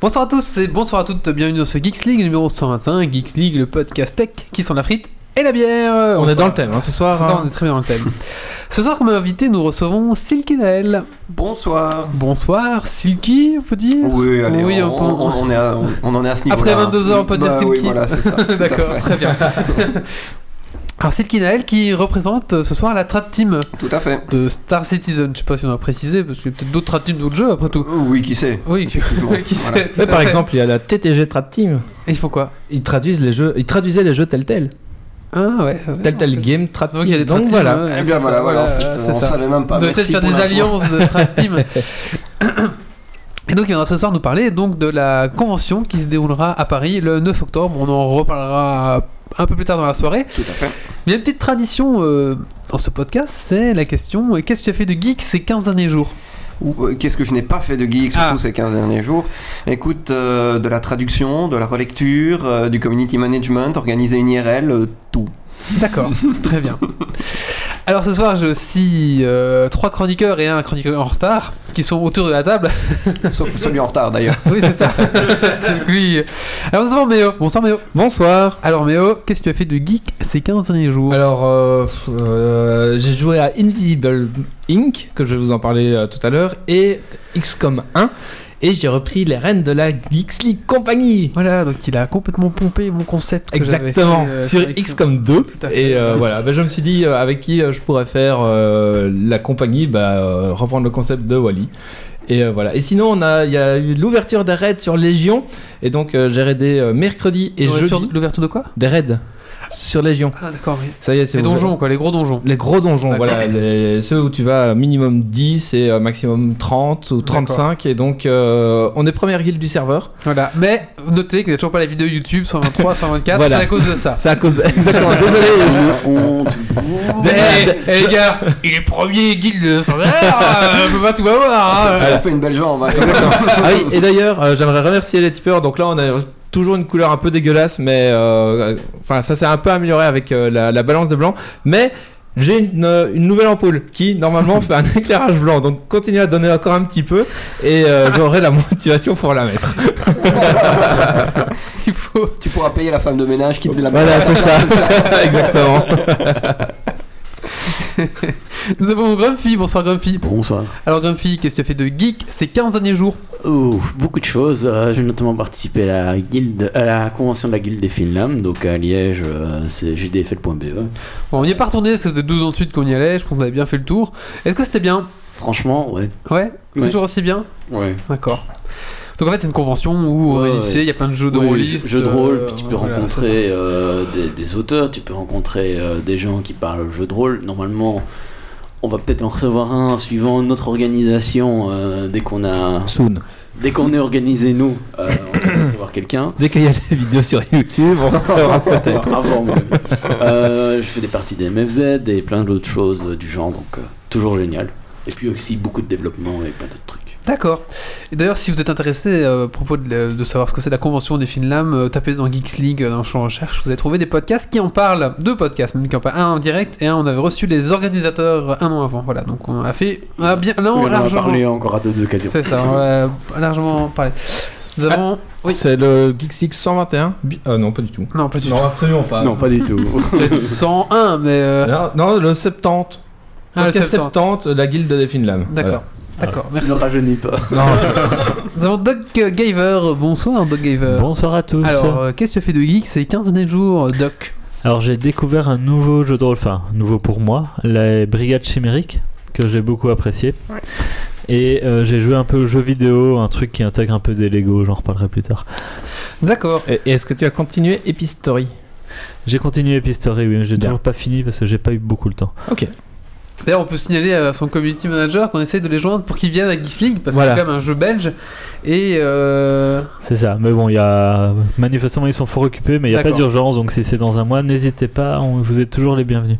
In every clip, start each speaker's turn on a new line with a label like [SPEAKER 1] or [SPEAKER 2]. [SPEAKER 1] Bonsoir à tous et bonsoir à toutes, bienvenue dans ce Geeks League numéro 125, Geeks League, le podcast tech qui sent la frite et la bière.
[SPEAKER 2] On est dans le
[SPEAKER 1] thème.
[SPEAKER 2] thème hein, ce soir.
[SPEAKER 1] Ce soir,
[SPEAKER 2] hein.
[SPEAKER 1] on est très bien dans le thème. Ce soir, comme invité, nous recevons Silky Nael.
[SPEAKER 3] Bonsoir.
[SPEAKER 1] Bonsoir, Silky, on peut dire
[SPEAKER 3] Oui, allez,
[SPEAKER 1] Oui,
[SPEAKER 3] on,
[SPEAKER 1] on peut-
[SPEAKER 3] on- on est à- on- on en est à ce niveau-là.
[SPEAKER 1] Après 22 heures, on peut
[SPEAKER 3] Bah
[SPEAKER 1] dire c'est
[SPEAKER 3] oui,
[SPEAKER 1] qui.
[SPEAKER 3] Voilà, c'est ça. tout à
[SPEAKER 1] D'accord,
[SPEAKER 3] fait.
[SPEAKER 1] très bien. Alors, Silky Nael qui représente euh, ce soir la Trad Team
[SPEAKER 3] Tout à fait.
[SPEAKER 1] de Star Citizen. Je sais pas si on a précisé, parce qu'il y a peut-être d'autres Trad Teams d'autres jeux après tout.
[SPEAKER 3] Oui, qui sait
[SPEAKER 1] Oui, qui
[SPEAKER 3] Effectivement.
[SPEAKER 1] qui
[SPEAKER 3] Voilà.
[SPEAKER 1] sait, tout
[SPEAKER 2] Mais
[SPEAKER 1] à
[SPEAKER 2] par
[SPEAKER 1] fait.
[SPEAKER 2] exemple, il y a la TTG Trad Team.
[SPEAKER 1] Ils font quoi
[SPEAKER 2] Ils traduisent les jeux, ils traduisaient les jeux tel tel,
[SPEAKER 1] Ah ouais. ouais,
[SPEAKER 2] tel
[SPEAKER 1] en
[SPEAKER 2] tel
[SPEAKER 1] fait.
[SPEAKER 2] game Trad
[SPEAKER 1] Donc,
[SPEAKER 2] Team.
[SPEAKER 1] il y a des
[SPEAKER 2] Donc
[SPEAKER 1] Trad Team,
[SPEAKER 2] voilà.
[SPEAKER 1] ouais,
[SPEAKER 3] Eh
[SPEAKER 1] c'est
[SPEAKER 3] bien voilà,
[SPEAKER 1] ça,
[SPEAKER 3] voilà, en fait,
[SPEAKER 1] euh,
[SPEAKER 3] on savait même pas.
[SPEAKER 1] On devait peut-être
[SPEAKER 3] Merci
[SPEAKER 1] faire
[SPEAKER 3] pour
[SPEAKER 1] des
[SPEAKER 3] l'info.
[SPEAKER 1] alliances de Strat Team. Et donc, il viendra ce soir nous parler donc de la convention qui se déroulera à Paris le 9 octobre. On en reparlera un peu plus tard dans la soirée.
[SPEAKER 3] Tout à fait.
[SPEAKER 1] Mais il y a une petite tradition euh, dans ce podcast, c'est la question euh, qu'est-ce que tu as fait de geek ces 15 derniers jours
[SPEAKER 3] Ou, euh, Qu'est-ce que je n'ai pas fait de geek, surtout
[SPEAKER 1] Ah.
[SPEAKER 3] ces 15 derniers jours Écoute, euh, de la traduction, de la relecture, euh, du community management, organiser une IRL, euh, tout.
[SPEAKER 1] D'accord, très bien. Alors ce soir, j'ai aussi euh, trois chroniqueurs et un chroniqueur en retard qui sont autour de la table.
[SPEAKER 3] Sauf celui en retard d'ailleurs.
[SPEAKER 1] Oui, c'est ça. Lui. Alors bonsoir Méo. Bonsoir Méo.
[SPEAKER 2] Bonsoir.
[SPEAKER 1] Alors Méo, qu'est-ce que tu as fait de geek ces 15 derniers jours
[SPEAKER 2] Alors, euh, pff, euh, j'ai joué à Invisible Inc., que je vais vous en parler euh, tout à l'heure, et XCOM 1, et j'ai repris les rênes de la Geeks League Company.
[SPEAKER 1] Voilà, donc il a complètement pompé mon concept. que j'avais
[SPEAKER 2] Exactement,
[SPEAKER 1] fait, euh,
[SPEAKER 2] sur XCOM 2.
[SPEAKER 1] Tout à fait.
[SPEAKER 2] Et euh, voilà, bah, je me suis dit euh, avec qui euh, je pourrais faire euh, la compagnie, bah, euh, reprendre le concept de Wally. Et euh, voilà. Et sinon, on a, il y a eu l'ouverture des raids sur Légion. Et donc, euh, j'ai raidé euh, mercredi et
[SPEAKER 1] L'ouverture-
[SPEAKER 2] jeudi
[SPEAKER 1] L'ouverture de quoi
[SPEAKER 2] des raids sur Légion.
[SPEAKER 1] Ah d'accord, oui.
[SPEAKER 2] Ça y est, c'est
[SPEAKER 1] Les
[SPEAKER 2] ouvert.
[SPEAKER 1] donjons quoi, les gros donjons.
[SPEAKER 2] Les gros donjons,
[SPEAKER 1] D'accord.
[SPEAKER 2] voilà, les- ceux où tu vas euh, minimum 10 et euh, maximum 30 ou 35. Et donc, euh, on est première guilde du serveur.
[SPEAKER 1] Voilà. Mais notez qu'il n'y a toujours pas la vidéo YouTube 123, 124,
[SPEAKER 2] Voilà.
[SPEAKER 1] c'est à cause de ça.
[SPEAKER 2] C'est à cause de... Exactement, désolé.
[SPEAKER 3] Honte.
[SPEAKER 1] Eh, eh, les gars, il est premier guilde de standard, euh, on peut pas tout avoir.
[SPEAKER 3] Ça,
[SPEAKER 1] hein.
[SPEAKER 3] ça a fait une belle jambe. hein.
[SPEAKER 2] Ah oui, et d'ailleurs, euh, j'aimerais remercier les tipeurs. Donc là, on a toujours une couleur un peu dégueulasse, mais euh, enfin, ça s'est un peu amélioré avec euh, la, la balance de blanc. Mais j'ai une, euh, une nouvelle ampoule qui normalement fait un éclairage blanc. Donc continuez à donner encore un petit peu et euh, j'aurai la motivation pour la mettre.
[SPEAKER 1] Il faut.
[SPEAKER 3] Tu pourras payer la femme de ménage qui te la
[SPEAKER 2] Voilà, c'est ça. Exactement.
[SPEAKER 1] Nous avons Grumpy, bonsoir Grumpy.
[SPEAKER 4] Bonsoir.
[SPEAKER 1] Alors Grumpy, qu'est-ce que tu as fait de geek ces 15 derniers jours
[SPEAKER 4] Ouf, beaucoup de choses. Euh, J'ai notamment participé à la, guilde, à la convention de la guilde des Finlandes, donc à Liège, euh, c'est jdfl.be.
[SPEAKER 1] Bon, on n'y est pas retourné, ça faisait 12 ans de suite qu'on y allait, je pense qu'on avait bien fait le tour. Est-ce que c'était bien
[SPEAKER 4] Franchement, ouais.
[SPEAKER 1] Ouais C'est
[SPEAKER 4] Ouais.
[SPEAKER 1] toujours aussi bien
[SPEAKER 4] Ouais.
[SPEAKER 1] D'accord. Donc en fait, c'est une convention où on
[SPEAKER 4] Ouais,
[SPEAKER 1] réunissait, il y a plein de jeux de
[SPEAKER 4] Oui,
[SPEAKER 1] rôlistes,
[SPEAKER 4] jeux de rôle,
[SPEAKER 1] euh,
[SPEAKER 4] puis tu peux
[SPEAKER 1] voilà, c'est
[SPEAKER 4] rencontrer euh, des, des auteurs, tu peux rencontrer euh, des gens qui parlent jeux de rôle. Normalement, on va peut-être en recevoir un suivant notre organisation euh, dès qu'on a
[SPEAKER 2] Soon.
[SPEAKER 4] dès qu'on est organisé nous, euh, on va recevoir quelqu'un.
[SPEAKER 2] Dès qu'il y a des vidéos sur YouTube, on saura peut-être.
[SPEAKER 4] Avant, même. Euh, je fais des parties des MFZ et plein d'autres choses du genre, donc euh, toujours génial. Et puis aussi beaucoup de développement et plein d'autres trucs.
[SPEAKER 1] ça. D'accord. Et d'ailleurs, si vous êtes intéressé euh, à propos de, la- de savoir ce que c'est la convention des Finlam, euh, tapez dans Geeks League euh, dans le champ recherche, vous allez trouver des podcasts qui en parlent. Deux podcasts, même qui en parlent. Un en direct et un, on avait reçu les organisateurs euh, un an avant. Voilà, donc on a fait. On a bien. Là, on,
[SPEAKER 4] on en a
[SPEAKER 1] Oh, largement-
[SPEAKER 4] parlé encore à d'autres occasions.
[SPEAKER 1] C'est ça, on a largement parlé. Nous
[SPEAKER 2] Ah.
[SPEAKER 1] avons. Oui.
[SPEAKER 2] C'est le Geeks 121. Bi- euh, non, pas du tout.
[SPEAKER 1] Non, pas du tout.
[SPEAKER 2] absolument pas.
[SPEAKER 4] Non, pas du tout.
[SPEAKER 1] Peut-être 101, mais. euh,
[SPEAKER 2] Non, non, le 70.
[SPEAKER 1] ah, le
[SPEAKER 2] Podcast
[SPEAKER 1] 70.
[SPEAKER 2] 70, la guilde des Finlam.
[SPEAKER 1] D'accord. D'accord,
[SPEAKER 4] Ça
[SPEAKER 1] merci.
[SPEAKER 4] ne rajeunit pas.
[SPEAKER 2] Voilà. Non, c'est-
[SPEAKER 1] Nous avons Doc Gaver. Bonsoir, Doc Gaver.
[SPEAKER 5] Bonsoir à tous.
[SPEAKER 1] Euh, Alors,
[SPEAKER 5] Alors,
[SPEAKER 1] euh, qu'est-ce que tu fais de geek ces 15 derniers jours, Doc
[SPEAKER 5] j'ai découvert un nouveau jeu de rôle, enfin nouveau pour moi, les Brigades Chimériques, que j'ai beaucoup apprécié. Et euh, j'ai joué un peu aux jeux vidéo, un truc qui intègre un peu des Lego, j'en reparlerai plus tard.
[SPEAKER 1] D'accord.
[SPEAKER 2] Et et est-ce que tu as continué Epistory
[SPEAKER 5] J'ai continué Epistory, oui, mais j'ai
[SPEAKER 2] Bien.
[SPEAKER 5] toujours pas fini parce que j'ai pas eu beaucoup le temps.
[SPEAKER 2] Ok.
[SPEAKER 1] D'ailleurs, on peut signaler à son community manager qu'on essaie de les joindre pour qu'ils viennent à Geeks League, parce
[SPEAKER 2] Voilà.
[SPEAKER 1] que c'est quand même un jeu belge. Et euh,
[SPEAKER 5] C'est ça, mais bon, il y a... manifestement ils sont fort occupés, mais il n'y a pas
[SPEAKER 1] D'accord.
[SPEAKER 5] d'urgence, donc si c'est dans un mois, n'hésitez pas, on- vous êtes toujours les bienvenus.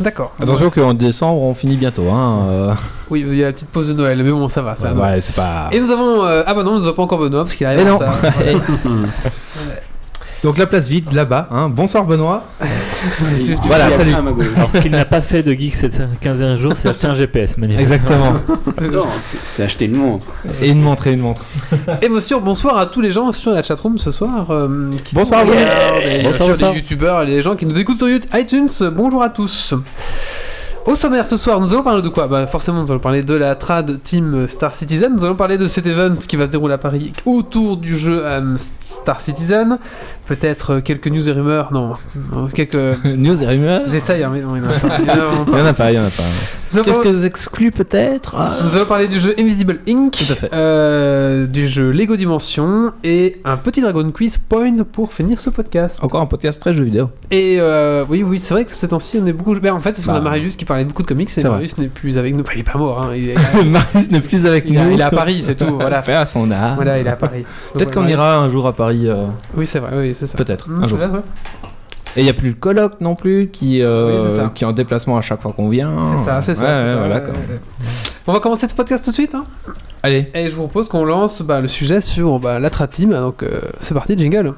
[SPEAKER 1] d'accord.
[SPEAKER 2] Attention qu'en décembre, on finit bientôt. Hein. euh.
[SPEAKER 1] Oui, il y a la petite pause de Noël, mais bon, ça va, ça
[SPEAKER 2] Ouais,
[SPEAKER 1] va.
[SPEAKER 2] ouais, c'est pas.
[SPEAKER 1] Et nous avons. euh, Ah bah non, nous avons pas encore Benoît, parce qu'il arrive
[SPEAKER 2] Eh
[SPEAKER 1] en
[SPEAKER 2] non.
[SPEAKER 1] retard.
[SPEAKER 2] Donc la place vide, là-bas. Hein. Bonsoir Benoît.
[SPEAKER 1] Tu- tu-
[SPEAKER 2] Voilà, salut.
[SPEAKER 5] Alors ce qu'il n'a pas fait de geek ces 15 derniers jours, c'est acheter un GPS, manifestement.
[SPEAKER 2] Exactement.
[SPEAKER 4] Non, c'est c'est acheter une montre.
[SPEAKER 2] et une montre, et une montre.
[SPEAKER 1] Et Eh, monsieur, bonsoir à tous les gens sur la chatroom ce soir. euh, qui
[SPEAKER 2] Bonsoir,
[SPEAKER 1] nous
[SPEAKER 2] oui.
[SPEAKER 1] regardent, et bien
[SPEAKER 5] Bonsoir,
[SPEAKER 1] sûr,
[SPEAKER 5] bonsoir.
[SPEAKER 1] les youtubeurs et les gens qui nous écoutent sur YouTube- iTunes. euh, Bonjour à tous. Au sommaire ce soir, nous allons parler de quoi Bah forcément, nous allons parler de la trad Team Star Citizen. Nous allons parler de cet event qui va se dérouler à Paris autour du jeu euh, Star Citizen. Peut-être euh, quelques news et rumeurs. Non, euh, quelques.
[SPEAKER 2] News et rumeurs.
[SPEAKER 1] J'essaye. hein, mais non, il y en a pas. Il y en a vraiment
[SPEAKER 2] Il
[SPEAKER 1] pas.
[SPEAKER 2] y en a pas, il y en a pas.
[SPEAKER 1] Nous allons-
[SPEAKER 2] vous exclut peut-être euh
[SPEAKER 1] nous allons parler du jeu Invisible Inc,
[SPEAKER 2] Tout à fait.
[SPEAKER 1] euh, du jeu Lego Dimension et un petit Dragon Quiz Point pour finir ce podcast.
[SPEAKER 2] Encore un podcast très jeu vidéo.
[SPEAKER 1] Et euh, oui, oui, c'est vrai que ces temps-ci, on est beaucoup. Ben, en fait, c'est parce qu'on a
[SPEAKER 2] Bah.
[SPEAKER 1] Marius qui parlait beaucoup de comics et
[SPEAKER 2] C'est vrai.
[SPEAKER 1] Marius n'est plus avec nous. Enfin, il est pas mort, hein. il, est,
[SPEAKER 2] Marius n'est plus avec
[SPEAKER 1] il est-
[SPEAKER 2] nous.
[SPEAKER 1] il est à Paris, c'est tout. Voilà.
[SPEAKER 2] Paix à son âme.
[SPEAKER 1] Voilà, il est à Paris. Donc, voilà,
[SPEAKER 2] Peut-être qu'on
[SPEAKER 1] Marius-
[SPEAKER 2] ira un jour à Paris. euh,
[SPEAKER 1] Oui, c'est vrai, oui, c'est ça.
[SPEAKER 2] Peut-être,
[SPEAKER 1] Mmh,
[SPEAKER 2] un jour.
[SPEAKER 1] c'est vrai, ouais.
[SPEAKER 2] Et il n'y a plus le colloque non plus qui, euh,
[SPEAKER 1] Oui, c'est ça.
[SPEAKER 2] qui est en déplacement à chaque fois qu'on vient.
[SPEAKER 1] C'est ça, c'est ça.
[SPEAKER 2] Ouais,
[SPEAKER 1] c'est
[SPEAKER 2] ouais,
[SPEAKER 1] ça,
[SPEAKER 2] voilà,
[SPEAKER 1] ouais,
[SPEAKER 2] quoi.
[SPEAKER 1] ouais, ouais. On va commencer ce podcast tout de suite. hein.
[SPEAKER 2] Allez,
[SPEAKER 1] Et je vous propose qu'on lance bah, le sujet sur bah, l'Atra Team. Donc euh, c'est parti, jingle.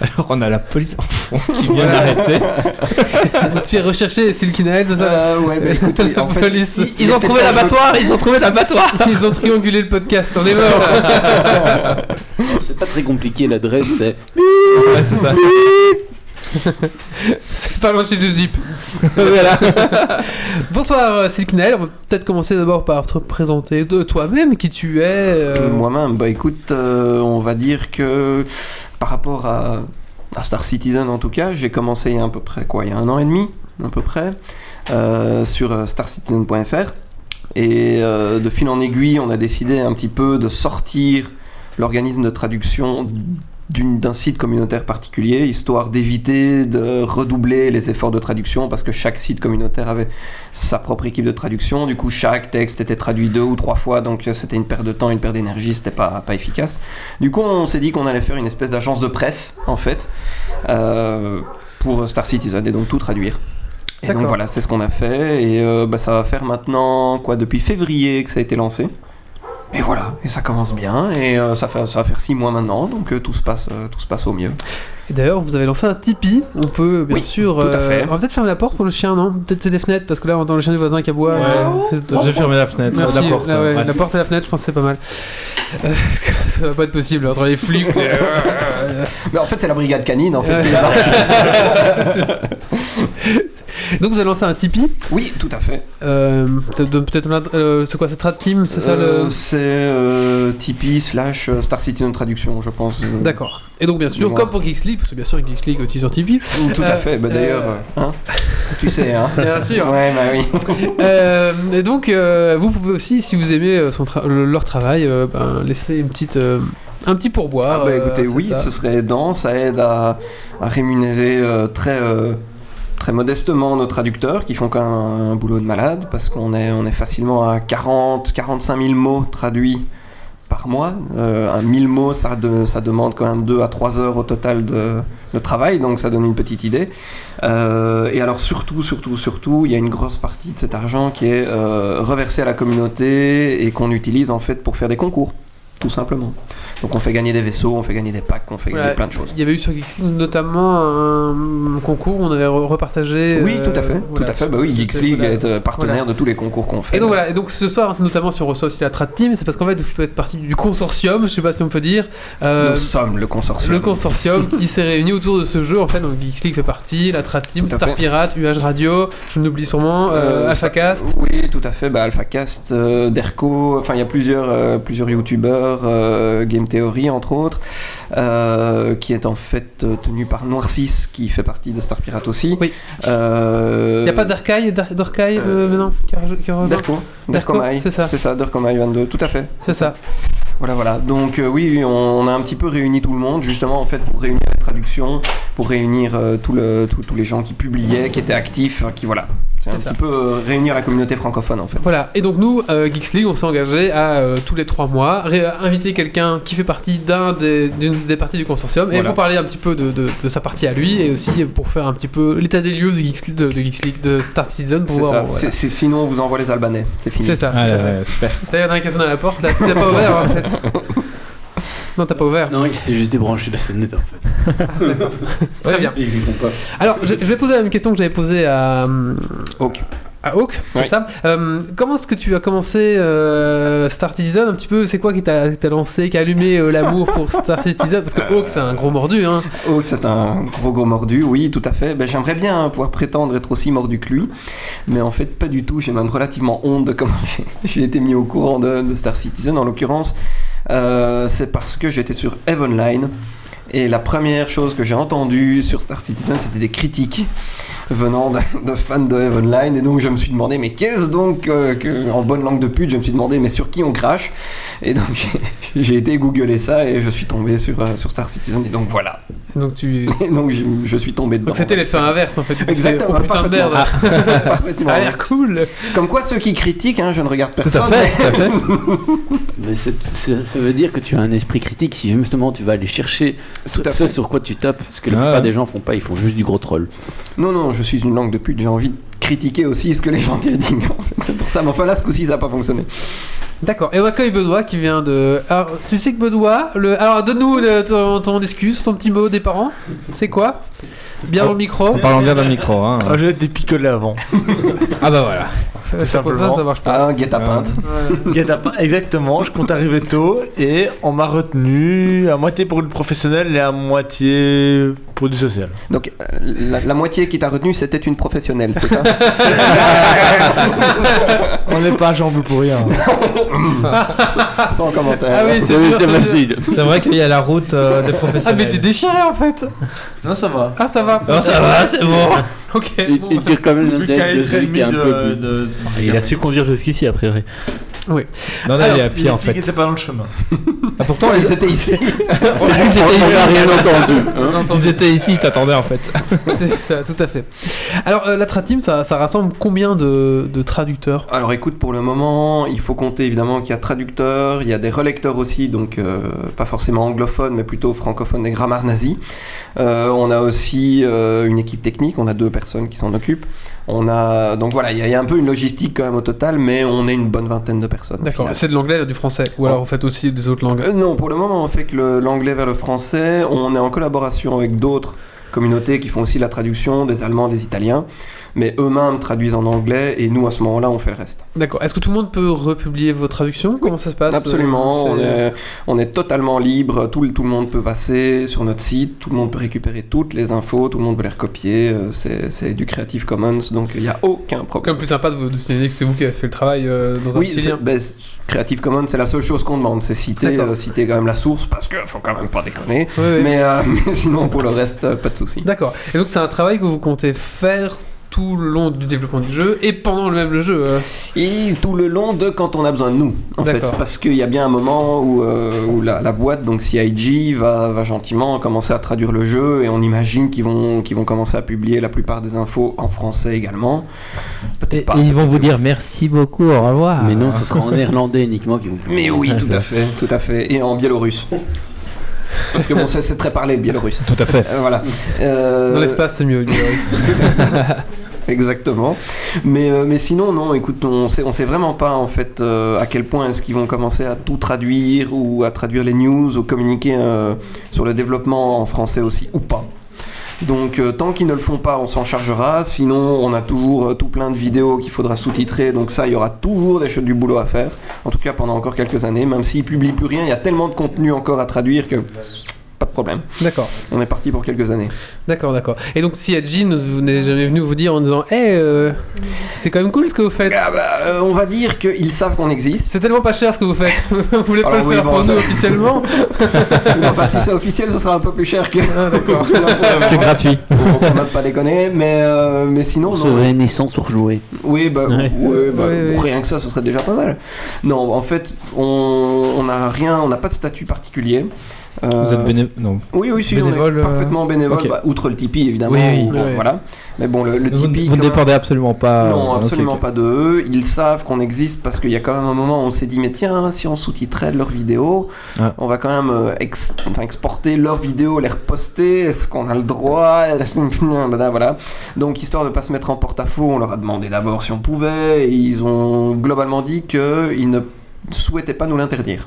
[SPEAKER 2] alors on a la police en fond qui vient
[SPEAKER 1] Voilà.
[SPEAKER 2] d'arrêter.
[SPEAKER 1] tu es recherché, Silky Nail, c'est ça
[SPEAKER 3] Euh, ouais, bah, écoute, oui, en fait,
[SPEAKER 1] Police.
[SPEAKER 3] il- il était pas-
[SPEAKER 2] ils ont trouvé l'abattoir
[SPEAKER 1] Ils ont triangulé le podcast, on est mort.
[SPEAKER 4] C'est pas très compliqué, l'adresse c'est.
[SPEAKER 2] Ouais, c'est ça.
[SPEAKER 1] C'est pas loin de chez le Jeep.
[SPEAKER 2] voilà.
[SPEAKER 1] Bonsoir euh, Silk Nail, on va peut-être commencer d'abord par te présenter de toi-même qui tu es. euh,
[SPEAKER 3] Euh, Moi-même, bah écoute, euh, on va dire que par rapport à, à Star Citizen en tout cas, j'ai commencé il y a à peu près quoi, il y a un an et demi à peu près, euh, sur euh, starcitizen.fr. Et euh, de fil en aiguille, on a décidé un petit peu de sortir l'organisme de traduction d'une- d'un site communautaire particulier, histoire d'éviter de redoubler les efforts de traduction, parce que chaque site communautaire avait sa propre équipe de traduction. Du coup, chaque texte était traduit deux ou trois fois, donc euh, c'était une perte de temps, une perte d'énergie, c'était pas, pas efficace. Du coup, on s'est dit qu'on allait faire une espèce d'agence de presse, en fait, euh, pour Star Citizen, et donc tout traduire. Et donc
[SPEAKER 1] D'accord.
[SPEAKER 3] voilà, c'est ce qu'on a fait, et euh, bah, ça va faire maintenant, quoi, depuis février que ça a été lancé. Et voilà, et ça commence bien, et euh, ça, fait, ça va faire six mois maintenant, donc euh, tout, se passe, euh, tout se passe au mieux.
[SPEAKER 1] et D'ailleurs, vous avez lancé un Tipeee, on peut bien
[SPEAKER 3] Oui,
[SPEAKER 1] sûr. euh,
[SPEAKER 3] tout à fait.
[SPEAKER 1] On va peut-être fermer la porte pour le chien, non Peut-être les fenêtres, parce que là on entend le chien du voisin qui aboie. euh,
[SPEAKER 2] Ouais.
[SPEAKER 1] C'est-
[SPEAKER 2] J'ai fermé la fenêtre,
[SPEAKER 1] Merci,
[SPEAKER 2] la porte. hein.
[SPEAKER 1] là, ouais,
[SPEAKER 2] Ah ouais.
[SPEAKER 1] La porte et la fenêtre, je pense que c'est pas mal. Euh, parce que ça va pas être possible entre les flics.
[SPEAKER 3] Mais en fait, c'est la brigade canine, en fait. qui l'a-
[SPEAKER 1] Donc vous avez lancé un Tipeee.
[SPEAKER 3] oui, tout à fait.
[SPEAKER 1] Euh, peut-être- de- peut-être un- euh, c'est quoi cette Trap Team C'est ça
[SPEAKER 3] Euh,
[SPEAKER 1] le.
[SPEAKER 3] C'est euh, Tipeee slash euh, Star Citizen Traduction, je pense. Euh,
[SPEAKER 1] D'accord. Et donc bien sûr,
[SPEAKER 3] Dis-moi.
[SPEAKER 1] comme pour Geeks League, parce que bien sûr Geeks League aussi sur Tipeee.
[SPEAKER 3] ou Tout
[SPEAKER 1] Euh,
[SPEAKER 3] à fait, bah, d'ailleurs,
[SPEAKER 1] euh,
[SPEAKER 3] euh, hein, tu sais, hein.
[SPEAKER 1] Bien sûr.
[SPEAKER 3] Ouais, bah oui.
[SPEAKER 1] Euh, et donc euh, vous pouvez aussi, si vous aimez euh, son tra- le- leur travail, euh, ben, laisser une petite, euh, un petit
[SPEAKER 3] Ah,
[SPEAKER 1] pourboire.
[SPEAKER 3] bah
[SPEAKER 1] euh,
[SPEAKER 3] écoutez,
[SPEAKER 1] c'est
[SPEAKER 3] oui,
[SPEAKER 1] ça.
[SPEAKER 3] ce serait aidant, ça aide à, à rémunérer euh, très, euh, très modestement nos traducteurs qui font quand même un boulot de malade parce qu'on est, on est facilement à 40-45 000 mots traduits par mois. Euh, un 1000 mots, ça, de- ça demande quand même 2 à 3 heures au total de, de travail, donc ça donne une petite idée. Euh, et alors surtout, surtout, surtout, il y a une grosse partie de cet argent qui est euh, reversée à la communauté et qu'on utilise en fait pour faire des concours. tout simplement. Donc on fait gagner des vaisseaux, on fait gagner des packs, on fait
[SPEAKER 1] Ouais.
[SPEAKER 3] gagner plein de choses.
[SPEAKER 1] Il y avait eu sur Geeksleague notamment un concours où on avait re- repartagé.
[SPEAKER 3] Oui,
[SPEAKER 1] euh,
[SPEAKER 3] tout à fait,
[SPEAKER 1] voilà,
[SPEAKER 3] tout à fait. Bah oui,
[SPEAKER 1] c'était-
[SPEAKER 3] Geeks League
[SPEAKER 1] voilà.
[SPEAKER 3] est euh, partenaire de tous les concours qu'on fait.
[SPEAKER 1] Et donc voilà, et donc ce soir, notamment si on reçoit aussi la Trat Team, c'est parce qu'en fait vous faites partie du consortium, je sais pas si on peut dire, euh,
[SPEAKER 3] Nous sommes le consortium.
[SPEAKER 1] le consortium qui s'est réuni autour de ce jeu. En fait, donc Geeks League fait partie, la Trat Team,
[SPEAKER 3] Tout à
[SPEAKER 1] Star
[SPEAKER 3] fait.
[SPEAKER 1] Pirate, UH Radio, je n'oublie sûrement, euh,
[SPEAKER 3] Euh,
[SPEAKER 1] AlphaCast.
[SPEAKER 3] Oui, tout à fait. Bah, AlphaCast, euh, Derco, enfin, il y a plusieurs, euh, plusieurs youtubeurs, euh, Game Theory, entre autres, euh, qui est en fait euh, tenu par Noir 6, qui fait partie de Star Pirate aussi.
[SPEAKER 1] Oui.
[SPEAKER 3] Euh,
[SPEAKER 1] Il n'y a pas d'Arcaille, d'Ar- d'Orcaille, euh,
[SPEAKER 3] euh,
[SPEAKER 1] maintenant qui a- qui a rejoint
[SPEAKER 3] Derco, Derco Mai,
[SPEAKER 1] c'est ça.
[SPEAKER 3] c'est ça, Derco Mai 22, tout à fait.
[SPEAKER 1] C'est ça.
[SPEAKER 3] Voilà, voilà. Donc euh, oui, oui, on, on a un petit peu réuni tout le monde, justement en fait pour réunir la traduction, pour réunir euh, tout le, tout- tous les gens qui publiaient, qui étaient actifs, euh, qui voilà. C'est un
[SPEAKER 1] C'est ça.
[SPEAKER 3] petit peu euh, réunir la communauté francophone en fait.
[SPEAKER 1] Voilà, et donc nous, euh, Geeks League, on s'est engagé à euh, tous les trois mois ré- inviter quelqu'un qui fait partie d'un des, d'une des parties du consortium et
[SPEAKER 3] Voilà.
[SPEAKER 1] pour parler un petit peu de, de- de sa partie à lui et aussi pour faire un petit peu l'état des lieux de Geeks, de, de Geeks League, de Star Citizen pour
[SPEAKER 3] C'est
[SPEAKER 1] voir.
[SPEAKER 3] ça.
[SPEAKER 1] voilà.
[SPEAKER 3] C'est- c'est- sinon, on vous envoie les Albanais. C'est fini.
[SPEAKER 1] C'est ça. tout à fait.
[SPEAKER 2] Ah, super.
[SPEAKER 1] T'as regardé un qui sonne à la porte là, t'as pas ouvert en fait. Non, t'as pas ouvert.
[SPEAKER 4] Non, il a juste débranché la sonnette en fait.
[SPEAKER 1] Très bien.
[SPEAKER 4] Il répond pas.
[SPEAKER 1] Alors, je, je vais poser la même question que j'avais posée à, hum,
[SPEAKER 3] Ok.
[SPEAKER 1] à Hawk, c'est
[SPEAKER 3] Oui.
[SPEAKER 1] ça. Euh, comment est-ce que tu as commencé euh, Star Citizen un petit peu C'est quoi qui t'a qui t'a lancé, qui a allumé euh, l'amour pour Star Citizen Parce que Hawk, c'est un gros mordu, hein.
[SPEAKER 3] Oh, c'est un gros gros mordu, oui, tout à fait. Ben, J'aimerais bien hein, pouvoir prétendre être aussi mordu que lui, mais en fait, pas du tout. J'ai même relativement honte de comment j'ai- j'ai été mis au courant de, de Star Citizen. En l'occurrence, euh, c'est parce que j'étais sur Eve Online, et la première chose que j'ai entendue sur Star Citizen, c'était des critiques venant de, de fans de Eve Online, et donc je me suis demandé, mais qu'est-ce donc euh, que, en bonne langue de pute, je me suis demandé, mais sur qui on crache Et donc j'ai- j'ai été googler ça, et je suis tombé sur, euh, sur Star Citizen, et donc voilà.
[SPEAKER 1] Et Donc tu.
[SPEAKER 3] Et donc je, je suis tombé dedans.
[SPEAKER 1] Donc c'était l'effet inverse en fait. Tu te fais,
[SPEAKER 3] Exactement, Ah,
[SPEAKER 1] Oh, putain de merde.
[SPEAKER 3] Parfaitement.
[SPEAKER 1] Ça a l'air cool.
[SPEAKER 3] Comme quoi ceux qui critiquent, hein, je ne regarde
[SPEAKER 2] Tout
[SPEAKER 3] personne.
[SPEAKER 2] à fait, tout à fait.
[SPEAKER 4] Mais c'est- c'est- ça veut dire que tu as un esprit critique si justement tu vas aller chercher ce,
[SPEAKER 3] à
[SPEAKER 4] ce
[SPEAKER 3] fait.
[SPEAKER 4] sur quoi tu tapes. Ce que la
[SPEAKER 2] Ah
[SPEAKER 4] plupart
[SPEAKER 2] ouais.
[SPEAKER 4] des gens font pas, ils font juste du gros troll.
[SPEAKER 3] Non, non, je suis une langue de pute, j'ai envie de critiquer aussi ce que les gens critiquent. en fait. C'est pour ça, mais enfin là, ce coup-ci, ça n'a pas fonctionné.
[SPEAKER 1] D'accord. Et on accueille Benoît qui vient de. Alors tu sais que Benoît, le. Alors donne-nous le- ton, ton excuse, ton petit mot des parents. C'est quoi Bien dans le micro. Euh,
[SPEAKER 2] En parlant bien d'un micro. Hein.
[SPEAKER 6] Ah, j'ai été picolé avant.
[SPEAKER 2] Ah bah voilà.
[SPEAKER 1] Euh, ça peut
[SPEAKER 6] simplement.
[SPEAKER 1] pas, ça marche pas.
[SPEAKER 3] Ah, guet à peinte.
[SPEAKER 1] Ouais.
[SPEAKER 6] Guet-apens, Exactement, je compte arriver tôt et on m'a retenu à moitié pour le professionnel et à moitié pour du social.
[SPEAKER 3] Donc euh, la, la moitié qui t'a retenu, c'était une professionnelle, c'est ça
[SPEAKER 6] On n'est pas à Jean Blou pour rien.
[SPEAKER 2] hein.
[SPEAKER 3] Sans
[SPEAKER 1] Ah
[SPEAKER 3] commentaire.
[SPEAKER 1] oui, c'est sûr, c'est sûr.
[SPEAKER 2] C'est vrai qu'il y a la route euh, des
[SPEAKER 1] Ah mais
[SPEAKER 2] professionnels.
[SPEAKER 1] t'es déchiré en fait.
[SPEAKER 3] Non, ça va.
[SPEAKER 1] Ah ça va.
[SPEAKER 2] Non, ça va, c'est bon.
[SPEAKER 1] Ok.
[SPEAKER 4] Il, il tire quand même la tête de celui qui est un peu. bu.
[SPEAKER 6] euh, de.
[SPEAKER 5] Et Ah, il a su conduire jusqu'ici, a priori.
[SPEAKER 2] Non, non, il est à pied en fait.
[SPEAKER 6] C'est pas dans le chemin.
[SPEAKER 2] Ah, pourtant,
[SPEAKER 3] Ils étaient ici.
[SPEAKER 2] c'est lui qui était
[SPEAKER 4] On n'a
[SPEAKER 2] ici.
[SPEAKER 4] rien entendu. hein.
[SPEAKER 1] Bien entendu.
[SPEAKER 2] Ils étaient ici, ils t'attendaient en fait.
[SPEAKER 1] C'est ça, tout à fait. Alors, euh, la Tratim, ça, ça rassemble combien de, de traducteurs
[SPEAKER 3] Alors écoute, pour le moment, il faut compter évidemment qu'il y a traducteurs, il y a des relecteurs aussi, donc euh, pas forcément anglophones, mais plutôt francophones et grammaire nazie. Euh, on a aussi euh, une équipe technique, on a deux personnes qui s'en occupent. On a donc voilà, il y, a- il y a un peu une logistique quand même au total, mais on est une bonne vingtaine de personnes. au
[SPEAKER 1] D'accord.
[SPEAKER 3] final. Oh.
[SPEAKER 1] C'est de l'anglais et du français Ou alors, en fait, aussi des autres langues
[SPEAKER 3] Euh, non, pour le moment, on fait que le- l'anglais vers le français. On est en collaboration avec d'autres communautés qui font aussi la traduction, des Allemands, des Italiens, mais eux-mêmes traduisent en anglais et nous à ce moment-là, on fait le reste.
[SPEAKER 1] D'accord. Est-ce que tout le monde peut republier vos traductions Comment ça se passe
[SPEAKER 3] Absolument,
[SPEAKER 1] Euh,
[SPEAKER 3] on
[SPEAKER 1] c'est-
[SPEAKER 3] est, on est totalement libre, tout, le- tout le monde peut passer sur notre site, tout le monde peut récupérer toutes les infos, tout le monde peut les recopier, euh, c'est c'est du Creative Commons, donc il n'y a aucun
[SPEAKER 1] C'est quand
[SPEAKER 3] problème.
[SPEAKER 1] même plus sympa de vous de signaler que c'est vous qui avez fait le travail euh, dans un
[SPEAKER 3] Oui,
[SPEAKER 1] petit
[SPEAKER 3] c'est-
[SPEAKER 1] lien.
[SPEAKER 3] ben, c'est- Creative Commons, c'est la seule chose qu'on demande, c'est citer,
[SPEAKER 1] D'accord.
[SPEAKER 3] euh, citer quand même la source, parce que faut quand même pas déconner,
[SPEAKER 1] Ouais, ouais.
[SPEAKER 3] mais, euh, mais sinon pour le reste, euh, pas de souci.
[SPEAKER 1] D'accord. Et donc, c'est un travail que vous comptez faire tout le long du développement du jeu et pendant le même le jeu. euh.
[SPEAKER 3] Et tout le long de quand on a besoin de nous, en fait.
[SPEAKER 1] D'accord.
[SPEAKER 3] Parce qu'il y a bien un moment où, euh, où la, la boîte, donc CIG, va, va gentiment commencer à traduire le jeu et on imagine qu'ils vont, qu'ils vont commencer à publier la plupart des infos en français également.
[SPEAKER 2] Et,
[SPEAKER 3] Peut-être pas.
[SPEAKER 2] et ils vont vous dire merci beaucoup, au revoir.
[SPEAKER 4] Mais non, ce sera en néerlandais uniquement qu'ils vont.
[SPEAKER 3] Mais oui,
[SPEAKER 2] Ah,
[SPEAKER 3] tout
[SPEAKER 2] ça.
[SPEAKER 3] à fait, tout à fait. Et en biélorusse. Parce que bon, c'est c'est très parlé le biélorusse.
[SPEAKER 2] Tout à fait.
[SPEAKER 3] Euh, voilà. Euh,
[SPEAKER 1] Dans l'espace, c'est mieux. le virus.
[SPEAKER 3] Exactement. Mais, euh, mais sinon, non, écoute, on sait, on sait vraiment pas en fait euh, à quel point est-ce qu'ils vont commencer à tout traduire ou à traduire les news ou communiquer euh, sur le développement en français aussi ou pas. Donc euh, tant qu'ils ne le font pas, on s'en chargera. Sinon, on a toujours euh, tout plein de vidéos qu'il faudra sous-titrer. Donc ça, il y aura toujours des choses du boulot à faire. En tout cas, pendant encore quelques années, même s'ils publient plus rien, il y a tellement de contenu encore à traduire que pas de problème.
[SPEAKER 1] D'accord,
[SPEAKER 3] On est parti pour quelques années.
[SPEAKER 1] d'accord, d'accord. Et donc, si Adjin vous n'est jamais venu vous dire en disant Hé, c'est quand même cool ce que vous faites.
[SPEAKER 3] Ah bah, euh, on va dire qu'ils savent qu'on existe.
[SPEAKER 1] C'est tellement pas cher ce que vous faites. vous voulez pas
[SPEAKER 3] Alors
[SPEAKER 1] le
[SPEAKER 3] oui,
[SPEAKER 1] faire
[SPEAKER 3] bon,
[SPEAKER 1] pour
[SPEAKER 3] ça-
[SPEAKER 1] nous officiellement
[SPEAKER 3] Mais enfin, si c'est officiel, ce sera un peu plus cher que.
[SPEAKER 1] Ah, d'accord.
[SPEAKER 2] C'est gratuit.
[SPEAKER 3] on n'a pas déconné, mais, euh, mais sinon. non.
[SPEAKER 4] On se réunissant pour jouer.
[SPEAKER 3] Oui, bah,
[SPEAKER 5] Ouais.
[SPEAKER 3] ouais, bah,
[SPEAKER 1] Ouais, ouais.
[SPEAKER 3] bon, rien que ça, ce serait déjà pas mal. Non, en fait, on on n'a rien, on n'a pas de statut particulier. Euh,
[SPEAKER 2] Vous êtes bénévole Non.
[SPEAKER 3] Oui, oui, si,
[SPEAKER 2] bénévole,
[SPEAKER 3] on
[SPEAKER 2] euh,
[SPEAKER 3] est parfaitement bénévole,
[SPEAKER 2] ok.
[SPEAKER 3] bah, outre le Tipeee évidemment.
[SPEAKER 2] Oui, oui,
[SPEAKER 3] ou-
[SPEAKER 1] oui.
[SPEAKER 3] bon, Voilà. Mais bon, le, le
[SPEAKER 2] Vous, vous
[SPEAKER 3] Tipeee.
[SPEAKER 2] ne
[SPEAKER 3] quand même-
[SPEAKER 2] dépendez absolument pas.
[SPEAKER 3] Non,
[SPEAKER 2] euh, ok,
[SPEAKER 3] absolument
[SPEAKER 2] ok.
[SPEAKER 3] pas de eux. Ils savent qu'on existe parce qu'il y a quand même un moment où on s'est dit, mais tiens, si on sous-titrait leurs vidéos,
[SPEAKER 2] Ah.
[SPEAKER 3] on va quand même euh, ex- enfin, exporter leurs vidéos, les reposter. Est-ce qu'on a le droit Voilà. Donc, histoire de pas se mettre en porte-à-faux, on leur a demandé d'abord si on pouvait. Et ils ont globalement dit qu'ils ne souhaitaient pas nous l'interdire.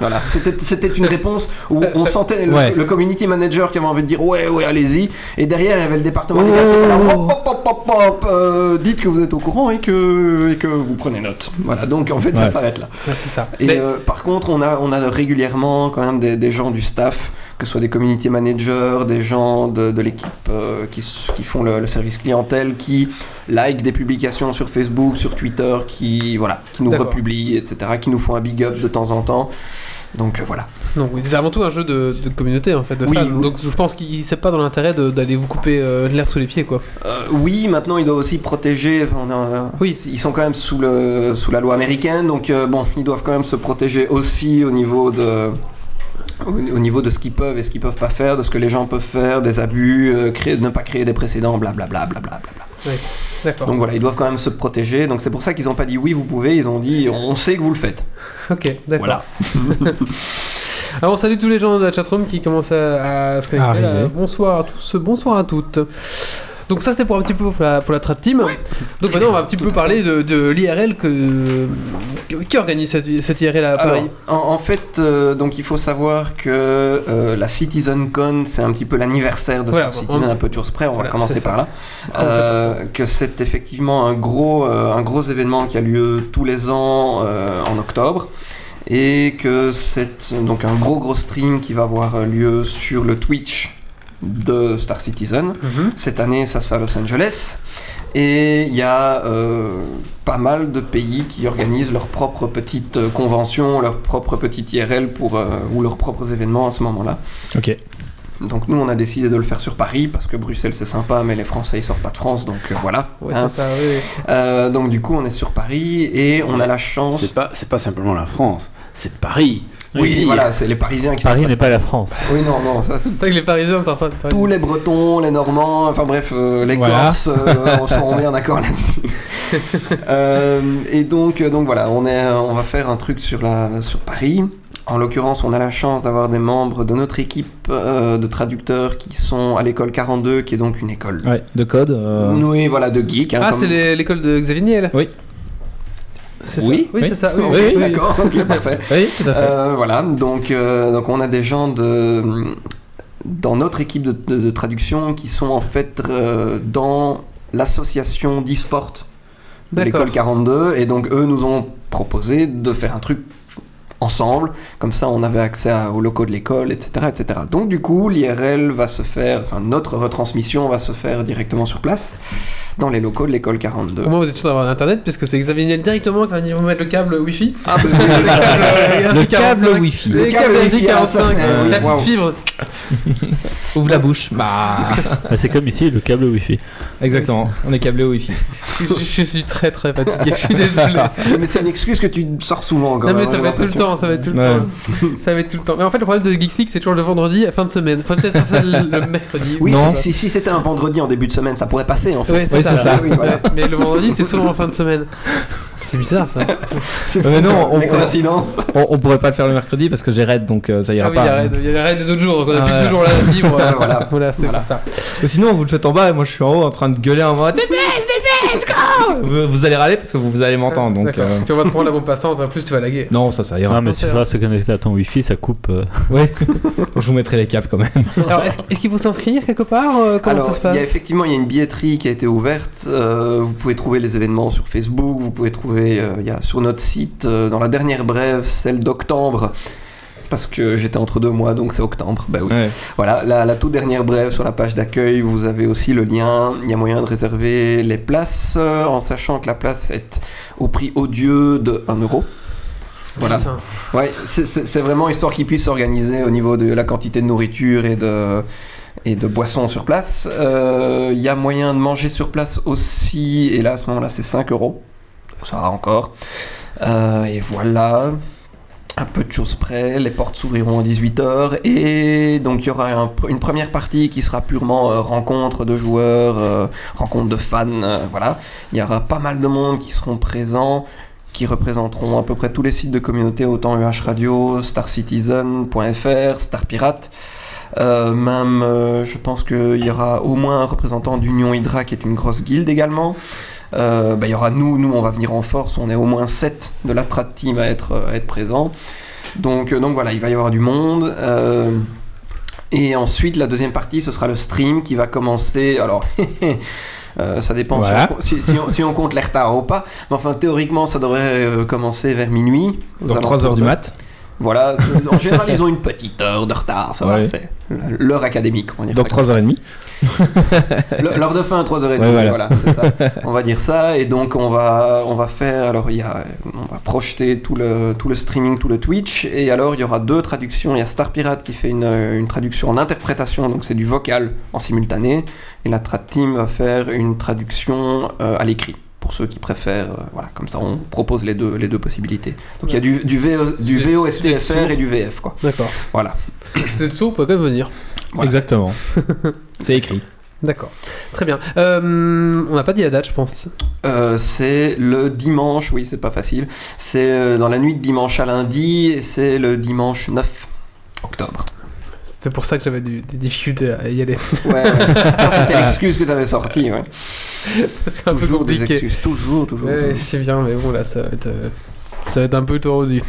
[SPEAKER 3] Voilà, c'était c'était une réponse où on sentait le,
[SPEAKER 2] Euh, Ouais.
[SPEAKER 3] le community manager qui avait envie de dire ouais ouais allez-y et derrière il y avait le département des
[SPEAKER 2] Oh.
[SPEAKER 3] gars qui était là, hop hop hop hop hop euh, dites que vous êtes au courant et que et que vous prenez note. Voilà donc en fait ça
[SPEAKER 2] Ouais.
[SPEAKER 3] s'arrête là.
[SPEAKER 1] Ouais, c'est ça.
[SPEAKER 3] Et
[SPEAKER 1] Mais-
[SPEAKER 3] euh, par contre on a on a régulièrement quand même des, des gens du staff que ce soit des community managers, des gens de, de l'équipe euh, qui, s- qui font le, le service clientèle, qui like des publications sur Facebook, sur Twitter, qui voilà, qui nous
[SPEAKER 1] D'accord.
[SPEAKER 3] republient, etc., qui nous font un big up de temps en temps. Donc euh, voilà.
[SPEAKER 1] Non, oui, c'est avant tout un jeu de, de communauté en fait, de
[SPEAKER 3] Oui,
[SPEAKER 1] fans.
[SPEAKER 3] oui.
[SPEAKER 1] Donc je pense qu'il c'est pas dans l'intérêt de- d'aller vous couper euh, l'air sous les pieds quoi.
[SPEAKER 3] Euh, oui, maintenant ils doivent aussi protéger. enfin, on a-
[SPEAKER 1] Oui.
[SPEAKER 3] Ils sont quand même sous, le, sous la loi américaine, donc euh, bon, ils doivent quand même se protéger aussi au niveau de au au niveau de ce qu'ils peuvent et ce qu'ils peuvent pas faire, de ce que les gens peuvent faire, des abus, euh, créer, ne pas créer des précédents, blablabla. Bla, bla, bla, bla, bla.
[SPEAKER 1] D'accord.
[SPEAKER 3] Donc voilà, ils doivent quand même se protéger, donc c'est pour ça qu'ils n'ont pas dit oui, vous pouvez, ils ont dit on sait que vous le faites.
[SPEAKER 1] Ok, d'accord.
[SPEAKER 3] Voilà.
[SPEAKER 1] Alors on salue tous les gens de la chatroom qui commencent à, à se connecter.
[SPEAKER 2] Arrivé.
[SPEAKER 1] là. bonsoir à tous, bonsoir à toutes. Donc ça c'était pour un petit peu pour la, pour la trad team. Donc maintenant on va un petit peu parler de, de l'IRL que, que- qui organise cette, cette IRL à
[SPEAKER 3] Alors,
[SPEAKER 1] Paris.
[SPEAKER 3] en, en fait, euh, donc il faut savoir que euh, la CitizenCon, c'est un petit peu l'anniversaire de
[SPEAKER 1] Voilà,
[SPEAKER 3] Star
[SPEAKER 1] on-
[SPEAKER 3] Citizen, un peu de choses près, on
[SPEAKER 1] Voilà,
[SPEAKER 3] va commencer
[SPEAKER 1] c'est ça. Ah,
[SPEAKER 3] par là.
[SPEAKER 1] On commence
[SPEAKER 3] Euh, que c'est effectivement un gros, euh, un gros événement qui a lieu tous les ans euh, en octobre. Et que c'est donc un gros gros stream qui va avoir lieu sur le Twitch de Star Citizen.
[SPEAKER 1] Mhm.
[SPEAKER 3] Cette année, ça se fait à Los Angeles. Et il y a euh, pas mal de pays qui organisent leurs propres petites euh, conventions, leurs propres petites IRL pour, euh, ou leurs propres événements à ce moment-là.
[SPEAKER 2] Ok.
[SPEAKER 3] Donc nous, on a décidé de le faire sur Paris parce que Bruxelles, c'est sympa, mais les Français, ils sortent pas de France, donc euh, voilà.
[SPEAKER 1] Ouais,
[SPEAKER 3] hein.
[SPEAKER 1] c'est ça, oui, oui.
[SPEAKER 3] Euh, donc du coup, on est sur Paris et on a la chance...
[SPEAKER 4] C'est pas, c'est pas simplement la France, c'est Paris.
[SPEAKER 3] Oui, voilà, c'est les Parisiens qui
[SPEAKER 5] Paris
[SPEAKER 3] sortent
[SPEAKER 5] n'est pas la France.
[SPEAKER 3] pas- Oui, non, non, ça, c'est-
[SPEAKER 1] C'est vrai que les Parisiens ne sortent pas de Paris.
[SPEAKER 3] Tous les Bretons, les Normands, enfin bref, euh, les
[SPEAKER 2] Voilà.
[SPEAKER 3] Corses, euh, on s'en rend bien d'accord là-dessus. Euh, et donc, euh, donc voilà, on, est, on va faire un truc sur, la, sur Paris. En l'occurrence, on a la chance d'avoir des membres de notre équipe euh, de traducteurs qui sont à l'école 42, qui est donc une école
[SPEAKER 2] Ouais, de code. euh,
[SPEAKER 3] Oui, voilà, de geek. hein,
[SPEAKER 1] Ah,
[SPEAKER 3] comme-
[SPEAKER 1] c'est les- l'école de Xavier Niel
[SPEAKER 2] Oui.
[SPEAKER 1] C'est
[SPEAKER 2] Oui,
[SPEAKER 1] ça. Oui,
[SPEAKER 2] oui.
[SPEAKER 1] c'est ça. Oui,
[SPEAKER 2] Oui,
[SPEAKER 1] oui, oui.
[SPEAKER 3] D'accord, ok, parfait.
[SPEAKER 2] Oui, tout à fait.
[SPEAKER 3] Euh, voilà, donc, euh, donc on a des gens de, dans notre équipe de, de- de traduction qui sont en fait euh, dans l'association d'e-sport de
[SPEAKER 1] D'accord.
[SPEAKER 3] l'école 42, et donc eux nous ont proposé de faire un truc ensemble, comme ça on avait accès à- aux locaux de l'école, etc., etc. Donc du coup, l'IRL va se faire, enfin notre retransmission va se faire directement sur place, dans les locaux de l'école 42.
[SPEAKER 1] Au moins, vous êtes sûr d'avoir internet, puisque c'est Xavier Niel directement quand il vous mettre le câble Wi-Fi.
[SPEAKER 3] Ah, bah, oui, oui, oui.
[SPEAKER 1] le
[SPEAKER 2] câble Wi-Fi.
[SPEAKER 1] Le
[SPEAKER 3] Le
[SPEAKER 1] câble
[SPEAKER 3] câble
[SPEAKER 1] RJ45.
[SPEAKER 3] Wi-Fi, ah, ça, c'est-
[SPEAKER 1] euh, La
[SPEAKER 3] oui, waouh.
[SPEAKER 1] petite fibre.
[SPEAKER 2] Ouvre la bouche. Bah.
[SPEAKER 5] Ah, c'est comme ici le câble Wi-Fi.
[SPEAKER 2] Exactement. On est câblé au Wi-Fi.
[SPEAKER 1] Je- Je suis très très fatigué, je suis désolé.
[SPEAKER 3] mais c'est une excuse que tu sors souvent quand
[SPEAKER 1] Non mais
[SPEAKER 3] même.
[SPEAKER 1] ça
[SPEAKER 3] j'ai
[SPEAKER 1] va être tout le
[SPEAKER 3] l'impression.
[SPEAKER 1] temps, ça va être tout le
[SPEAKER 2] Ouais.
[SPEAKER 1] temps. Ça va être tout le temps. Mais en fait, le problème de Geeks League, c'est toujours le vendredi à fin de semaine. Faut peut-être faire ça le le mercredi.
[SPEAKER 3] Oui,
[SPEAKER 2] Non.
[SPEAKER 3] si, si, si c'était un vendredi en début de semaine, ça pourrait passer en fait.
[SPEAKER 1] Ouais, c'est
[SPEAKER 2] Oui,
[SPEAKER 1] ça.
[SPEAKER 2] c'est ça.
[SPEAKER 3] Oui, voilà.
[SPEAKER 1] Ouais, Mais le vendredi, c'est souvent en fin de semaine. C'est bizarre ça.
[SPEAKER 3] C'est
[SPEAKER 2] Mais
[SPEAKER 3] fou,
[SPEAKER 2] non, on
[SPEAKER 3] les
[SPEAKER 2] fait-
[SPEAKER 3] coïncidences.
[SPEAKER 2] On, on pourrait pas le faire le mercredi parce que j'ai raid donc euh, ça ira
[SPEAKER 1] ah oui, il
[SPEAKER 2] pas.
[SPEAKER 1] y a raid- il y a les raids des autres jours, donc on a
[SPEAKER 2] Ah,
[SPEAKER 1] plus que ce
[SPEAKER 2] voilà.
[SPEAKER 1] jour-là libre. euh,
[SPEAKER 3] Voilà.
[SPEAKER 1] voilà c'est pour ça.
[SPEAKER 2] Mais Sinon, vous le faites en bas et moi je suis en haut en train de gueuler en mode Dépêche, dépêche, go vous, vous allez râler parce que vous, vous allez m'entendre donc.
[SPEAKER 1] D'accord.
[SPEAKER 2] euh,
[SPEAKER 1] Puis on va te prendre la bombe passante, en plus tu vas laguer.
[SPEAKER 2] Non, ça, ça ira.
[SPEAKER 5] Ah, mais si tu vas se connecter à ton wifi, ça coupe. euh.
[SPEAKER 2] Oui. je vous mettrai les caps quand même.
[SPEAKER 1] Alors, est-ce est-ce qu'il faut s'inscrire quelque part euh, Comment
[SPEAKER 3] Alors,
[SPEAKER 1] ça se
[SPEAKER 3] il y a
[SPEAKER 1] passe
[SPEAKER 3] effectivement il y a une billetterie qui a été ouverte. euh, vous pouvez trouver les événements sur Facebook. Vous pouvez trouver euh, il y a sur notre site euh, dans la dernière brève celle d'octobre parce que j'étais entre deux mois donc c'est octobre. Bah oui.
[SPEAKER 2] Ouais.
[SPEAKER 3] Voilà, la, la toute dernière brève sur la page d'accueil, vous avez aussi le lien. Il y a moyen de réserver les places euh, en sachant que la place est au prix odieux de 1 euro. Voilà.
[SPEAKER 1] Putain.
[SPEAKER 3] Ouais, c'est- c'est c'est vraiment histoire qu'ils puissent s'organiser au niveau de la quantité de nourriture et de, et de boissons sur place. Euh, Il y a moyen de manger sur place aussi, et là à ce moment-là c'est 5 euros. Ça va encore. Euh, et voilà. Un peu de choses près, les portes s'ouvriront à 18h et donc il y aura un- une première partie qui sera purement euh, rencontre de joueurs, euh, rencontre de fans, euh, voilà. Il y aura pas mal de monde qui seront présents qui représenteront à peu près tous les sites de communauté, autant UH Radio, starcitizen.fr, Starpirate. Euh, même, euh, je pense qu'il y aura au moins un représentant d'Union Hydra qui est une grosse guilde également. Euh, bah, Il y aura nous, nous on va venir en force, on est au moins 7 de la Strat Team à être, euh, à être présents. Donc, euh, donc voilà, il va y avoir du monde. Euh, et ensuite, la deuxième partie, ce sera le stream qui va commencer. Alors, euh, ça dépend si
[SPEAKER 2] Voilà.
[SPEAKER 3] on co- si, si on, si on compte les retards ou pas. Mais enfin, théoriquement, ça devrait euh, commencer vers minuit. aux
[SPEAKER 2] Donc
[SPEAKER 3] alentours
[SPEAKER 2] 3 heures du
[SPEAKER 3] de-
[SPEAKER 2] mat.
[SPEAKER 3] Voilà. Euh, En général, ils ont une petite heure de retard. Ça va,
[SPEAKER 2] Ouais.
[SPEAKER 3] c'est euh, l'heure académique. On va dire
[SPEAKER 2] Donc
[SPEAKER 3] ça
[SPEAKER 2] 3h30.
[SPEAKER 3] le- L'heure de fin à 3h30,
[SPEAKER 2] Ouais,
[SPEAKER 3] voilà,
[SPEAKER 2] voilà.
[SPEAKER 3] c'est ça. On va dire ça, et donc on va, on va faire, alors il y a, on va projeter tout le, tout le streaming, tout le Twitch, et alors il y aura deux traductions, il y a Star Pirate qui fait une, une traduction en interprétation, donc c'est du vocal en simultané, et la Trad Team va faire une traduction euh, à l'écrit. Pour ceux qui préfèrent, euh, voilà, comme ça on propose les deux, les deux possibilités. Donc il y a du, du, VO du
[SPEAKER 1] Sujet- sujet
[SPEAKER 3] VOSTFR
[SPEAKER 1] sourd.
[SPEAKER 3] et du VF, quoi.
[SPEAKER 1] D'accord.
[SPEAKER 3] Voilà.
[SPEAKER 1] Vous êtes sourd, vous pouvez quand même venir.
[SPEAKER 3] Voilà.
[SPEAKER 2] Exactement. C'est écrit.
[SPEAKER 1] D'accord. Très bien. Euh, on n'a pas dit la date, je pense.
[SPEAKER 3] Euh, c'est le dimanche, oui, c'est pas facile. C'est euh, dans la nuit de dimanche à lundi, et c'est le dimanche 9 octobre.
[SPEAKER 1] C'était pour ça que j'avais du- des difficultés à y aller.
[SPEAKER 3] Ouais, ouais. ça c'était l'excuse que t'avais sortie. Ouais.
[SPEAKER 1] C'est un peu
[SPEAKER 3] Toujours des
[SPEAKER 1] compliqué.
[SPEAKER 3] excuses, toujours, toujours.
[SPEAKER 1] Ouais,
[SPEAKER 3] toujours.
[SPEAKER 1] je sais bien, mais bon, là, ça va être, euh, ça va être un peu tordu.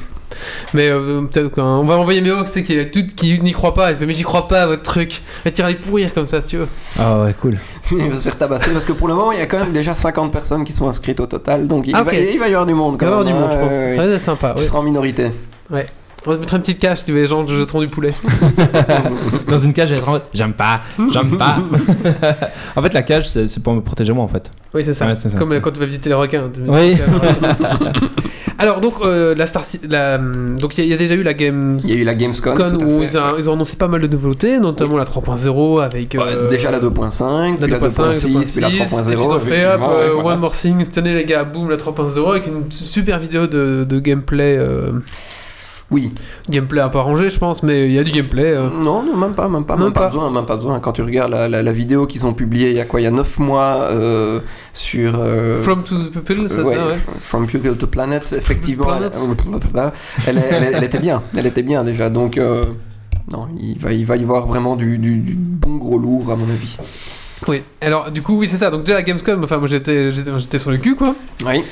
[SPEAKER 1] Mais euh, peut-être qu'on va envoyer Méo, tu sais, qui, est tout- qui n'y croit pas. Il fait, mais j'y crois pas à votre truc. Elle tire les pourrir comme ça, si tu veux.
[SPEAKER 2] Ah ouais, cool.
[SPEAKER 3] Il va se faire tabasser parce que pour le moment, il y a quand même déjà 50 personnes qui sont inscrites au total, donc il,
[SPEAKER 1] Ah,
[SPEAKER 3] va,
[SPEAKER 1] ok.
[SPEAKER 3] il va y avoir du monde
[SPEAKER 1] Il va
[SPEAKER 3] quand
[SPEAKER 1] y avoir du
[SPEAKER 3] même,
[SPEAKER 1] monde, je
[SPEAKER 3] hein,
[SPEAKER 1] pense.
[SPEAKER 3] ouais, ouais,
[SPEAKER 1] Ça
[SPEAKER 3] ouais.
[SPEAKER 1] va être sympa.
[SPEAKER 3] Tu
[SPEAKER 1] ouais.
[SPEAKER 3] seras en minorité.
[SPEAKER 1] On va te mettre une petite cache, tu vois, les gens jeteront du poulet.
[SPEAKER 2] Dans une cage, j'avais vraiment. J'aime pas, j'aime pas. en fait, la cage, c'est c'est pour me protéger moi en fait.
[SPEAKER 1] Oui, c'est ça.
[SPEAKER 2] Ouais, c'est ça.
[SPEAKER 1] Comme euh, quand tu vas visiter les requins. tu mets
[SPEAKER 2] Oui.
[SPEAKER 1] des Alors, donc, euh, la Star Ci- la, hum, donc il y, a- il y a déjà eu la Gamescom
[SPEAKER 3] Il y a eu la Gamescom. tout à
[SPEAKER 1] où
[SPEAKER 3] fait.
[SPEAKER 1] ils, ont- ils ont annoncé pas mal de nouveautés, notamment la 3.0 avec.
[SPEAKER 3] Ouais,
[SPEAKER 1] euh,
[SPEAKER 3] déjà la 2.5,
[SPEAKER 1] la
[SPEAKER 3] puis la 2.6, puis la 3.0.
[SPEAKER 1] et puis ils ont fait hop,
[SPEAKER 3] effectivement, ouais,
[SPEAKER 1] euh,
[SPEAKER 3] voilà.
[SPEAKER 1] One More Thing, tenez les gars, boum, la 3.0 avec une super vidéo de, de gameplay, euh,
[SPEAKER 3] Oui,
[SPEAKER 1] gameplay un peu arrangé je pense, mais il y a du gameplay. euh.
[SPEAKER 3] Non, non, même pas, même pas,
[SPEAKER 1] Même
[SPEAKER 3] même, pas.
[SPEAKER 1] pas.
[SPEAKER 3] besoin, même pas besoin. Quand tu regardes la, la- la vidéo qu'ils ont publiée il y a quoi, il y a 9 mois euh, sur. euh,
[SPEAKER 1] From to the People, ça,
[SPEAKER 3] ouais,
[SPEAKER 1] ça, ouais.
[SPEAKER 3] From Pupil to Planet, effectivement,
[SPEAKER 1] Planet.
[SPEAKER 3] Elle, elle, elle- elle était bien, elle était bien déjà. Donc, euh, non, il va, il va y avoir vraiment du, du- du bon gros lourd, à mon avis.
[SPEAKER 1] Oui, alors du coup, oui, c'est ça. Donc déjà la Gamescom, enfin, moi j'étais j'étais- j'étais sur le cul quoi.
[SPEAKER 3] Oui.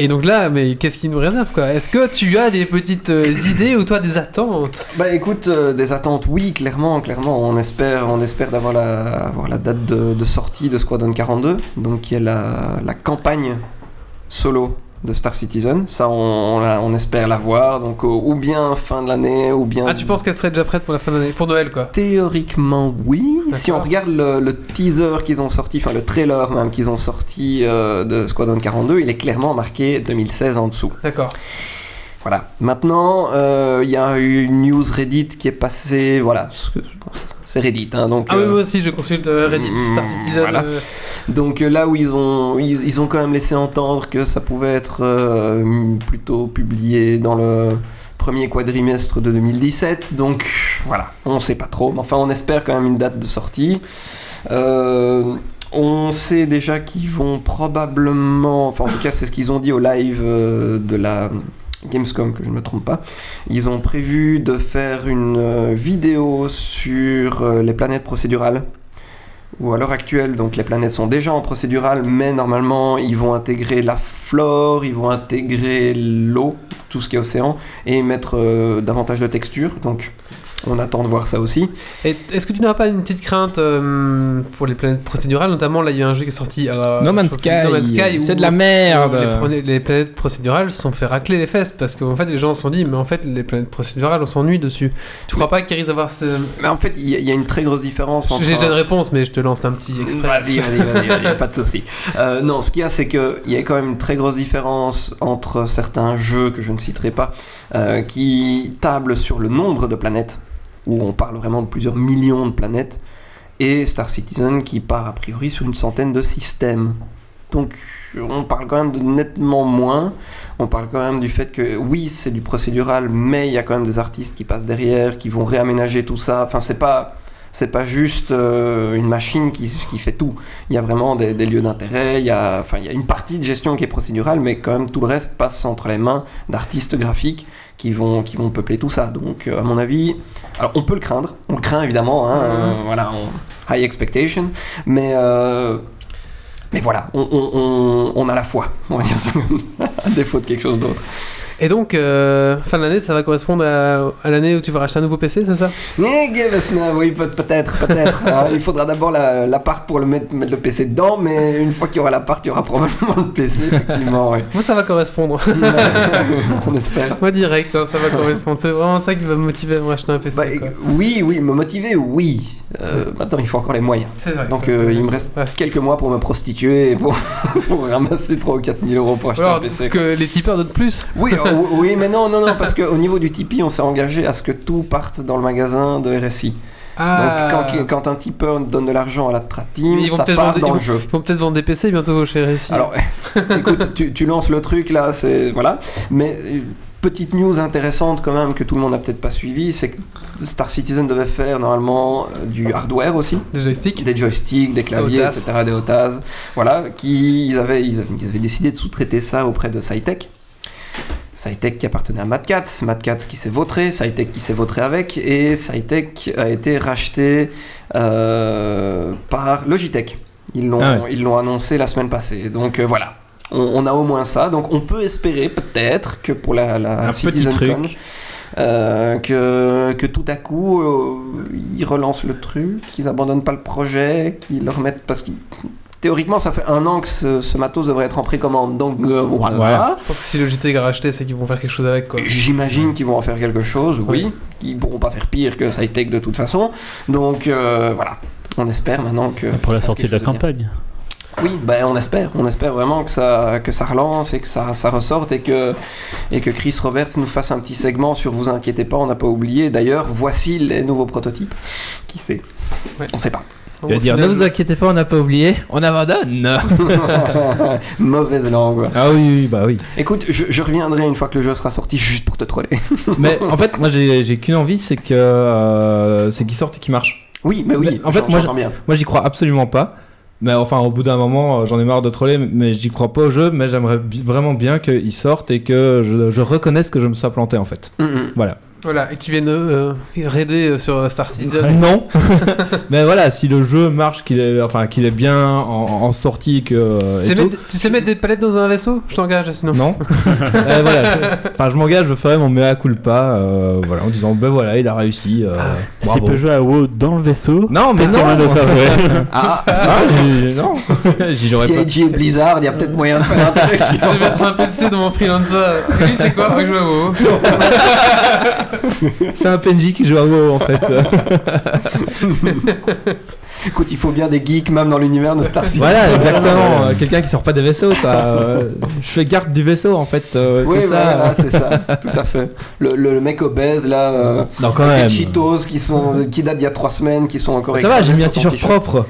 [SPEAKER 1] Et donc là, mais qu'est-ce qui nous réserve quoi Est-ce que tu as des petites euh, idées ou toi des attentes
[SPEAKER 3] Bah écoute, euh, des attentes, oui, clairement, clairement. On espère, on espère d'avoir la, avoir la date de, de sortie de Squadron 42, donc qui est la, la campagne solo de Star Citizen. Ça, on, on la- on espère l'avoir, donc au- ou bien fin de l'année, ou bien.
[SPEAKER 1] Ah, tu penses qu'elle serait déjà prête pour la fin de l'année Pour Noël quoi
[SPEAKER 3] Théoriquement, oui.
[SPEAKER 1] D'accord.
[SPEAKER 3] Si on regarde le, le teaser qu'ils ont sorti, enfin le trailer même qu'ils ont sorti euh, de Squadron 42, il est clairement marqué 2016 en dessous.
[SPEAKER 1] D'accord.
[SPEAKER 3] Voilà. Maintenant, euh, il y a eu une news Reddit qui est passée. Voilà, parce que c'est Reddit, hein, donc.
[SPEAKER 1] Ah oui,
[SPEAKER 3] euh,
[SPEAKER 1] moi aussi, je consulte euh, Reddit,
[SPEAKER 3] Mm,
[SPEAKER 1] Star Citizen.
[SPEAKER 3] voilà.
[SPEAKER 1] euh,
[SPEAKER 3] donc euh, là où ils ont, ils, ils ont quand même laissé entendre que ça pouvait être euh, plutôt publié dans le premier quadrimestre de 2017. Donc voilà, on sait pas trop, mais enfin on espère quand même une date de sortie. Euh, on sait déjà qu'ils vont probablement, enfin en tout cas c'est ce qu'ils ont dit au live euh, de la Gamescom, que je ne me trompe pas, ils ont prévu de faire une euh, vidéo sur euh, les planètes procédurales. Ou à l'heure actuelle, donc les planètes sont déjà en procédurale, mais normalement ils vont intégrer la flore, ils vont intégrer l'eau, tout ce qui est océan, et mettre euh, davantage de texture. Donc on attend de voir ça aussi.
[SPEAKER 1] Et Est-ce que tu n'auras pas une petite crainte euh, pour les planètes procédurales Notamment, là, il y a un jeu qui est sorti. euh,
[SPEAKER 2] No Man's
[SPEAKER 1] je crois que-
[SPEAKER 2] Sky,
[SPEAKER 1] No Man's Sky,
[SPEAKER 2] c'est
[SPEAKER 1] où-
[SPEAKER 2] de la
[SPEAKER 1] où Les,
[SPEAKER 2] merde.
[SPEAKER 1] prona- les planètes procédurales se sont fait racler les fesses parce qu'en fait, les gens se sont dit, mais en fait, les planètes procédurales, on s'ennuie dessus. Tu crois pas qu'ils risquent d'avoir ce.
[SPEAKER 3] Mais en fait, il y, a- il y a une très grosse différence entre.
[SPEAKER 1] J'ai déjà une réponse, mais je te lance un petit exprès.
[SPEAKER 3] Vas-y, vas-y, vas-y, vas-y, pas de souci. Euh, non, ce qu'il y a, c'est qu'il y a quand même une très grosse différence entre certains jeux que je ne citerai pas, euh, qui tablent sur le nombre de planètes, où on parle vraiment de plusieurs millions de planètes, et Star Citizen qui part a priori sur une centaine de systèmes. Donc on parle quand même de nettement moins. On parle quand même du fait que oui, c'est du procédural, mais il y a quand même des artistes qui passent derrière, qui vont réaménager tout ça. Enfin, c'est pas c'est pas juste euh, une machine qui, qui fait tout. Il y a vraiment des, des lieux d'intérêt. Il y a enfin il y a une partie de gestion qui est procédurale, mais quand même tout le reste passe entre les mains d'artistes graphiques qui vont qui vont peupler tout ça. Donc euh, à mon avis, alors on peut le craindre. On le craint évidemment. hein, euh, voilà, on- high expectation, mais euh, mais voilà, on, on- on- on a la foi, on va dire ça comme ça, à défaut de quelque chose d'autre.
[SPEAKER 1] Et donc, euh, fin de l'année, ça va correspondre à, à l'année où tu vas racheter un nouveau PC, c'est ça
[SPEAKER 3] Eh, Gavesna, oui, peut- peut-être, peut-être. hein. il faudra d'abord la- l'appart pour le mettre, mettre le PC dedans, mais une fois qu'il y aura l'appart, il y aura probablement le PC, effectivement, oui.
[SPEAKER 1] Moi, ça va correspondre.
[SPEAKER 3] on espère.
[SPEAKER 1] Moi, direct, hein, ça va correspondre. C'est vraiment ça qui va me motiver à me racheter un PC.
[SPEAKER 3] Bah,
[SPEAKER 1] quoi.
[SPEAKER 3] oui, oui, me motiver, oui. Euh, maintenant, il faut encore les moyens.
[SPEAKER 1] C'est vrai.
[SPEAKER 3] Donc, euh, il me reste
[SPEAKER 1] Ouais.
[SPEAKER 3] quelques mois pour me prostituer et pour, pour ramasser 3 ou 4 000 euros pour acheter
[SPEAKER 1] Alors,
[SPEAKER 3] un PC. quoi.
[SPEAKER 1] que les tipeurs donnent plus.
[SPEAKER 3] Oui, oh, oui, mais non, non, non, parce qu'au niveau du Tipeee, on s'est engagé à ce que tout parte dans le magasin de RSI. Donc
[SPEAKER 1] Ah.
[SPEAKER 3] quand, quand un tipeur donne de l'argent à la Strat
[SPEAKER 1] Mais
[SPEAKER 3] Team,
[SPEAKER 1] ils vont
[SPEAKER 3] ça
[SPEAKER 1] peut-être
[SPEAKER 3] part
[SPEAKER 1] vendre-
[SPEAKER 3] dans le jeu.
[SPEAKER 1] Ils vont peut-être vendre des PC bientôt chez Récit.
[SPEAKER 3] Alors, écoute, tu, tu lances le truc là, c'est voilà. Mais euh, petite news intéressante quand même que tout le monde n'a peut-être pas suivi, c'est que Star Citizen devait faire normalement euh, du hardware aussi,
[SPEAKER 1] des joysticks
[SPEAKER 3] des joysticks, des claviers,
[SPEAKER 1] Otas.
[SPEAKER 3] etc., des OTAS, voilà, qui ils avaient, ils avaient, ils avaient décidé de sous-traiter ça auprès de Cytech. Cytech qui appartenait à Madcats, Madcats qui s'est vautré, Cytech qui s'est vautré avec, et Cytech a été racheté euh, par Logitech. Ils l'ont
[SPEAKER 2] Ah
[SPEAKER 3] ils l'ont annoncé la semaine passée. Donc euh, voilà, on, on a au moins ça. Donc on peut espérer peut-être que pour la, la
[SPEAKER 2] Un petit
[SPEAKER 3] CitizenCon,
[SPEAKER 2] truc.
[SPEAKER 3] euh, que, que tout à coup, euh, ils relancent le truc, qu'ils abandonnent pas le projet, qu'ils le remettent parce que théoriquement, ça fait un an que ce, ce matos devrait être en précommande. Donc euh, voilà.
[SPEAKER 1] Je pense que si Logitech a racheté, c'est qu'ils vont faire quelque chose avec quoi.
[SPEAKER 3] J'imagine qu'ils vont en faire quelque chose, oui. Ils pourront pas faire pire que SciTech de toute façon. Donc euh, voilà. On espère maintenant que.
[SPEAKER 5] Pour la
[SPEAKER 3] qu'ils
[SPEAKER 5] sortie de la
[SPEAKER 3] fassent quelque chose
[SPEAKER 5] campagne.
[SPEAKER 3] bien. Oui, ben on espère. On espère vraiment que ça, que ça relance et que ça, ça ressorte et que, et que Chris Roberts nous fasse un petit segment sur Vous inquiétez pas, on n'a pas oublié. D'ailleurs, voici les nouveaux prototypes. Qui sait
[SPEAKER 1] Ouais.
[SPEAKER 3] On sait pas.
[SPEAKER 1] Donc,
[SPEAKER 2] Il va
[SPEAKER 1] au
[SPEAKER 2] dire, ne
[SPEAKER 1] final,
[SPEAKER 2] vous inquiétez pas, on n'a pas oublié, on abandonne.
[SPEAKER 3] Mauvaise langue.
[SPEAKER 2] Ah oui, oui, bah oui.
[SPEAKER 3] Écoute, je, je reviendrai une fois que le jeu sera sorti juste pour te troller.
[SPEAKER 2] Mais en fait, moi j'ai j'ai qu'une envie, c'est que euh, c'est qu'ils sortent et qu'ils marchent.
[SPEAKER 3] Oui, mais oui,
[SPEAKER 2] Mais en fait,
[SPEAKER 3] j'en-
[SPEAKER 2] moi,
[SPEAKER 3] j'entends bien.
[SPEAKER 2] Moi j'y crois absolument pas. Mais enfin, au bout d'un moment, euh, j'en ai marre de troller, mais j'y crois pas au jeu, mais j'aimerais bi- vraiment bien qu'ils sortent et que je, je reconnaisse que je me sois planté en fait.
[SPEAKER 3] Mm, mm.
[SPEAKER 2] Voilà.
[SPEAKER 1] Voilà, et tu viens de euh, raider euh, sur euh, Star Citizen.
[SPEAKER 2] Non. mais voilà, si le jeu marche, qu'il est, enfin, qu'il est bien en, en sortie, que. euh,
[SPEAKER 1] Tu
[SPEAKER 2] et
[SPEAKER 1] sais,
[SPEAKER 2] tout.
[SPEAKER 1] mettre, tu sais mettre des palettes dans un vaisseau Je t'engage sinon.
[SPEAKER 2] Non. Euh, voilà. je- Enfin, je m'engage, je ferai mon mea culpa, euh, voilà, en disant, ben voilà, il a réussi. euh,
[SPEAKER 5] S'il
[SPEAKER 2] bravo.
[SPEAKER 5] peut jouer à WoW dans le vaisseau,
[SPEAKER 2] Non, mais
[SPEAKER 5] peut-être qu'il y a moyen de le
[SPEAKER 2] non.
[SPEAKER 5] faire jouer.
[SPEAKER 3] Ah,
[SPEAKER 2] Ah, j'y- non. J'y jouerai pas.
[SPEAKER 3] CIG et Blizzard, il y a peut-être moyen de faire un truc.
[SPEAKER 1] Je vais mettre un PC dans mon freelancer. Et Lui, c'est quoi Faut que je joue à WoW.
[SPEAKER 2] Ah C'est un PNJ qui joue à WoW en fait. Euh,
[SPEAKER 3] Écoute, il faut bien des geeks même dans l'univers de Star Citizen.
[SPEAKER 2] voilà, exactement. Euh, Quelqu'un qui sort pas des vaisseaux, quoi. Euh, je fais garde du vaisseau en fait. euh,
[SPEAKER 3] Oui,
[SPEAKER 2] c'est ça.
[SPEAKER 3] voilà, c'est ça, tout à fait. Le, le- le mec obèse, là, euh,
[SPEAKER 2] Non, quand
[SPEAKER 3] les
[SPEAKER 2] même.
[SPEAKER 3] Cheetos qui, sont, qui datent d'il y a trois semaines, qui sont encore
[SPEAKER 2] Ça va,
[SPEAKER 3] écrasés
[SPEAKER 2] j'ai mis un
[SPEAKER 3] sur ton
[SPEAKER 2] t-shirt propre.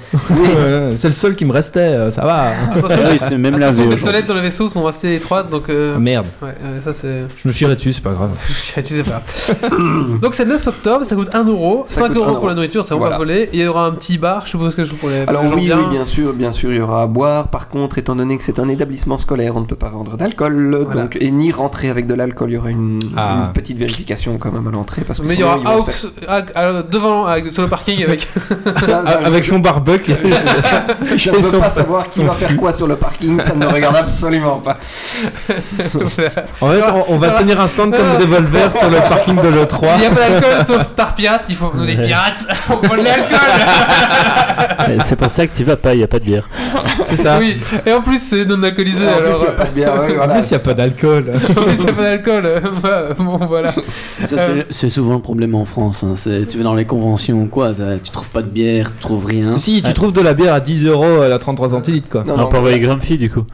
[SPEAKER 2] Euh, C'est le seul qui me restait, euh, ça va.
[SPEAKER 1] Attention,
[SPEAKER 4] Ah oui, c'est même
[SPEAKER 1] attention,
[SPEAKER 4] lavé
[SPEAKER 1] les toilettes dans le vaisseau sont assez étroites, donc. euh,
[SPEAKER 2] Ah, merde,
[SPEAKER 1] Ouais, euh, ça c'est.
[SPEAKER 2] je me suis dessus, c'est pas grave.
[SPEAKER 1] Je sais pas. Donc c'est le 9 octobre, ça coûte 1€,
[SPEAKER 3] Ça
[SPEAKER 1] 5
[SPEAKER 3] coûte
[SPEAKER 1] euros
[SPEAKER 3] 1
[SPEAKER 1] pour la nourriture, ça va
[SPEAKER 3] Voilà.
[SPEAKER 1] pas voler. Il y aura un petit bar, boire, je suppose que je pour les, pour
[SPEAKER 3] Alors
[SPEAKER 1] les gens
[SPEAKER 3] oui,
[SPEAKER 1] bien.
[SPEAKER 3] oui, bien sûr, bien sûr, il y aura à boire. Par contre, étant donné que c'est un établissement scolaire, on ne peut pas rendre d'alcool,
[SPEAKER 1] Voilà.
[SPEAKER 3] donc et ni rentrer avec de l'alcool. Il y aura une,
[SPEAKER 2] Ah.
[SPEAKER 3] une petite vérification quand même à l'entrée parce que
[SPEAKER 1] Mais il y
[SPEAKER 3] sinon,
[SPEAKER 1] aura
[SPEAKER 3] ils vont se
[SPEAKER 1] Aux devant, avec- sur le parking avec.
[SPEAKER 3] faire- Ça, ça,
[SPEAKER 2] Avec son barbuck.
[SPEAKER 3] je
[SPEAKER 2] et
[SPEAKER 3] ne
[SPEAKER 2] son-
[SPEAKER 3] veux pas savoir qui
[SPEAKER 2] son
[SPEAKER 3] va faire
[SPEAKER 2] fût.
[SPEAKER 3] quoi sur le parking. Ça ne regarde absolument pas.
[SPEAKER 1] Voilà.
[SPEAKER 2] En fait, on, on va
[SPEAKER 1] Voilà.
[SPEAKER 2] tenir un stand comme Devolver sur le parking de
[SPEAKER 1] Il n'y
[SPEAKER 2] l'E3.
[SPEAKER 1] a pas d'alcool sauf Star Pirate, il faut nous des pirates, on vole de l'alcool
[SPEAKER 5] Eh, C'est pour ça que tu vas pas, il n'y a pas de bière.
[SPEAKER 2] C'est ça.
[SPEAKER 1] Oui, et en plus c'est non alcoolisé
[SPEAKER 3] en
[SPEAKER 1] alors. euh,
[SPEAKER 3] plus, il n'y a pas de bière. ouais,
[SPEAKER 2] En
[SPEAKER 3] voilà.
[SPEAKER 2] plus, il n'y a pas d'alcool.
[SPEAKER 1] En plus, il n'y a pas d'alcool, euh, voilà, bon voilà.
[SPEAKER 4] Ça, c'est- c'est souvent le problème en France. hein. C'est- Tu vas dans les conventions ou quoi, t'as- tu trouves pas de bière, tu trouves rien.
[SPEAKER 2] Si, tu
[SPEAKER 5] Ouais.
[SPEAKER 2] trouves de la bière à 10 euros à la 33 centilitres, quoi.
[SPEAKER 3] Non,
[SPEAKER 5] on
[SPEAKER 3] non,
[SPEAKER 5] peut envoyer Grumpy du coup.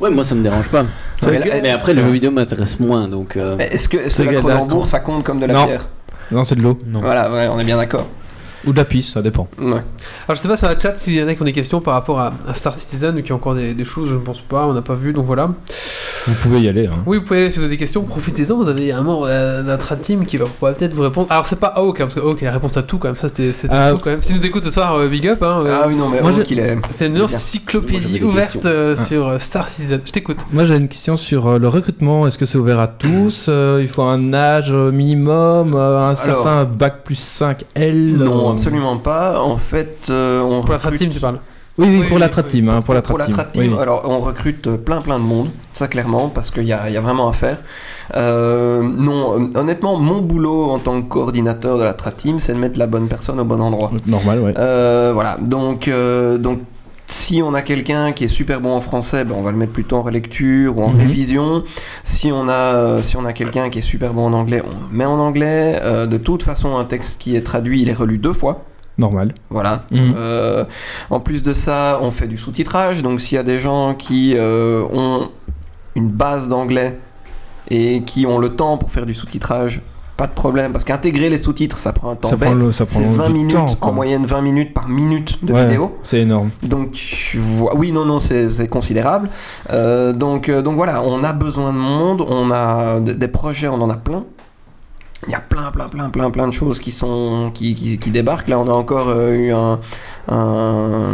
[SPEAKER 4] Ouais, moi ça me dérange pas.
[SPEAKER 3] Eh, C'est vrai Eh, que-
[SPEAKER 4] Mais après, le jeu vidéo m'intéresse moins donc. euh,
[SPEAKER 3] Est-ce que, est-ce que
[SPEAKER 2] C'est
[SPEAKER 3] la
[SPEAKER 2] que
[SPEAKER 3] Cronenbourg,
[SPEAKER 2] d'accord.
[SPEAKER 3] ça compte comme de la
[SPEAKER 2] Non.
[SPEAKER 3] bière
[SPEAKER 2] Non, c'est de l'eau.
[SPEAKER 5] Non.
[SPEAKER 3] Voilà, ouais, on est bien d'accord.
[SPEAKER 2] Ou de la pisse, ça dépend.
[SPEAKER 3] Ouais.
[SPEAKER 1] Alors je sais pas sur la chat s'il y en a qui ont des questions par rapport à, à Star Citizen ou qui ont encore des, des choses, je ne pense pas, on n'a pas vu donc voilà.
[SPEAKER 2] Vous pouvez y aller. Hein.
[SPEAKER 1] Oui, vous pouvez aller si vous avez des questions, profitez-en, vous avez un membre d'un d'un trad team qui va pourra peut-être vous répondre. Alors c'est pas Hawk, hein, parce que Hawk il a la réponse à tout quand même, ça c'était c'était
[SPEAKER 2] Ah.
[SPEAKER 1] fou quand même. Si nous écoute ce soir, euh, big up hein, euh,
[SPEAKER 3] Ah oui, non, mais
[SPEAKER 2] Moi,
[SPEAKER 3] oh,
[SPEAKER 2] j'ai-
[SPEAKER 3] qu'il est.
[SPEAKER 1] C'est une
[SPEAKER 3] Bien.
[SPEAKER 4] Moi, j'avais
[SPEAKER 1] encyclopédie
[SPEAKER 4] des
[SPEAKER 1] ouverte
[SPEAKER 4] questions.
[SPEAKER 1] euh,
[SPEAKER 2] Ah.
[SPEAKER 1] sur euh, Star Citizen. Je t'écoute.
[SPEAKER 2] Moi, j'ai une question sur euh, le recrutement. Est-ce que c'est ouvert à tous Euh, Il faut un âge euh, minimum, euh, un certain bac plus 5L
[SPEAKER 3] Non,
[SPEAKER 2] euh,
[SPEAKER 3] absolument pas. En fait, euh, on
[SPEAKER 1] Pour la trad
[SPEAKER 3] recrute-
[SPEAKER 1] team, tu parles.
[SPEAKER 2] Oui, oui,
[SPEAKER 1] Oui,
[SPEAKER 2] pour
[SPEAKER 1] oui,
[SPEAKER 2] la
[SPEAKER 1] oui.
[SPEAKER 2] trap team. hein, pour la trap
[SPEAKER 3] Pour la
[SPEAKER 2] team.
[SPEAKER 3] trad team,
[SPEAKER 2] Oui.
[SPEAKER 3] alors on recrute euh, plein plein de monde, ça clairement, parce qu'il y a, il y a vraiment à faire. Euh, non, euh, honnêtement, mon boulot en tant que coordinateur de la trad team, c'est de mettre la bonne personne au bon endroit.
[SPEAKER 2] Normal, ouais.
[SPEAKER 3] Euh, voilà, donc, euh, donc si on a quelqu'un qui est super bon en français, ben, on va le mettre plutôt en relecture ou en
[SPEAKER 2] Mhm.
[SPEAKER 3] révision. Si on a, euh, si on a quelqu'un qui est super bon en anglais, on le met en anglais. Euh, de toute façon, un texte qui est traduit, il est relu deux fois.
[SPEAKER 2] Normal.
[SPEAKER 3] Voilà.
[SPEAKER 2] Mhm.
[SPEAKER 3] Euh, en plus de ça, on fait du sous-titrage. Donc s'il y a des gens qui euh, ont une base d'anglais et qui ont le temps pour faire du sous-titrage, pas de problème. Parce qu'intégrer les sous-titres, ça prend un temps
[SPEAKER 2] Ça prend,
[SPEAKER 3] bête.
[SPEAKER 2] le, ça prend
[SPEAKER 3] C'est 20
[SPEAKER 2] du
[SPEAKER 3] minutes,
[SPEAKER 2] temps. quoi.
[SPEAKER 3] en moyenne 20 minutes par minute de
[SPEAKER 2] Ouais,
[SPEAKER 3] vidéo.
[SPEAKER 2] C'est énorme.
[SPEAKER 3] Donc vo- oui, non, non, c'est c'est considérable. Euh, donc, euh, donc voilà, on a besoin de monde, on a d- des projets, on en a plein. Il y a plein, plein, plein, plein, plein de choses qui sont qui, qui- qui débarquent. Là, on a encore euh, eu un, un-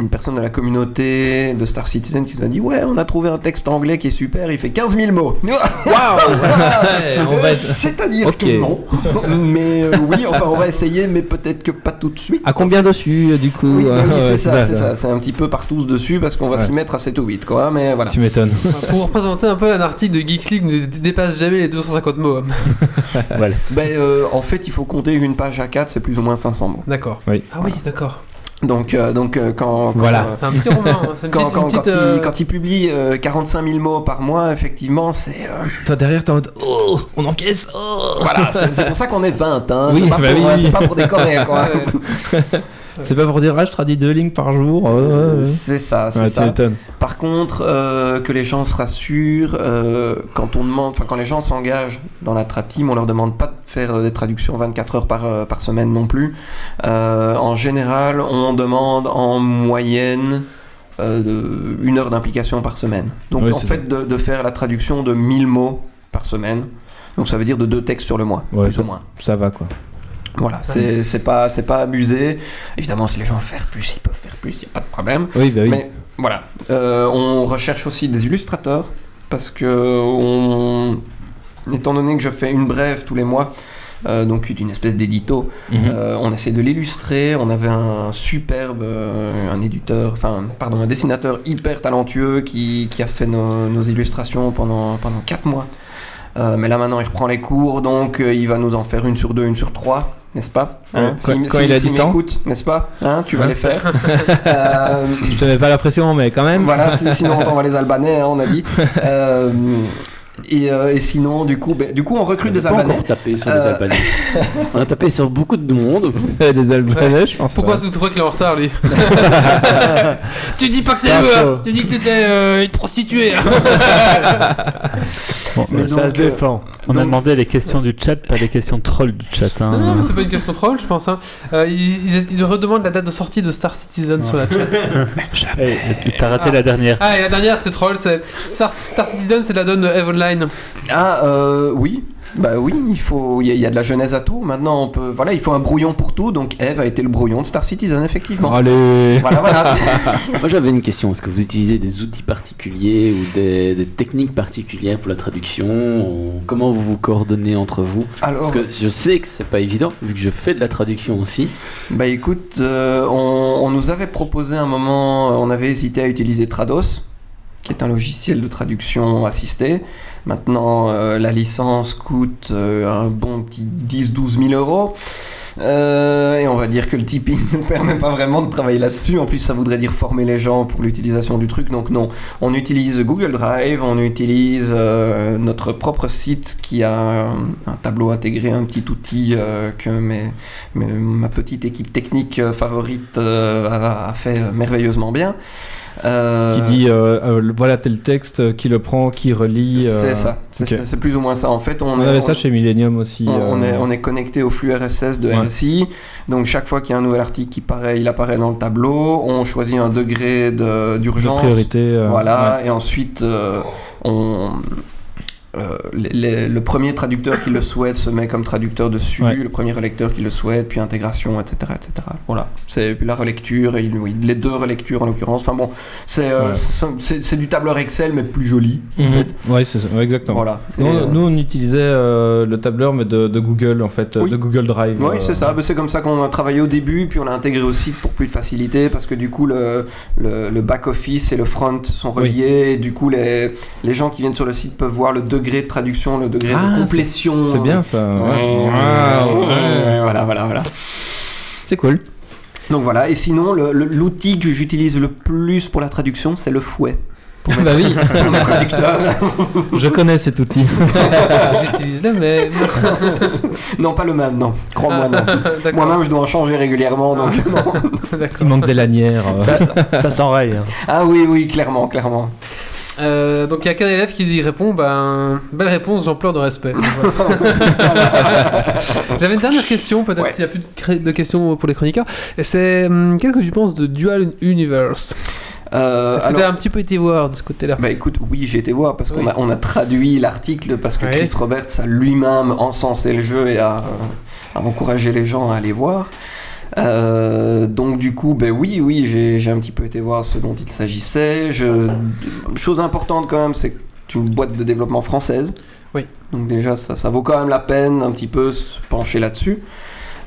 [SPEAKER 3] une personne de la communauté de Star Citizen qui nous a dit ouais, on a trouvé un texte anglais qui est super, il fait 15 000 mots.
[SPEAKER 2] on va
[SPEAKER 3] Euh,
[SPEAKER 2] être-
[SPEAKER 3] C'est-à-dire
[SPEAKER 2] Ok.
[SPEAKER 3] que non, mais euh, oui, enfin, on va essayer, mais peut-être que pas tout de suite.
[SPEAKER 2] À combien dessus, euh, du coup
[SPEAKER 3] Oui, bah
[SPEAKER 2] euh,
[SPEAKER 3] oui,
[SPEAKER 2] ouais,
[SPEAKER 3] c'est ça, c'est ça. C'est un petit peu partout dessus parce qu'on va
[SPEAKER 2] Ouais.
[SPEAKER 3] s'y mettre à 7 ou 8, quoi. hein, Mais voilà.
[SPEAKER 2] Tu m'étonnes.
[SPEAKER 1] Pour présenter un peu un article de Geeks League, ne dé- dépasse jamais les 250 mots.
[SPEAKER 3] Ben, euh, en fait, il faut compter une page à 4, c'est plus ou moins 500 mots.
[SPEAKER 1] D'accord.
[SPEAKER 2] Oui.
[SPEAKER 1] Ah oui, d'accord.
[SPEAKER 3] Donc, euh, donc euh, quand. quand,
[SPEAKER 2] Voilà.
[SPEAKER 3] euh,
[SPEAKER 1] C'est un petit roman. hein, C'est une
[SPEAKER 3] Quand,
[SPEAKER 1] petite. une
[SPEAKER 3] quand,
[SPEAKER 1] petite,
[SPEAKER 3] quand il-
[SPEAKER 1] euh,
[SPEAKER 3] quand il publie euh, 45 000 mots par mois, effectivement, c'est. euh,
[SPEAKER 2] Toi derrière, t'es en mode Oh, on encaisse oh.
[SPEAKER 3] voilà, c'est c'est pour ça qu'on est 20, hein.
[SPEAKER 2] Oui,
[SPEAKER 3] c'est pas,
[SPEAKER 2] bah
[SPEAKER 3] pour-
[SPEAKER 2] oui.
[SPEAKER 3] c'est pas pour décorer, quoi.
[SPEAKER 1] ouais.
[SPEAKER 2] C'est pas pour dire Ah, je traduis deux lignes par jour. euh, ouais, ouais.
[SPEAKER 3] C'est ça, c'est
[SPEAKER 2] Ouais, tu
[SPEAKER 3] ça.
[SPEAKER 2] m'étonnes.
[SPEAKER 3] Par contre, euh, que les gens se rassurent, euh, quand on demande, enfin quand les gens s'engagent dans la trap team, on leur demande pas de faire euh, des traductions 24 heures par, euh, par semaine non plus. Euh, en général, on demande en moyenne euh, de- une heure d'implication par semaine. Donc
[SPEAKER 2] Oui,
[SPEAKER 3] en
[SPEAKER 2] c'est ça.
[SPEAKER 3] fait, de, de faire la traduction de 1000 mots par semaine. Donc ça veut dire de deux textes sur le mois,
[SPEAKER 2] Ouais,
[SPEAKER 3] plus
[SPEAKER 2] ça-
[SPEAKER 3] ou moins.
[SPEAKER 2] Ça va, quoi.
[SPEAKER 3] Voilà, c'est c'est pas, c'est pas abusé. Évidemment, si les gens veulent faire plus, ils peuvent faire plus, il n'y a pas de problème.
[SPEAKER 2] Oui, bah oui.
[SPEAKER 3] Mais voilà, Euh, on recherche aussi des illustrateurs parce que on- étant donné que je fais une brève tous les mois, euh, donc une espèce d'édito,
[SPEAKER 2] Mhm.
[SPEAKER 3] euh, on essaie de l'illustrer. On avait un superbe, euh, un éditeur, enfin pardon, un dessinateur hyper talentueux qui, qui a fait nos, nos illustrations pendant pendant quatre mois. Euh, mais là maintenant, il reprend les cours, donc euh, il va nous en faire une sur deux, une sur trois, n'est-ce pas Hein
[SPEAKER 2] Quand- quand il a du temps.
[SPEAKER 3] m'écoute, n'est-ce pas Hein, Tu vas
[SPEAKER 2] Hein
[SPEAKER 3] les faire. Euh,
[SPEAKER 2] Je te mets pas la pression, mais quand même.
[SPEAKER 3] voilà, si- sinon on t'envoie les Albanais, hein, on a dit. Euh, et, euh, et sinon, du coup, ben, du coup, on recrute
[SPEAKER 4] on a
[SPEAKER 3] des
[SPEAKER 4] pas
[SPEAKER 3] Albanais.
[SPEAKER 4] encore tapé sur les
[SPEAKER 3] Euh,
[SPEAKER 4] Albanais. On a tapé sur beaucoup de monde.
[SPEAKER 2] Les Albanais, je pense.
[SPEAKER 1] Pourquoi
[SPEAKER 2] ouais.
[SPEAKER 1] tu crois qu'il est en retard lui Tu dis pas que c'est
[SPEAKER 2] Ah,
[SPEAKER 1] eux, hein.
[SPEAKER 5] faux.
[SPEAKER 1] Tu dis que t'étais euh, une prostituée hein.
[SPEAKER 5] Bon,
[SPEAKER 3] Mais
[SPEAKER 5] euh, ça
[SPEAKER 3] donc,
[SPEAKER 5] se défend. On a
[SPEAKER 3] donc-
[SPEAKER 5] demandé les questions du chat, pas les questions troll du chat. hein.
[SPEAKER 1] Non, mais c'est pas une question troll, je pense. Hein. Euh, ils, ils- ils redemandent la date de sortie de Star Citizen sur la chat.
[SPEAKER 5] Eh, T'as raté
[SPEAKER 1] Ah.
[SPEAKER 5] la dernière.
[SPEAKER 1] Ah, et la dernière, c'est troll, c'est Star, Star Citizen, c'est la donne de Eve Online.
[SPEAKER 3] Ah, euh, oui. Bah oui, il faut, il y, a- il y a de la jeunesse à tout. Maintenant, on peut, voilà, il faut un brouillon pour tout. Donc Eve a été le brouillon de Star Citizen, effectivement.
[SPEAKER 2] Allez
[SPEAKER 3] Voilà, voilà.
[SPEAKER 4] Moi j'avais une question, est-ce que vous utilisez des outils particuliers ou des, des techniques particulières pour la traduction ou Comment vous vous coordonnez entre vous
[SPEAKER 3] Alors,
[SPEAKER 4] Parce que je sais que c'est pas évident, vu que je fais de la traduction aussi.
[SPEAKER 3] bah écoute, euh, on, on nous avait proposé un moment, on avait hésité à utiliser Trados, qui est un logiciel de traduction assistée. Maintenant, euh, la licence coûte euh, un bon petit 10-12 000 euros. Euh, et on va dire que le Tipeee ne nous permet pas vraiment de travailler là-dessus. En plus, ça voudrait dire former les gens pour l'utilisation du truc. Donc non, on utilise Google Drive, on utilise euh, notre propre site qui a un, un tableau intégré, un petit outil euh, que mes- mes- ma petite équipe technique euh, favorite euh, a, a fait merveilleusement bien. Euh,
[SPEAKER 2] Qui dit, euh, euh, le- voilà tel texte, euh, qui le prend, qui relit. euh,
[SPEAKER 3] C'est ça, c'est
[SPEAKER 2] ok.
[SPEAKER 3] ça, c'est plus ou moins ça. En fait, on,
[SPEAKER 2] On
[SPEAKER 3] est-
[SPEAKER 2] avait
[SPEAKER 3] on-
[SPEAKER 2] ça chez Millennium aussi.
[SPEAKER 3] on,
[SPEAKER 2] euh,
[SPEAKER 3] on est, on est connecté au flux RSS de
[SPEAKER 2] Ouais.
[SPEAKER 3] RSI. Donc chaque fois qu'il y a un nouvel article qui paraît, il apparaît dans le tableau. On choisit un degré de-
[SPEAKER 2] de
[SPEAKER 3] d'urgence.
[SPEAKER 2] priorité. euh,
[SPEAKER 3] voilà.
[SPEAKER 2] ouais.
[SPEAKER 3] Et ensuite, euh, on, euh, les- les- le premier traducteur qui le souhaite se met comme traducteur dessus.
[SPEAKER 2] Ouais.
[SPEAKER 3] Le premier relecteur qui le souhaite, puis intégration, etc., etc. Voilà. C'est la relecture et oui, les deux relectures en l'occurrence. Enfin bon, c'est euh,
[SPEAKER 2] Ouais.
[SPEAKER 3] c'est- c'est- c'est du tableur Excel mais plus joli. en
[SPEAKER 2] Mhm.
[SPEAKER 3] fait.
[SPEAKER 2] Ouais, c'est ça, ouais, exactement.
[SPEAKER 3] Voilà.
[SPEAKER 2] Nous,
[SPEAKER 3] Et, euh,
[SPEAKER 2] nous, on utilisait euh, le tableur mais de, de Google en fait, euh,
[SPEAKER 3] Oui.
[SPEAKER 2] de Google Drive.
[SPEAKER 3] Oui,
[SPEAKER 2] euh,
[SPEAKER 3] c'est ça. Bah, C'est comme ça qu'on a travaillé au début, puis on l'a intégré au site pour plus de facilité, parce que du coup, le, le, le back-office et le front sont reliés, et du coup, les, les gens qui viennent sur le site peuvent voir le degré de traduction, le degré
[SPEAKER 2] Ah,
[SPEAKER 3] de complétion.
[SPEAKER 2] C'est bien ça. ouais.
[SPEAKER 3] Ouais,
[SPEAKER 2] Ouais.
[SPEAKER 3] ouais, Voilà, voilà, voilà.
[SPEAKER 2] C'est cool.
[SPEAKER 3] Donc voilà, et sinon, le- le- l'outil que j'utilise le plus pour la traduction, c'est le fouet.
[SPEAKER 2] bah oui,
[SPEAKER 3] Pour le traducteur.
[SPEAKER 2] je connais cet outil.
[SPEAKER 1] Ah, J'utilise le même.
[SPEAKER 3] non, pas le même, non. Crois-moi, non.
[SPEAKER 2] Ah.
[SPEAKER 1] D'accord.
[SPEAKER 3] Moi-même, je dois en changer régulièrement, donc non.
[SPEAKER 1] D'accord.
[SPEAKER 2] Il manque des lanières. euh.
[SPEAKER 6] Ça, ça s'enraye. hein.
[SPEAKER 3] Ah oui, oui, clairement, clairement.
[SPEAKER 1] Euh, donc il y a qu'un élève qui dit répond, ben belle réponse, j'en pleure de respect. Voilà. J'avais une dernière question, peut-être
[SPEAKER 3] Ouais.
[SPEAKER 1] s'il n'y a plus de, cré- de questions pour les chroniqueurs. Et C'est hum, qu'est-ce que tu penses de Dual Universe
[SPEAKER 3] Euh,
[SPEAKER 1] Est-ce que
[SPEAKER 3] alors-
[SPEAKER 1] t'as un petit peu été voir de ce côté-là
[SPEAKER 3] Bah écoute, oui, j'ai été voir parce qu'on
[SPEAKER 1] Oui.
[SPEAKER 3] a, on a traduit l'article parce que
[SPEAKER 1] Oui.
[SPEAKER 3] Chris Roberts a lui-même encensé le jeu et a, euh, a encouragé les gens à aller voir. Euh, donc du coup, ben oui, oui, j'ai j'ai un petit peu été voir ce dont il s'agissait. Je- Chose importante quand même, c'est que c'est une boîte de développement française.
[SPEAKER 1] Oui.
[SPEAKER 3] Donc déjà, ça, ça vaut quand même la peine un petit peu se pencher là-dessus.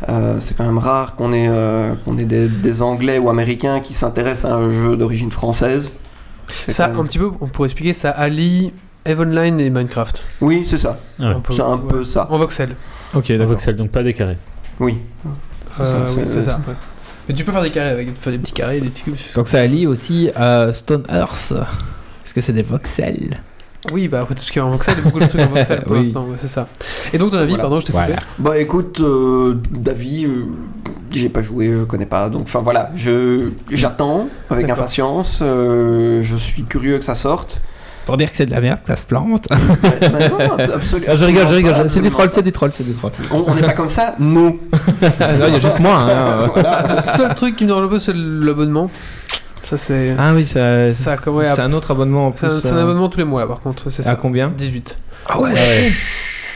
[SPEAKER 3] Euh, c'est quand même rare qu'on ait, euh, qu'on ait des, des Anglais ou Américains qui s'intéressent à un jeu d'origine française. C'est
[SPEAKER 1] Ça,
[SPEAKER 3] quand même-
[SPEAKER 1] un petit peu, on pourrait expliquer, ça allie Eve Online et Minecraft.
[SPEAKER 3] oui, c'est ça.
[SPEAKER 5] Ouais.
[SPEAKER 1] peu-
[SPEAKER 3] C'est un
[SPEAKER 1] ouais.
[SPEAKER 3] peu ça.
[SPEAKER 1] En voxel.
[SPEAKER 2] Ok,
[SPEAKER 5] Un
[SPEAKER 2] d'accord.
[SPEAKER 5] voxel, donc pas des carrés.
[SPEAKER 3] Oui.
[SPEAKER 1] Euh,
[SPEAKER 3] ça,
[SPEAKER 1] oui,
[SPEAKER 3] c'est-
[SPEAKER 1] c'est ça. ouais. Mais tu peux faire des carrés avec faire des petits carrés, des petits cubes.
[SPEAKER 2] Donc ça allie aussi à Earth. Est-ce que c'est des voxels
[SPEAKER 1] Oui, bah après tout ce qui est en voxel, il y a beaucoup de trucs en voxel pour
[SPEAKER 2] Oui.
[SPEAKER 1] l'instant, ouais, c'est ça. Et donc ton avis,
[SPEAKER 3] Voilà.
[SPEAKER 1] pardon, je t'ai
[SPEAKER 2] Voilà.
[SPEAKER 1] coupé.
[SPEAKER 3] Bah écoute, euh, David, euh, j'ai pas joué, je connais pas. Donc enfin voilà, je j'attends avec
[SPEAKER 1] D'accord.
[SPEAKER 3] impatience. euh, je suis curieux que ça sorte.
[SPEAKER 2] Pour dire que c'est de la merde, ça se plante.
[SPEAKER 3] Ouais, bah, non, absolu-
[SPEAKER 2] Ah, je rigole, je rigole.
[SPEAKER 3] absolument
[SPEAKER 2] je- C'est du
[SPEAKER 3] pas,
[SPEAKER 2] troll, c'est du troll, c'est du troll.
[SPEAKER 3] absolument pas. On on n'est pas comme ça, non.
[SPEAKER 2] Ah, non, Il y a juste moi. hein.
[SPEAKER 3] Voilà.
[SPEAKER 1] Le seul truc qui me dérange un peu, c'est l'abonnement. Ça, c'est.
[SPEAKER 2] Ah oui, ça,
[SPEAKER 1] ça, comment ouais,
[SPEAKER 2] c'est un autre abonnement en
[SPEAKER 1] euh, c'est
[SPEAKER 2] plus.
[SPEAKER 1] un, c'est un
[SPEAKER 2] euh,
[SPEAKER 1] abonnement tous les mois, là, par contre, c'est
[SPEAKER 2] à
[SPEAKER 1] ça.
[SPEAKER 2] combien
[SPEAKER 1] 18.
[SPEAKER 3] Ah ouais.
[SPEAKER 2] ouais.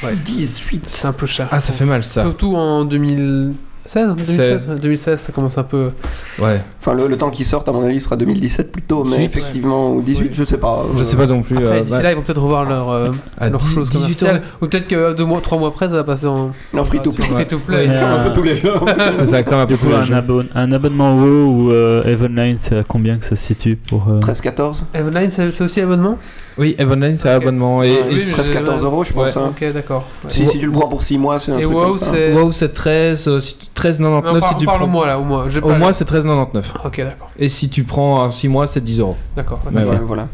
[SPEAKER 3] 18.
[SPEAKER 1] C'est un peu cher.
[SPEAKER 2] Ah, ça fait mal ça.
[SPEAKER 1] Surtout en 2016, 2016, 2016, ça commence un peu.
[SPEAKER 2] Ouais.
[SPEAKER 3] Enfin le, le temps qui sorte à mon avis sera 2017 plutôt, mais
[SPEAKER 2] 18,
[SPEAKER 3] effectivement ou 18,
[SPEAKER 1] Oui.
[SPEAKER 3] je sais pas.
[SPEAKER 2] Je
[SPEAKER 3] euh,
[SPEAKER 2] sais pas non plus.
[SPEAKER 1] Après,
[SPEAKER 2] euh,
[SPEAKER 1] d'ici
[SPEAKER 2] ouais.
[SPEAKER 1] là, ils vont peut-être revoir leur, euh,
[SPEAKER 2] À
[SPEAKER 1] leur
[SPEAKER 2] 10,
[SPEAKER 1] chose
[SPEAKER 2] 18
[SPEAKER 1] commerciale. Ou peut-être que 2 mois, 3 mois après, ça va passer en. Ah,
[SPEAKER 3] En Euh, free to play.
[SPEAKER 1] Free to play.
[SPEAKER 5] Ouais.
[SPEAKER 3] Un peu tous les jeux.
[SPEAKER 2] C'est ça, comme un peu
[SPEAKER 5] Euh, Du coup,
[SPEAKER 2] tous les
[SPEAKER 5] un,
[SPEAKER 2] jeux.
[SPEAKER 5] abon- un abonnement WoW ou euh, Evenline, c'est à combien que ça se situe pour euh,
[SPEAKER 3] 13, 14.
[SPEAKER 1] Evenline, c'est c'est aussi abonnement
[SPEAKER 2] Oui, Evenline, c'est un
[SPEAKER 1] Ok. Ah
[SPEAKER 2] abonnement. Et,
[SPEAKER 1] Oui, mais-
[SPEAKER 3] 13, 14 euros, je pense.
[SPEAKER 2] Ouais.
[SPEAKER 3] hein.
[SPEAKER 1] Ok, d'accord. Ouais.
[SPEAKER 3] Si, si tu le prends pour 6 mois, c'est un
[SPEAKER 1] Et
[SPEAKER 3] truc
[SPEAKER 1] WoW,
[SPEAKER 3] comme ça.
[SPEAKER 1] c'est.
[SPEAKER 2] et- WoW, c'est 13, euh, si tu- 13,99
[SPEAKER 1] Non, par-
[SPEAKER 2] si
[SPEAKER 1] on
[SPEAKER 2] tu
[SPEAKER 1] parle
[SPEAKER 2] prends.
[SPEAKER 1] au mois là, au mois. J'ai
[SPEAKER 2] Au
[SPEAKER 1] pas-
[SPEAKER 2] mois, c'est 13,99.
[SPEAKER 1] Ok, d'accord.
[SPEAKER 2] Et si tu prends un 6 mois, c'est 10 euros.
[SPEAKER 1] D'accord.
[SPEAKER 2] Ouais,
[SPEAKER 3] bah, Ouais,
[SPEAKER 2] ouais.
[SPEAKER 3] voilà.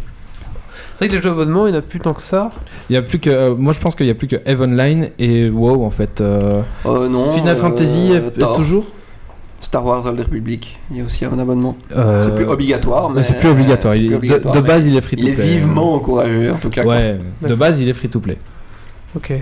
[SPEAKER 1] C'est vrai que les jeux abonnements, il n'y en a plus tant que ça.
[SPEAKER 2] Il y a plus que, euh, moi, je pense qu'il y a plus que Eve Online et WoW en fait. euh.
[SPEAKER 3] Euh, non.
[SPEAKER 2] Final
[SPEAKER 3] euh,
[SPEAKER 2] Fantasy euh,
[SPEAKER 3] Thor,
[SPEAKER 2] toujours.
[SPEAKER 3] Star Wars Old Republic. Il y a aussi un abonnement.
[SPEAKER 2] Euh,
[SPEAKER 3] C'est plus obligatoire, mais. euh,
[SPEAKER 2] C'est plus obligatoire.
[SPEAKER 3] c'est
[SPEAKER 2] il-
[SPEAKER 3] plus
[SPEAKER 2] de-
[SPEAKER 3] obligatoire,
[SPEAKER 2] de,
[SPEAKER 3] mais
[SPEAKER 2] base, euh, il est free to
[SPEAKER 3] Il est
[SPEAKER 2] play.
[SPEAKER 3] vivement encouragé, en tout cas.
[SPEAKER 2] Ouais, de
[SPEAKER 1] D'accord.
[SPEAKER 2] base, il est free to play.
[SPEAKER 1] Ok.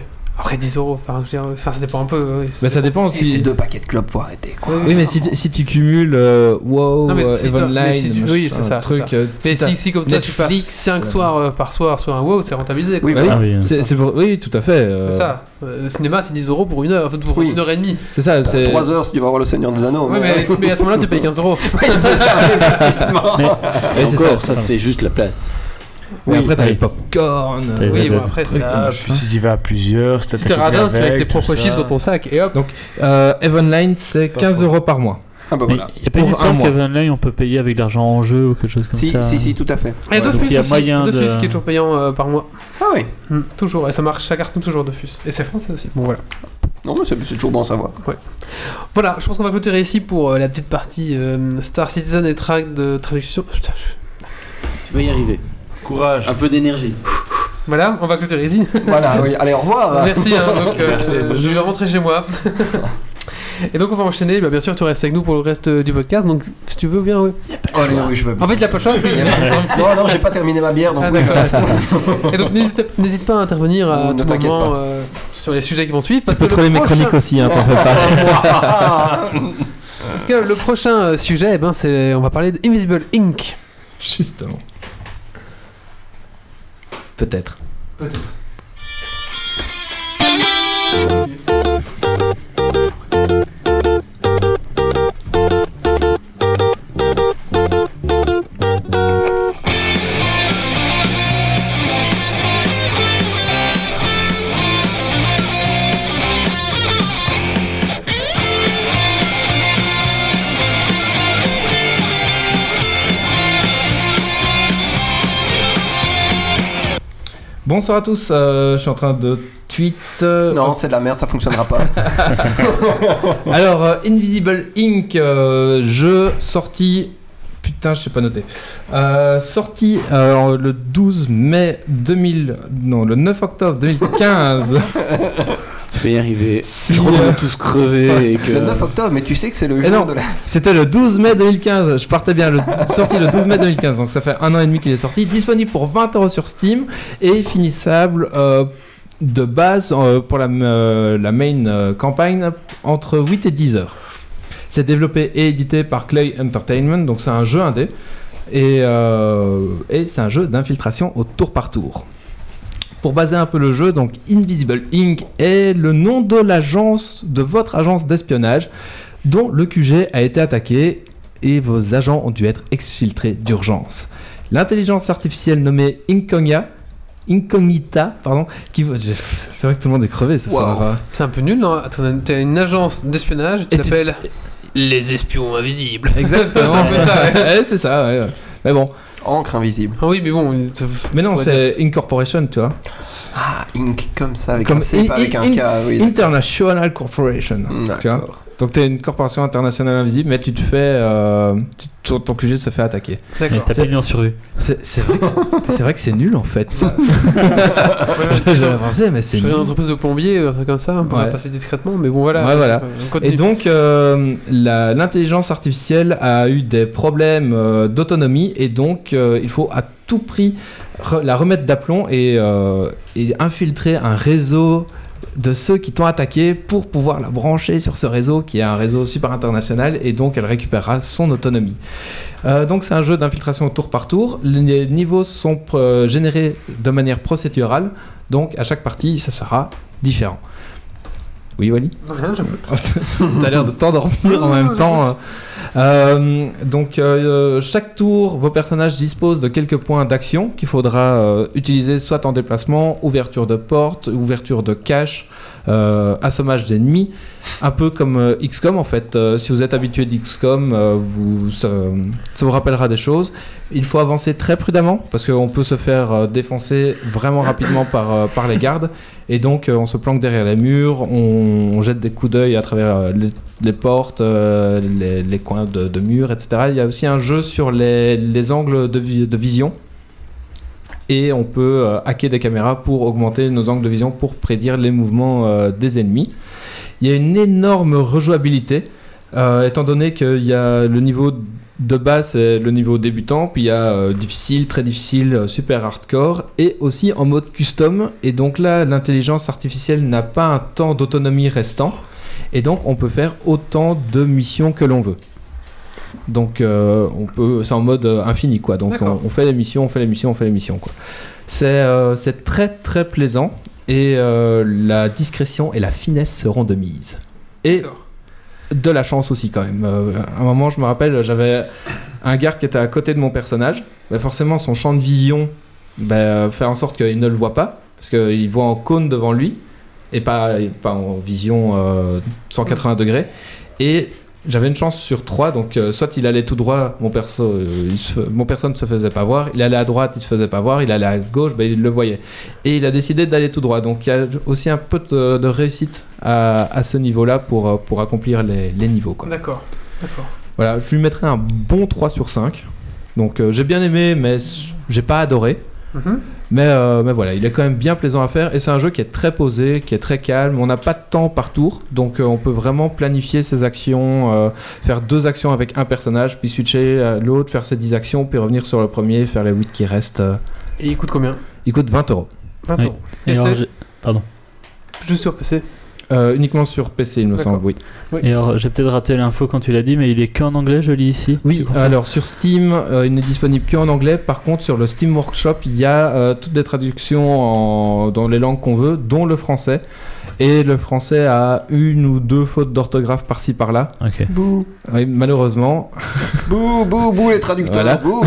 [SPEAKER 1] Après 10 euros, enfin, je veux dire, enfin, ça dépend un peu. oui,
[SPEAKER 2] Bah, ça dépend
[SPEAKER 3] Et ces
[SPEAKER 2] si.
[SPEAKER 3] deux paquets de clopes, faut arrêter. Quoi.
[SPEAKER 1] Oui,
[SPEAKER 2] Oui, mais si, si tu cumules euh, WoW,
[SPEAKER 1] Non, mais
[SPEAKER 2] euh,
[SPEAKER 1] si
[SPEAKER 2] Evan
[SPEAKER 1] toi- mais
[SPEAKER 2] Line,
[SPEAKER 1] si tu-
[SPEAKER 2] machin,
[SPEAKER 1] oui, c'est ça, c'est
[SPEAKER 2] truc.
[SPEAKER 1] ça.
[SPEAKER 2] euh,
[SPEAKER 1] Mais
[SPEAKER 2] si t'as-
[SPEAKER 1] si, si comme toi tu passes
[SPEAKER 2] Netflix,
[SPEAKER 1] 5
[SPEAKER 2] euh,
[SPEAKER 1] soirs euh, par soir sur un WoW, c'est rentabilisé. quoi.
[SPEAKER 3] Oui,
[SPEAKER 2] Bah
[SPEAKER 3] oui.
[SPEAKER 5] Ah oui.
[SPEAKER 2] C'est c'est pour... Oui, tout à fait. euh,
[SPEAKER 1] C'est ça. Euh, le cinéma, c'est 10 euros pour une heure, enfin, pour
[SPEAKER 3] Oui.
[SPEAKER 1] une heure et demie.
[SPEAKER 2] C'est ça, c'est.
[SPEAKER 3] 3 heures si tu vas voir le Seigneur des Anneaux.
[SPEAKER 1] Ouais, mais, mais à ce moment-là, tu payes hein. 15 euros.
[SPEAKER 3] c'est ça, effectivement.
[SPEAKER 5] Mais-
[SPEAKER 2] Ouais,
[SPEAKER 4] Et
[SPEAKER 2] c'est
[SPEAKER 4] encore,
[SPEAKER 2] ça.
[SPEAKER 4] ça, c'est juste la place.
[SPEAKER 2] Oui, après, t'as
[SPEAKER 5] Oui.
[SPEAKER 2] les popcorn. euh,
[SPEAKER 5] T'as les
[SPEAKER 1] Oui,
[SPEAKER 5] aides.
[SPEAKER 1] bon, après, c'est
[SPEAKER 6] Ça, puis si tu vas à plusieurs,
[SPEAKER 1] Si t'es radin, tu vas avec tes propres chips dans ton sac et hop.
[SPEAKER 2] Euh, Evenline, c'est
[SPEAKER 1] Pas
[SPEAKER 2] 15
[SPEAKER 1] faux.
[SPEAKER 2] euros par mois.
[SPEAKER 3] Ah bah
[SPEAKER 5] Mais
[SPEAKER 3] voilà.
[SPEAKER 5] y a pas
[SPEAKER 2] Pour
[SPEAKER 5] une
[SPEAKER 2] un
[SPEAKER 5] histoire
[SPEAKER 2] mois.
[SPEAKER 5] qu'Evan Line on peut payer avec de l'argent en jeu ou quelque chose comme
[SPEAKER 3] Si,
[SPEAKER 5] ça hein.
[SPEAKER 3] si, si, tout à fait.
[SPEAKER 1] Et
[SPEAKER 3] Ouais,
[SPEAKER 5] donc
[SPEAKER 1] Dofus
[SPEAKER 5] il y a
[SPEAKER 1] aussi.
[SPEAKER 5] moyen de-
[SPEAKER 1] Dofus qui est toujours payant euh, par mois.
[SPEAKER 3] Ah oui.
[SPEAKER 1] Hmm, toujours. Et ça marche, ça cartonne toujours Dofus. Et c'est français aussi. Bon, voilà.
[SPEAKER 3] Non, mais c'est c'est toujours bon à savoir.
[SPEAKER 1] Voilà, je pense qu'on va clôturer ici pour euh, la petite partie euh, Star Citizen et track de traduction. Putain, je-
[SPEAKER 4] Tu vas y arriver.
[SPEAKER 6] Courage.
[SPEAKER 4] Un peu d'énergie.
[SPEAKER 1] Voilà, on va clôturer ici.
[SPEAKER 3] Voilà, oui. Allez, au
[SPEAKER 5] Ah bah.
[SPEAKER 3] revoir.
[SPEAKER 1] Merci, hein, donc, euh,
[SPEAKER 6] Merci.
[SPEAKER 1] je vais rentrer chez moi. Et donc on va enchaîner, Bah, bien sûr tu restes avec nous pour le reste euh, du podcast, donc si tu veux bien... ouais.
[SPEAKER 3] Allez, Oh, oui, je veux bien.
[SPEAKER 1] En fait il a pas de chance, mais il y a encore une fois.
[SPEAKER 3] Non, non, j'ai pas terminé ma bière, donc
[SPEAKER 1] Ah,
[SPEAKER 3] oui, je
[SPEAKER 1] d'accord.
[SPEAKER 3] reste.
[SPEAKER 1] Et donc n'hésite n'hésite pas à intervenir à
[SPEAKER 3] Ne
[SPEAKER 1] tout
[SPEAKER 3] t'inquiète
[SPEAKER 1] moment
[SPEAKER 3] pas.
[SPEAKER 1] euh, sur les sujets qui vont suivre.
[SPEAKER 5] Tu
[SPEAKER 1] parce
[SPEAKER 5] peux
[SPEAKER 1] que le
[SPEAKER 5] trouver mes
[SPEAKER 1] prochain-
[SPEAKER 5] chroniques aussi, hein, t'en fais pas.
[SPEAKER 1] Parce que le prochain euh, sujet, eh ben, c'est on va parler d'Invisible Inc.
[SPEAKER 2] Justement. Peut-être. Bonsoir à tous, euh, je suis en train de tweet. euh,
[SPEAKER 3] Non, c'est de la merde, ça fonctionnera pas.
[SPEAKER 2] Alors, euh, Invisible Inc., euh, jeu sorti. Putain, je sais pas noter. Euh, sorti euh, le 12 mai 2000. Non, le 9 octobre 2015.
[SPEAKER 4] Tu vas y arriver.
[SPEAKER 2] Si,
[SPEAKER 4] Je crois qu'on
[SPEAKER 2] euh,
[SPEAKER 4] a tous crevé et que.
[SPEAKER 3] Le 9 octobre, mais tu sais que c'est le
[SPEAKER 2] Eh non.
[SPEAKER 3] jour de la.
[SPEAKER 2] C'était le 12 mai 2015. Je partais bien. Le, sorti le 12 mai 2015. Donc ça fait un an et demi qu'il est sorti. Disponible pour 20 euros sur Steam et finissable euh, de base euh, pour la, euh, la main euh, campagne entre 8 et 10 heures. C'est développé et édité par Clay Entertainment. Donc c'est un jeu indé. Et, euh, et c'est un jeu d'infiltration au tour par tour. Pour baser un peu le jeu, donc Invisible Inc. est le nom de l'agence, de votre agence d'espionnage dont le QG a été attaqué et vos agents ont dû être exfiltrés d'urgence. L'intelligence artificielle nommée Incognita, Incognita, pardon, qui je- c'est vrai que tout le monde est crevé ce
[SPEAKER 3] Wow.
[SPEAKER 2] soir. hein.
[SPEAKER 1] C'est un peu nul, non Attends, T'as une agence d'espionnage, tu
[SPEAKER 2] Et tu-
[SPEAKER 1] t'appelles Les espions invisibles.
[SPEAKER 2] Exactement.
[SPEAKER 1] C'est un peu ça, ouais.
[SPEAKER 2] Ouais, c'est ça. ouais, ouais. Mais bon,
[SPEAKER 3] Encre invisible.
[SPEAKER 1] Ah oui, mais bon. ça-
[SPEAKER 2] mais non,
[SPEAKER 1] Ouais,
[SPEAKER 2] c'est Incorporation, tu vois.
[SPEAKER 3] Ah, Inc, comme ça, avec
[SPEAKER 2] Comme
[SPEAKER 3] un C,
[SPEAKER 2] in-
[SPEAKER 3] pas avec
[SPEAKER 2] in-
[SPEAKER 3] un K, oui.
[SPEAKER 2] International Corporation. Tu vois.
[SPEAKER 3] D'accord.
[SPEAKER 2] Donc t'es une corporation internationale invisible, mais tu te fais, euh, tu- ton ton QG se fait attaquer.
[SPEAKER 5] Mais
[SPEAKER 1] D'accord.
[SPEAKER 5] t'as
[SPEAKER 2] C'est-
[SPEAKER 5] pas mis en survie.
[SPEAKER 2] C'est c'est vrai que c'est- c'est vrai que c'est nul en fait. J'avais pensé, mais c'est
[SPEAKER 1] Je
[SPEAKER 2] nul.
[SPEAKER 1] une entreprise de plombier, un truc comme ça, on va
[SPEAKER 2] Ouais.
[SPEAKER 1] passer discrètement, mais bon, voilà.
[SPEAKER 2] Ouais, voilà.
[SPEAKER 1] On continue.
[SPEAKER 2] Et donc, euh, la- l'intelligence artificielle a eu des problèmes euh, d'autonomie et donc euh, il faut à tout prix re- la remettre d'aplomb et, euh, et infiltrer un réseau de ceux qui t'ont attaqué pour pouvoir la brancher sur ce réseau qui est un réseau super international et donc elle récupérera son autonomie. Euh, donc c'est un jeu d'infiltration au tour par tour. Les niveaux sont euh, générés de manière procédurale, donc à chaque partie ça sera différent. Oui Wally
[SPEAKER 1] Rien, j'aime pas.
[SPEAKER 2] T'as l'air de t'endormir en même temps. Euh, donc, euh, chaque tour, vos personnages disposent de quelques points d'action qu'il faudra euh, utiliser soit en déplacement, ouverture de porte, ouverture de cache, euh, assommage d'ennemis. Un peu comme euh, XCOM en fait. Euh, si vous êtes habitué d'XCOM, euh, vous, ça, ça vous rappellera des choses. Il faut avancer très prudemment parce qu'on peut se faire euh, défoncer vraiment rapidement par, euh, par les gardes. Et donc, euh, on se planque derrière les murs, on, on jette des coups d'œil à travers euh, les, les portes, euh, les, les coins de, de murs, etc. Il y a aussi un jeu sur les, les angles de, vi- de vision. Et on peut euh, hacker des caméras pour augmenter nos angles de vision pour prédire les mouvements euh, des ennemis. Il y a une énorme rejouabilité. euh, étant donné qu'il y a le niveau de base, c'est le niveau débutant, puis il y a euh, difficile, très difficile, euh, super hardcore, et aussi en mode custom. Et donc là, l'intelligence artificielle n'a pas un temps d'autonomie restant, et donc on peut faire autant de missions que l'on veut. Donc euh, on peut, c'est en mode euh, infini quoi. Donc on,
[SPEAKER 1] D'accord.
[SPEAKER 2] on fait les missions, on fait les missions, on fait les missions quoi. C'est euh, c'est très très plaisant et euh, la discrétion et la finesse seront de mise. Et
[SPEAKER 1] D'accord.
[SPEAKER 2] de la chance aussi quand même. Euh, à un moment, je me rappelle, j'avais un garde qui était à côté de mon personnage. Bah, forcément, son champ de vision bah, fait en sorte qu'il ne le voit pas parce qu'il voit en cône devant lui et pas, pas en vision euh, 180 degrés. Et j'avais une chance sur trois, donc euh, soit il allait tout droit, mon perso, euh, il se- mon perso ne se faisait pas voir, il allait à droite, il se faisait pas voir, il allait à gauche, ben, il le voyait. Et il a décidé d'aller tout droit, donc il y a aussi un peu de, de réussite à, à ce niveau-là pour, euh, pour accomplir les, les niveaux. Quoi.
[SPEAKER 1] D'accord. D'accord.
[SPEAKER 2] Voilà, je lui mettrais un bon 3 sur 5. Donc euh, j'ai bien aimé, mais j'ai pas adoré.
[SPEAKER 1] Mhm.
[SPEAKER 2] Mais, euh, mais voilà, il est quand même bien plaisant à faire et c'est un jeu qui est très posé, qui est très calme. On n'a pas de temps par tour, donc euh, on peut vraiment planifier ses actions, euh, faire deux actions avec un personnage, puis switcher à l'autre, faire ses 10 actions, puis revenir sur le premier, faire les 8 qui restent. euh.
[SPEAKER 1] Et il coûte combien
[SPEAKER 2] Il coûte 20 euros.
[SPEAKER 1] 20
[SPEAKER 5] Oui.
[SPEAKER 1] euros. Et
[SPEAKER 5] Et alors,
[SPEAKER 1] c'est-
[SPEAKER 5] j'ai-
[SPEAKER 1] Juste sur PC.
[SPEAKER 2] Euh, uniquement sur PC, il me
[SPEAKER 1] D'accord.
[SPEAKER 2] semble, oui.
[SPEAKER 5] et alors, j'ai peut-être raté l'info quand tu l'as dit, mais il est qu'en anglais, je lis ici.
[SPEAKER 2] Oui, alors sur Steam, euh, il n'est disponible qu'en anglais. Par contre, sur le Steam Workshop, il y a euh, toutes des traductions en- dans les langues qu'on veut, dont le français. Et le français a une ou deux fautes d'orthographe par-ci par-là.
[SPEAKER 5] Ok.
[SPEAKER 3] Bouh,
[SPEAKER 2] Oui, malheureusement.
[SPEAKER 3] bouh, bouh, bouh, les traducteurs.
[SPEAKER 2] Voilà.
[SPEAKER 3] Bouh.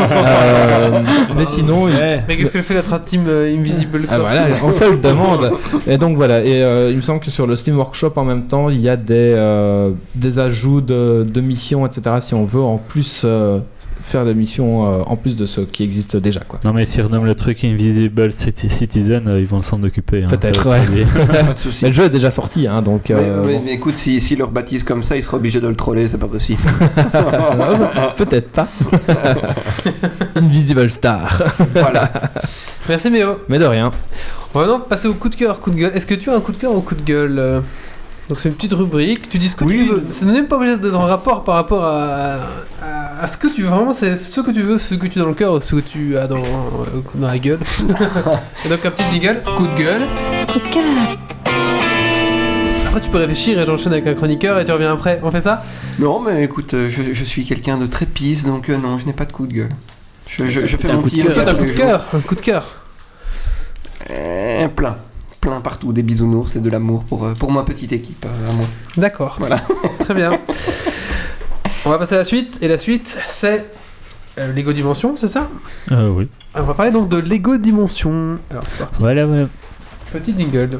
[SPEAKER 2] Euh, mais sinon, il-
[SPEAKER 6] Eh,
[SPEAKER 1] Mais qu'est-ce qu'elle fait la trad team euh, Invisible
[SPEAKER 2] Ah
[SPEAKER 1] Corps
[SPEAKER 2] voilà, on se le demande. Et donc voilà, et euh, il me semble que sur le Steam Workshop en même temps, il y a des, euh, des ajouts de, de missions, etc. Si on veut en plus euh, faire des missions euh, en plus de ce qui existe déjà, quoi.
[SPEAKER 5] Non, mais s'ils renomment le truc Invisible Citi- Citizen, euh, ils vont s'en occuper. hein,
[SPEAKER 2] Peut-être,
[SPEAKER 5] ça va être lié.
[SPEAKER 3] Pas de soucis.
[SPEAKER 2] Mais le jeu est déjà sorti, hein, donc.
[SPEAKER 3] Mais,
[SPEAKER 2] euh,
[SPEAKER 3] ouais,
[SPEAKER 2] bon.
[SPEAKER 3] mais écoute, si, si leur baptise comme ça, ils seraient obligés de le troller, c'est pas possible.
[SPEAKER 2] bah, Peut-être pas. Invisible Star.
[SPEAKER 3] voilà.
[SPEAKER 1] Merci Méo.
[SPEAKER 2] Mais de rien.
[SPEAKER 1] On va maintenant passer au coup de cœur, coup de gueule. Est-ce que tu as un coup de cœur ou coup de gueule euh Donc c'est une petite rubrique, tu dis ce que
[SPEAKER 3] Oui.
[SPEAKER 1] tu veux. Ça n'est même pas obligé d'être en rapport par rapport à, à, à ce que tu veux. Vraiment, c'est ce que tu veux, ce que tu as dans le cœur, ce que tu as dans, euh, dans la gueule. et donc un petit jingle, coup de gueule.
[SPEAKER 7] Coup de cœur.
[SPEAKER 1] Après tu peux réfléchir et j'enchaîne avec un chroniqueur et tu reviens après. On fait ça
[SPEAKER 3] Non, mais écoute, euh, je, je suis quelqu'un de très pisse, donc euh, non, je n'ai pas de coup de gueule. Je, je- je fais
[SPEAKER 4] T'as un
[SPEAKER 3] mon
[SPEAKER 4] coup de
[SPEAKER 3] petit
[SPEAKER 4] cœur.
[SPEAKER 1] Toi, t'as
[SPEAKER 3] repas
[SPEAKER 1] un
[SPEAKER 3] tous
[SPEAKER 1] coup de
[SPEAKER 3] les jours.
[SPEAKER 1] cœur, un coup de cœur.
[SPEAKER 3] Euh, plein. Plein partout, des bisounours et de l'amour pour, euh, pour ma petite équipe. euh, à moi.
[SPEAKER 1] D'accord.
[SPEAKER 3] Voilà.
[SPEAKER 1] Très bien. On va passer à la suite et la suite c'est euh, Lego Dimension, c'est ça
[SPEAKER 5] Euh, oui.
[SPEAKER 1] On va parler donc de Lego Dimension. Alors c'est parti.
[SPEAKER 5] Voilà, voilà.
[SPEAKER 1] Petit jingle.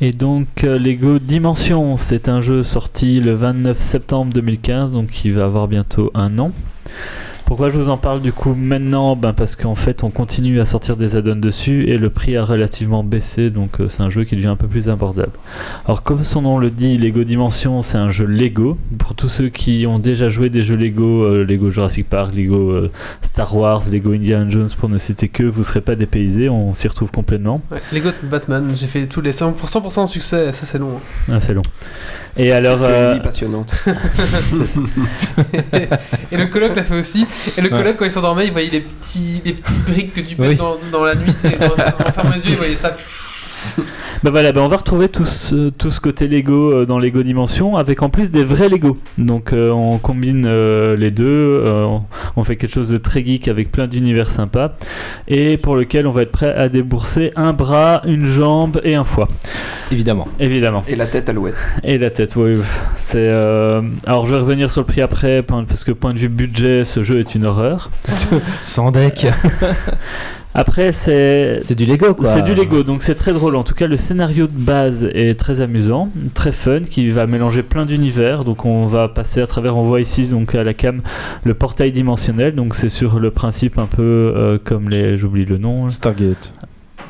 [SPEAKER 5] Et donc euh, Lego Dimension, c'est un jeu sorti le 29 septembre 2015, donc qui va avoir bientôt un an. Pourquoi je vous en parle du coup maintenant ben Parce qu'en fait on continue à sortir des add-ons dessus et le prix a relativement baissé, donc euh, c'est un jeu qui devient un peu plus abordable. Alors comme son nom le dit, Lego Dimension c'est un jeu Lego. Pour tous ceux qui ont déjà joué des jeux Lego, euh, Lego Jurassic Park, Lego euh, Star Wars, Lego Indiana Jones pour ne citer que, vous ne serez pas dépaysés, on s'y retrouve complètement.
[SPEAKER 1] Ouais, Lego de Batman, j'ai fait tous les 100%, 100% de succès, ça c'est long. hein.
[SPEAKER 5] Ah, c'est long. Et alors,
[SPEAKER 3] Tu as
[SPEAKER 5] euh,
[SPEAKER 3] une vie passionnante.
[SPEAKER 1] hein. Et le coloc l'a fait aussi. Et le
[SPEAKER 2] Ouais.
[SPEAKER 1] coloc, quand il s'endormait, il voyait les petits, les petits briques que tu pètes
[SPEAKER 2] Oui.
[SPEAKER 1] dans, dans la nuit. tu sais, Quand on ferme les yeux, il voyait ça.
[SPEAKER 5] bah voilà, bah on va retrouver tout ce, tout ce côté Lego euh, dans Lego Dimension, avec en plus des vrais Lego. Donc euh, on combine euh, les deux, euh, on- on fait quelque chose de très geek avec plein d'univers sympas, et pour lequel on va être prêt à débourser un bras, une jambe et un foie,
[SPEAKER 2] Évidemment.
[SPEAKER 5] évidemment.
[SPEAKER 3] Et la tête alouette.
[SPEAKER 5] Et la tête, oui. C'est. euh, Alors je vais revenir sur le prix après, parce que point de vue budget, ce jeu est une horreur.
[SPEAKER 2] Sans deck.
[SPEAKER 5] Après, c'est.
[SPEAKER 2] Euh, C'est du Lego quoi.
[SPEAKER 5] C'est du Lego, donc c'est très drôle. En tout cas, le scénario de base est très amusant, très fun, qui va mélanger plein d'univers. Donc on va passer à travers, on voit ici donc à la cam le portail dimensionnel. Donc c'est sur le principe un peu euh, comme les, j'oublie le nom.
[SPEAKER 2] Stargate.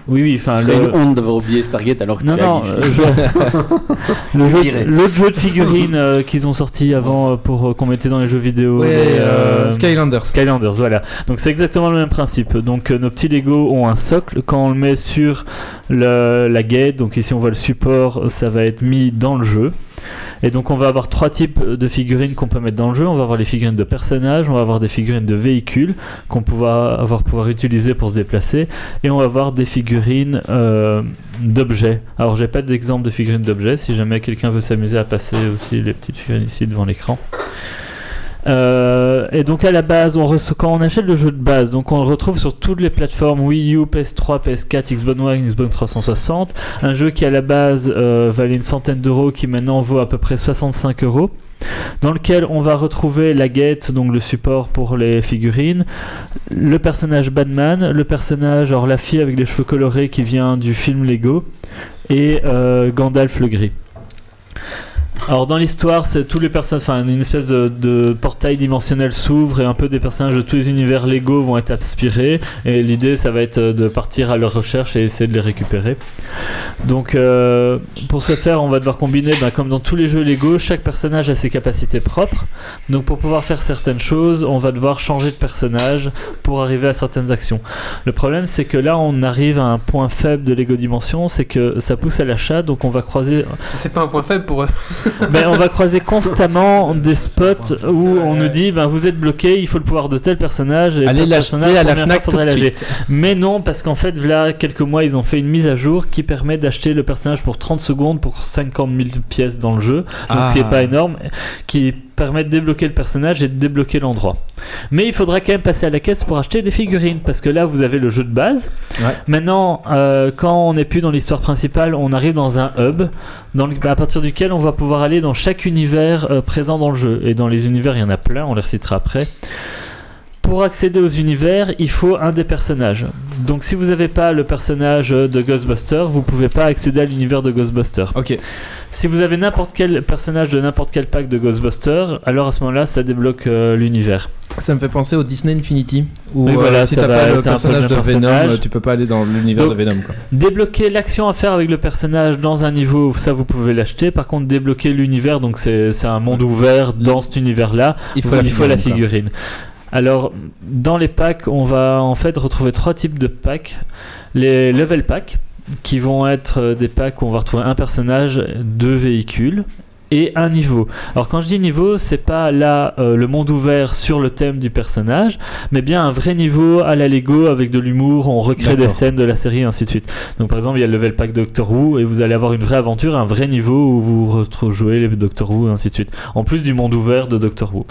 [SPEAKER 5] Oui, oui, enfin
[SPEAKER 4] Ce serait une
[SPEAKER 5] le.
[SPEAKER 4] honte d'avoir oublié Stargate alors que
[SPEAKER 5] Non,
[SPEAKER 4] tu as
[SPEAKER 5] non,
[SPEAKER 4] glissé.
[SPEAKER 5] euh, je- le jeu-
[SPEAKER 4] dirais.
[SPEAKER 5] l'autre jeu de figurines euh, qu'ils ont sorti avant euh, pour euh, qu'on mettait dans les jeux vidéo.
[SPEAKER 2] Ouais,
[SPEAKER 5] les,
[SPEAKER 2] euh,
[SPEAKER 5] euh,
[SPEAKER 2] Skylanders.
[SPEAKER 5] Skylanders, voilà. Donc c'est exactement le même principe. Donc euh, nos petits Lego ont un socle. Quand on le met sur le- la guide, donc ici on voit le support, ça va être mis dans le jeu. Et donc on va avoir trois types de figurines qu'on peut mettre dans le jeu. On va avoir les figurines de personnages, on va avoir des figurines de véhicules qu'on pourra avoir pouvoir utiliser pour se déplacer, et on va avoir des figurines euh, d'objets. Alors j'ai pas d'exemple de figurines d'objets. Si jamais quelqu'un veut s'amuser à passer aussi les petites figurines ici devant l'écran. Euh, et donc à la base, on reço- quand on achète le jeu de base, donc on le retrouve sur toutes les plateformes Wii U, PS3, PS4, Xbox One, Xbox 360. Un jeu qui à la base euh, valait une centaine d'euros, qui maintenant vaut à peu près 65 euros. Dans lequel on va retrouver la guette, donc le support pour les figurines, le personnage Batman, le personnage, alors la fille avec les cheveux colorés qui vient du film Lego, et euh, Gandalf le gris. Alors dans l'histoire, c'est tous les personnages, enfin une espèce de, de portail dimensionnel s'ouvre et un peu des personnages de tous les univers Lego vont être inspirés et l'idée ça va être euh, de partir à leur recherche et essayer de les récupérer. Donc euh, pour ce faire, on va devoir combiner, ben, comme dans tous les jeux Lego, chaque personnage a ses capacités propres. Donc pour pouvoir faire certaines choses, on va devoir changer de personnage pour arriver à certaines actions. Le problème c'est que là on arrive à un point faible de Lego Dimension, c'est que ça pousse à l'achat, donc on va croiser
[SPEAKER 1] C'est pas un point faible pour eux.
[SPEAKER 5] ben, on va croiser constamment des spots où on nous dit ben, vous êtes bloqué, il faut le pouvoir de tel personnage. Et
[SPEAKER 2] Allez
[SPEAKER 5] tel
[SPEAKER 2] l'acheter
[SPEAKER 5] personnage,
[SPEAKER 2] à la
[SPEAKER 5] première
[SPEAKER 2] Fnac
[SPEAKER 5] fois,
[SPEAKER 2] tout de
[SPEAKER 5] faudrait l'âger.
[SPEAKER 2] suite.
[SPEAKER 5] Mais non, parce qu'en fait, là, quelques mois, ils ont fait une mise à jour qui permet d'acheter le personnage pour 30 secondes pour 50 000 pièces dans le jeu. Donc,
[SPEAKER 2] Ah.
[SPEAKER 5] ce qui n'est pas énorme, qui permet de débloquer le personnage et de débloquer l'endroit. Mais il faudra quand même passer à la caisse pour acheter des figurines, parce que là, vous avez le jeu de base.
[SPEAKER 2] Ouais.
[SPEAKER 5] Maintenant, euh, quand on n'est plus dans l'histoire principale, on arrive dans un hub dans le- à partir duquel on va pouvoir aller dans chaque univers euh, présent dans le jeu. Et dans les univers, il y en a plein, on les recitera après. Pour accéder aux univers, il faut un des personnages. Donc si vous n'avez pas le personnage euh, de Ghostbuster, vous pouvez pas accéder à l'univers de Ghostbuster.
[SPEAKER 2] Ok.
[SPEAKER 5] Si vous avez n'importe quel personnage de n'importe quel pack de Ghostbuster, alors à ce moment-là, ça débloque euh, l'univers.
[SPEAKER 2] Ça me fait penser au Disney Infinity où
[SPEAKER 5] Oui,
[SPEAKER 2] euh,
[SPEAKER 5] voilà,
[SPEAKER 2] si
[SPEAKER 5] ça
[SPEAKER 2] t'as
[SPEAKER 5] va
[SPEAKER 2] pas
[SPEAKER 5] être
[SPEAKER 2] le
[SPEAKER 5] un
[SPEAKER 2] personnage de
[SPEAKER 5] premier
[SPEAKER 2] Venom,
[SPEAKER 5] personnage.
[SPEAKER 2] euh, tu peux pas aller dans l'univers de
[SPEAKER 5] Donc-
[SPEAKER 2] Venom quoi.
[SPEAKER 5] Débloquer l'action à faire avec le personnage dans un niveau, ça vous pouvez l'acheter. Par contre, débloquer l'univers, donc c'est c'est un monde ouvert dans cet univers-là,
[SPEAKER 2] Il
[SPEAKER 5] Oui, il faut la
[SPEAKER 2] quoi.
[SPEAKER 5] figurine. Alors, dans les packs, on va en fait retrouver trois types de packs. Les level packs, qui vont être euh, des packs où on va retrouver un personnage, deux véhicules et un niveau. Alors quand je dis niveau, c'est pas là euh, le monde ouvert sur le thème du personnage, mais bien un vrai niveau à la Lego avec de l'humour, on recrée des
[SPEAKER 2] D'accord.
[SPEAKER 5] scènes de la série et ainsi de suite. Donc par exemple, il y a le level pack Doctor Who et vous allez avoir une vraie aventure, un vrai niveau où vous retrouvez les Doctor Who et ainsi de suite. En plus du monde ouvert de Doctor Who.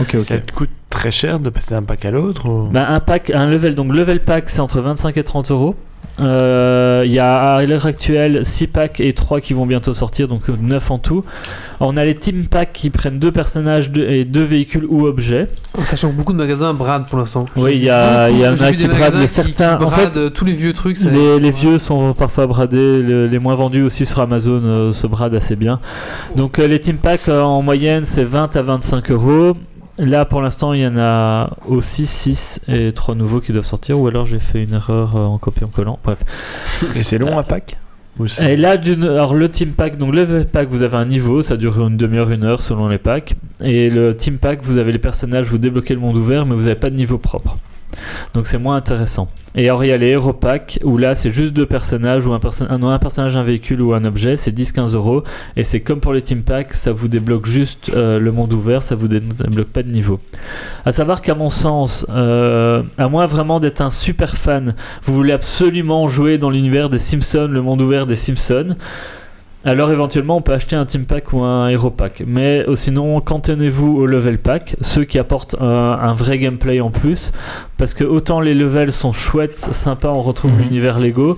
[SPEAKER 2] Ok
[SPEAKER 6] Ça
[SPEAKER 2] ok.
[SPEAKER 6] te coûte très cher de passer d'un pack à l'autre ou-
[SPEAKER 5] Bah, un pack, un level, donc level pack, c'est entre 25 et 30 euros. Euh, Il y a à l'heure actuelle 6 packs et 3 qui vont bientôt sortir, donc 9 en tout. On a les team packs qui prennent 2 personnages deux- et 2 véhicules ou objets.
[SPEAKER 1] Sachant que beaucoup de magasins bradent pour l'instant.
[SPEAKER 5] Oui, il y a, il y en
[SPEAKER 1] J'ai
[SPEAKER 5] a
[SPEAKER 1] vu
[SPEAKER 5] qui
[SPEAKER 1] des
[SPEAKER 5] bradent
[SPEAKER 1] magasins
[SPEAKER 5] mais certains. En fait,
[SPEAKER 1] bradent, euh, tous les vieux trucs. ça-
[SPEAKER 5] les, les vieux sont parfois bradés, le- les moins vendus aussi sur Amazon euh, se bradent assez bien. Donc euh, les team packs euh, en moyenne c'est 20 à 25 euros. Là pour l'instant il y en a aussi 6 et 3 nouveaux qui doivent sortir ou alors j'ai fait une erreur euh, en copiant collant. Bref.
[SPEAKER 6] Et c'est long un pack Ou c'est-
[SPEAKER 5] Et là, d'une- alors le team pack, donc le pack, vous avez un niveau, ça dure une demi-heure, une heure selon les packs. Et le team pack, vous avez les personnages, vous débloquez le monde ouvert, mais vous n'avez pas de niveau propre. Donc c'est moins intéressant. Et alors il y a les hero pack, où là c'est juste deux personnages, ou un, perso- un, non, un personnage, un véhicule ou un objet, c'est 10-15 euros. Et c'est comme pour les team pack, ça vous débloque juste euh, le monde ouvert, ça vous dé- débloque pas de niveau. À savoir qu'à mon sens, euh, à moins vraiment d'être un super fan vous voulez absolument jouer dans l'univers des Simpsons, le monde ouvert des Simpsons, alors éventuellement on peut acheter un Team Pack ou un Hero Pack. Mais euh, sinon, cantonnez-vous au Level Pack, ceux qui apportent euh, un vrai gameplay en plus, parce que autant les levels sont chouettes, sympas, on retrouve
[SPEAKER 2] Mhm.
[SPEAKER 5] l'univers Lego.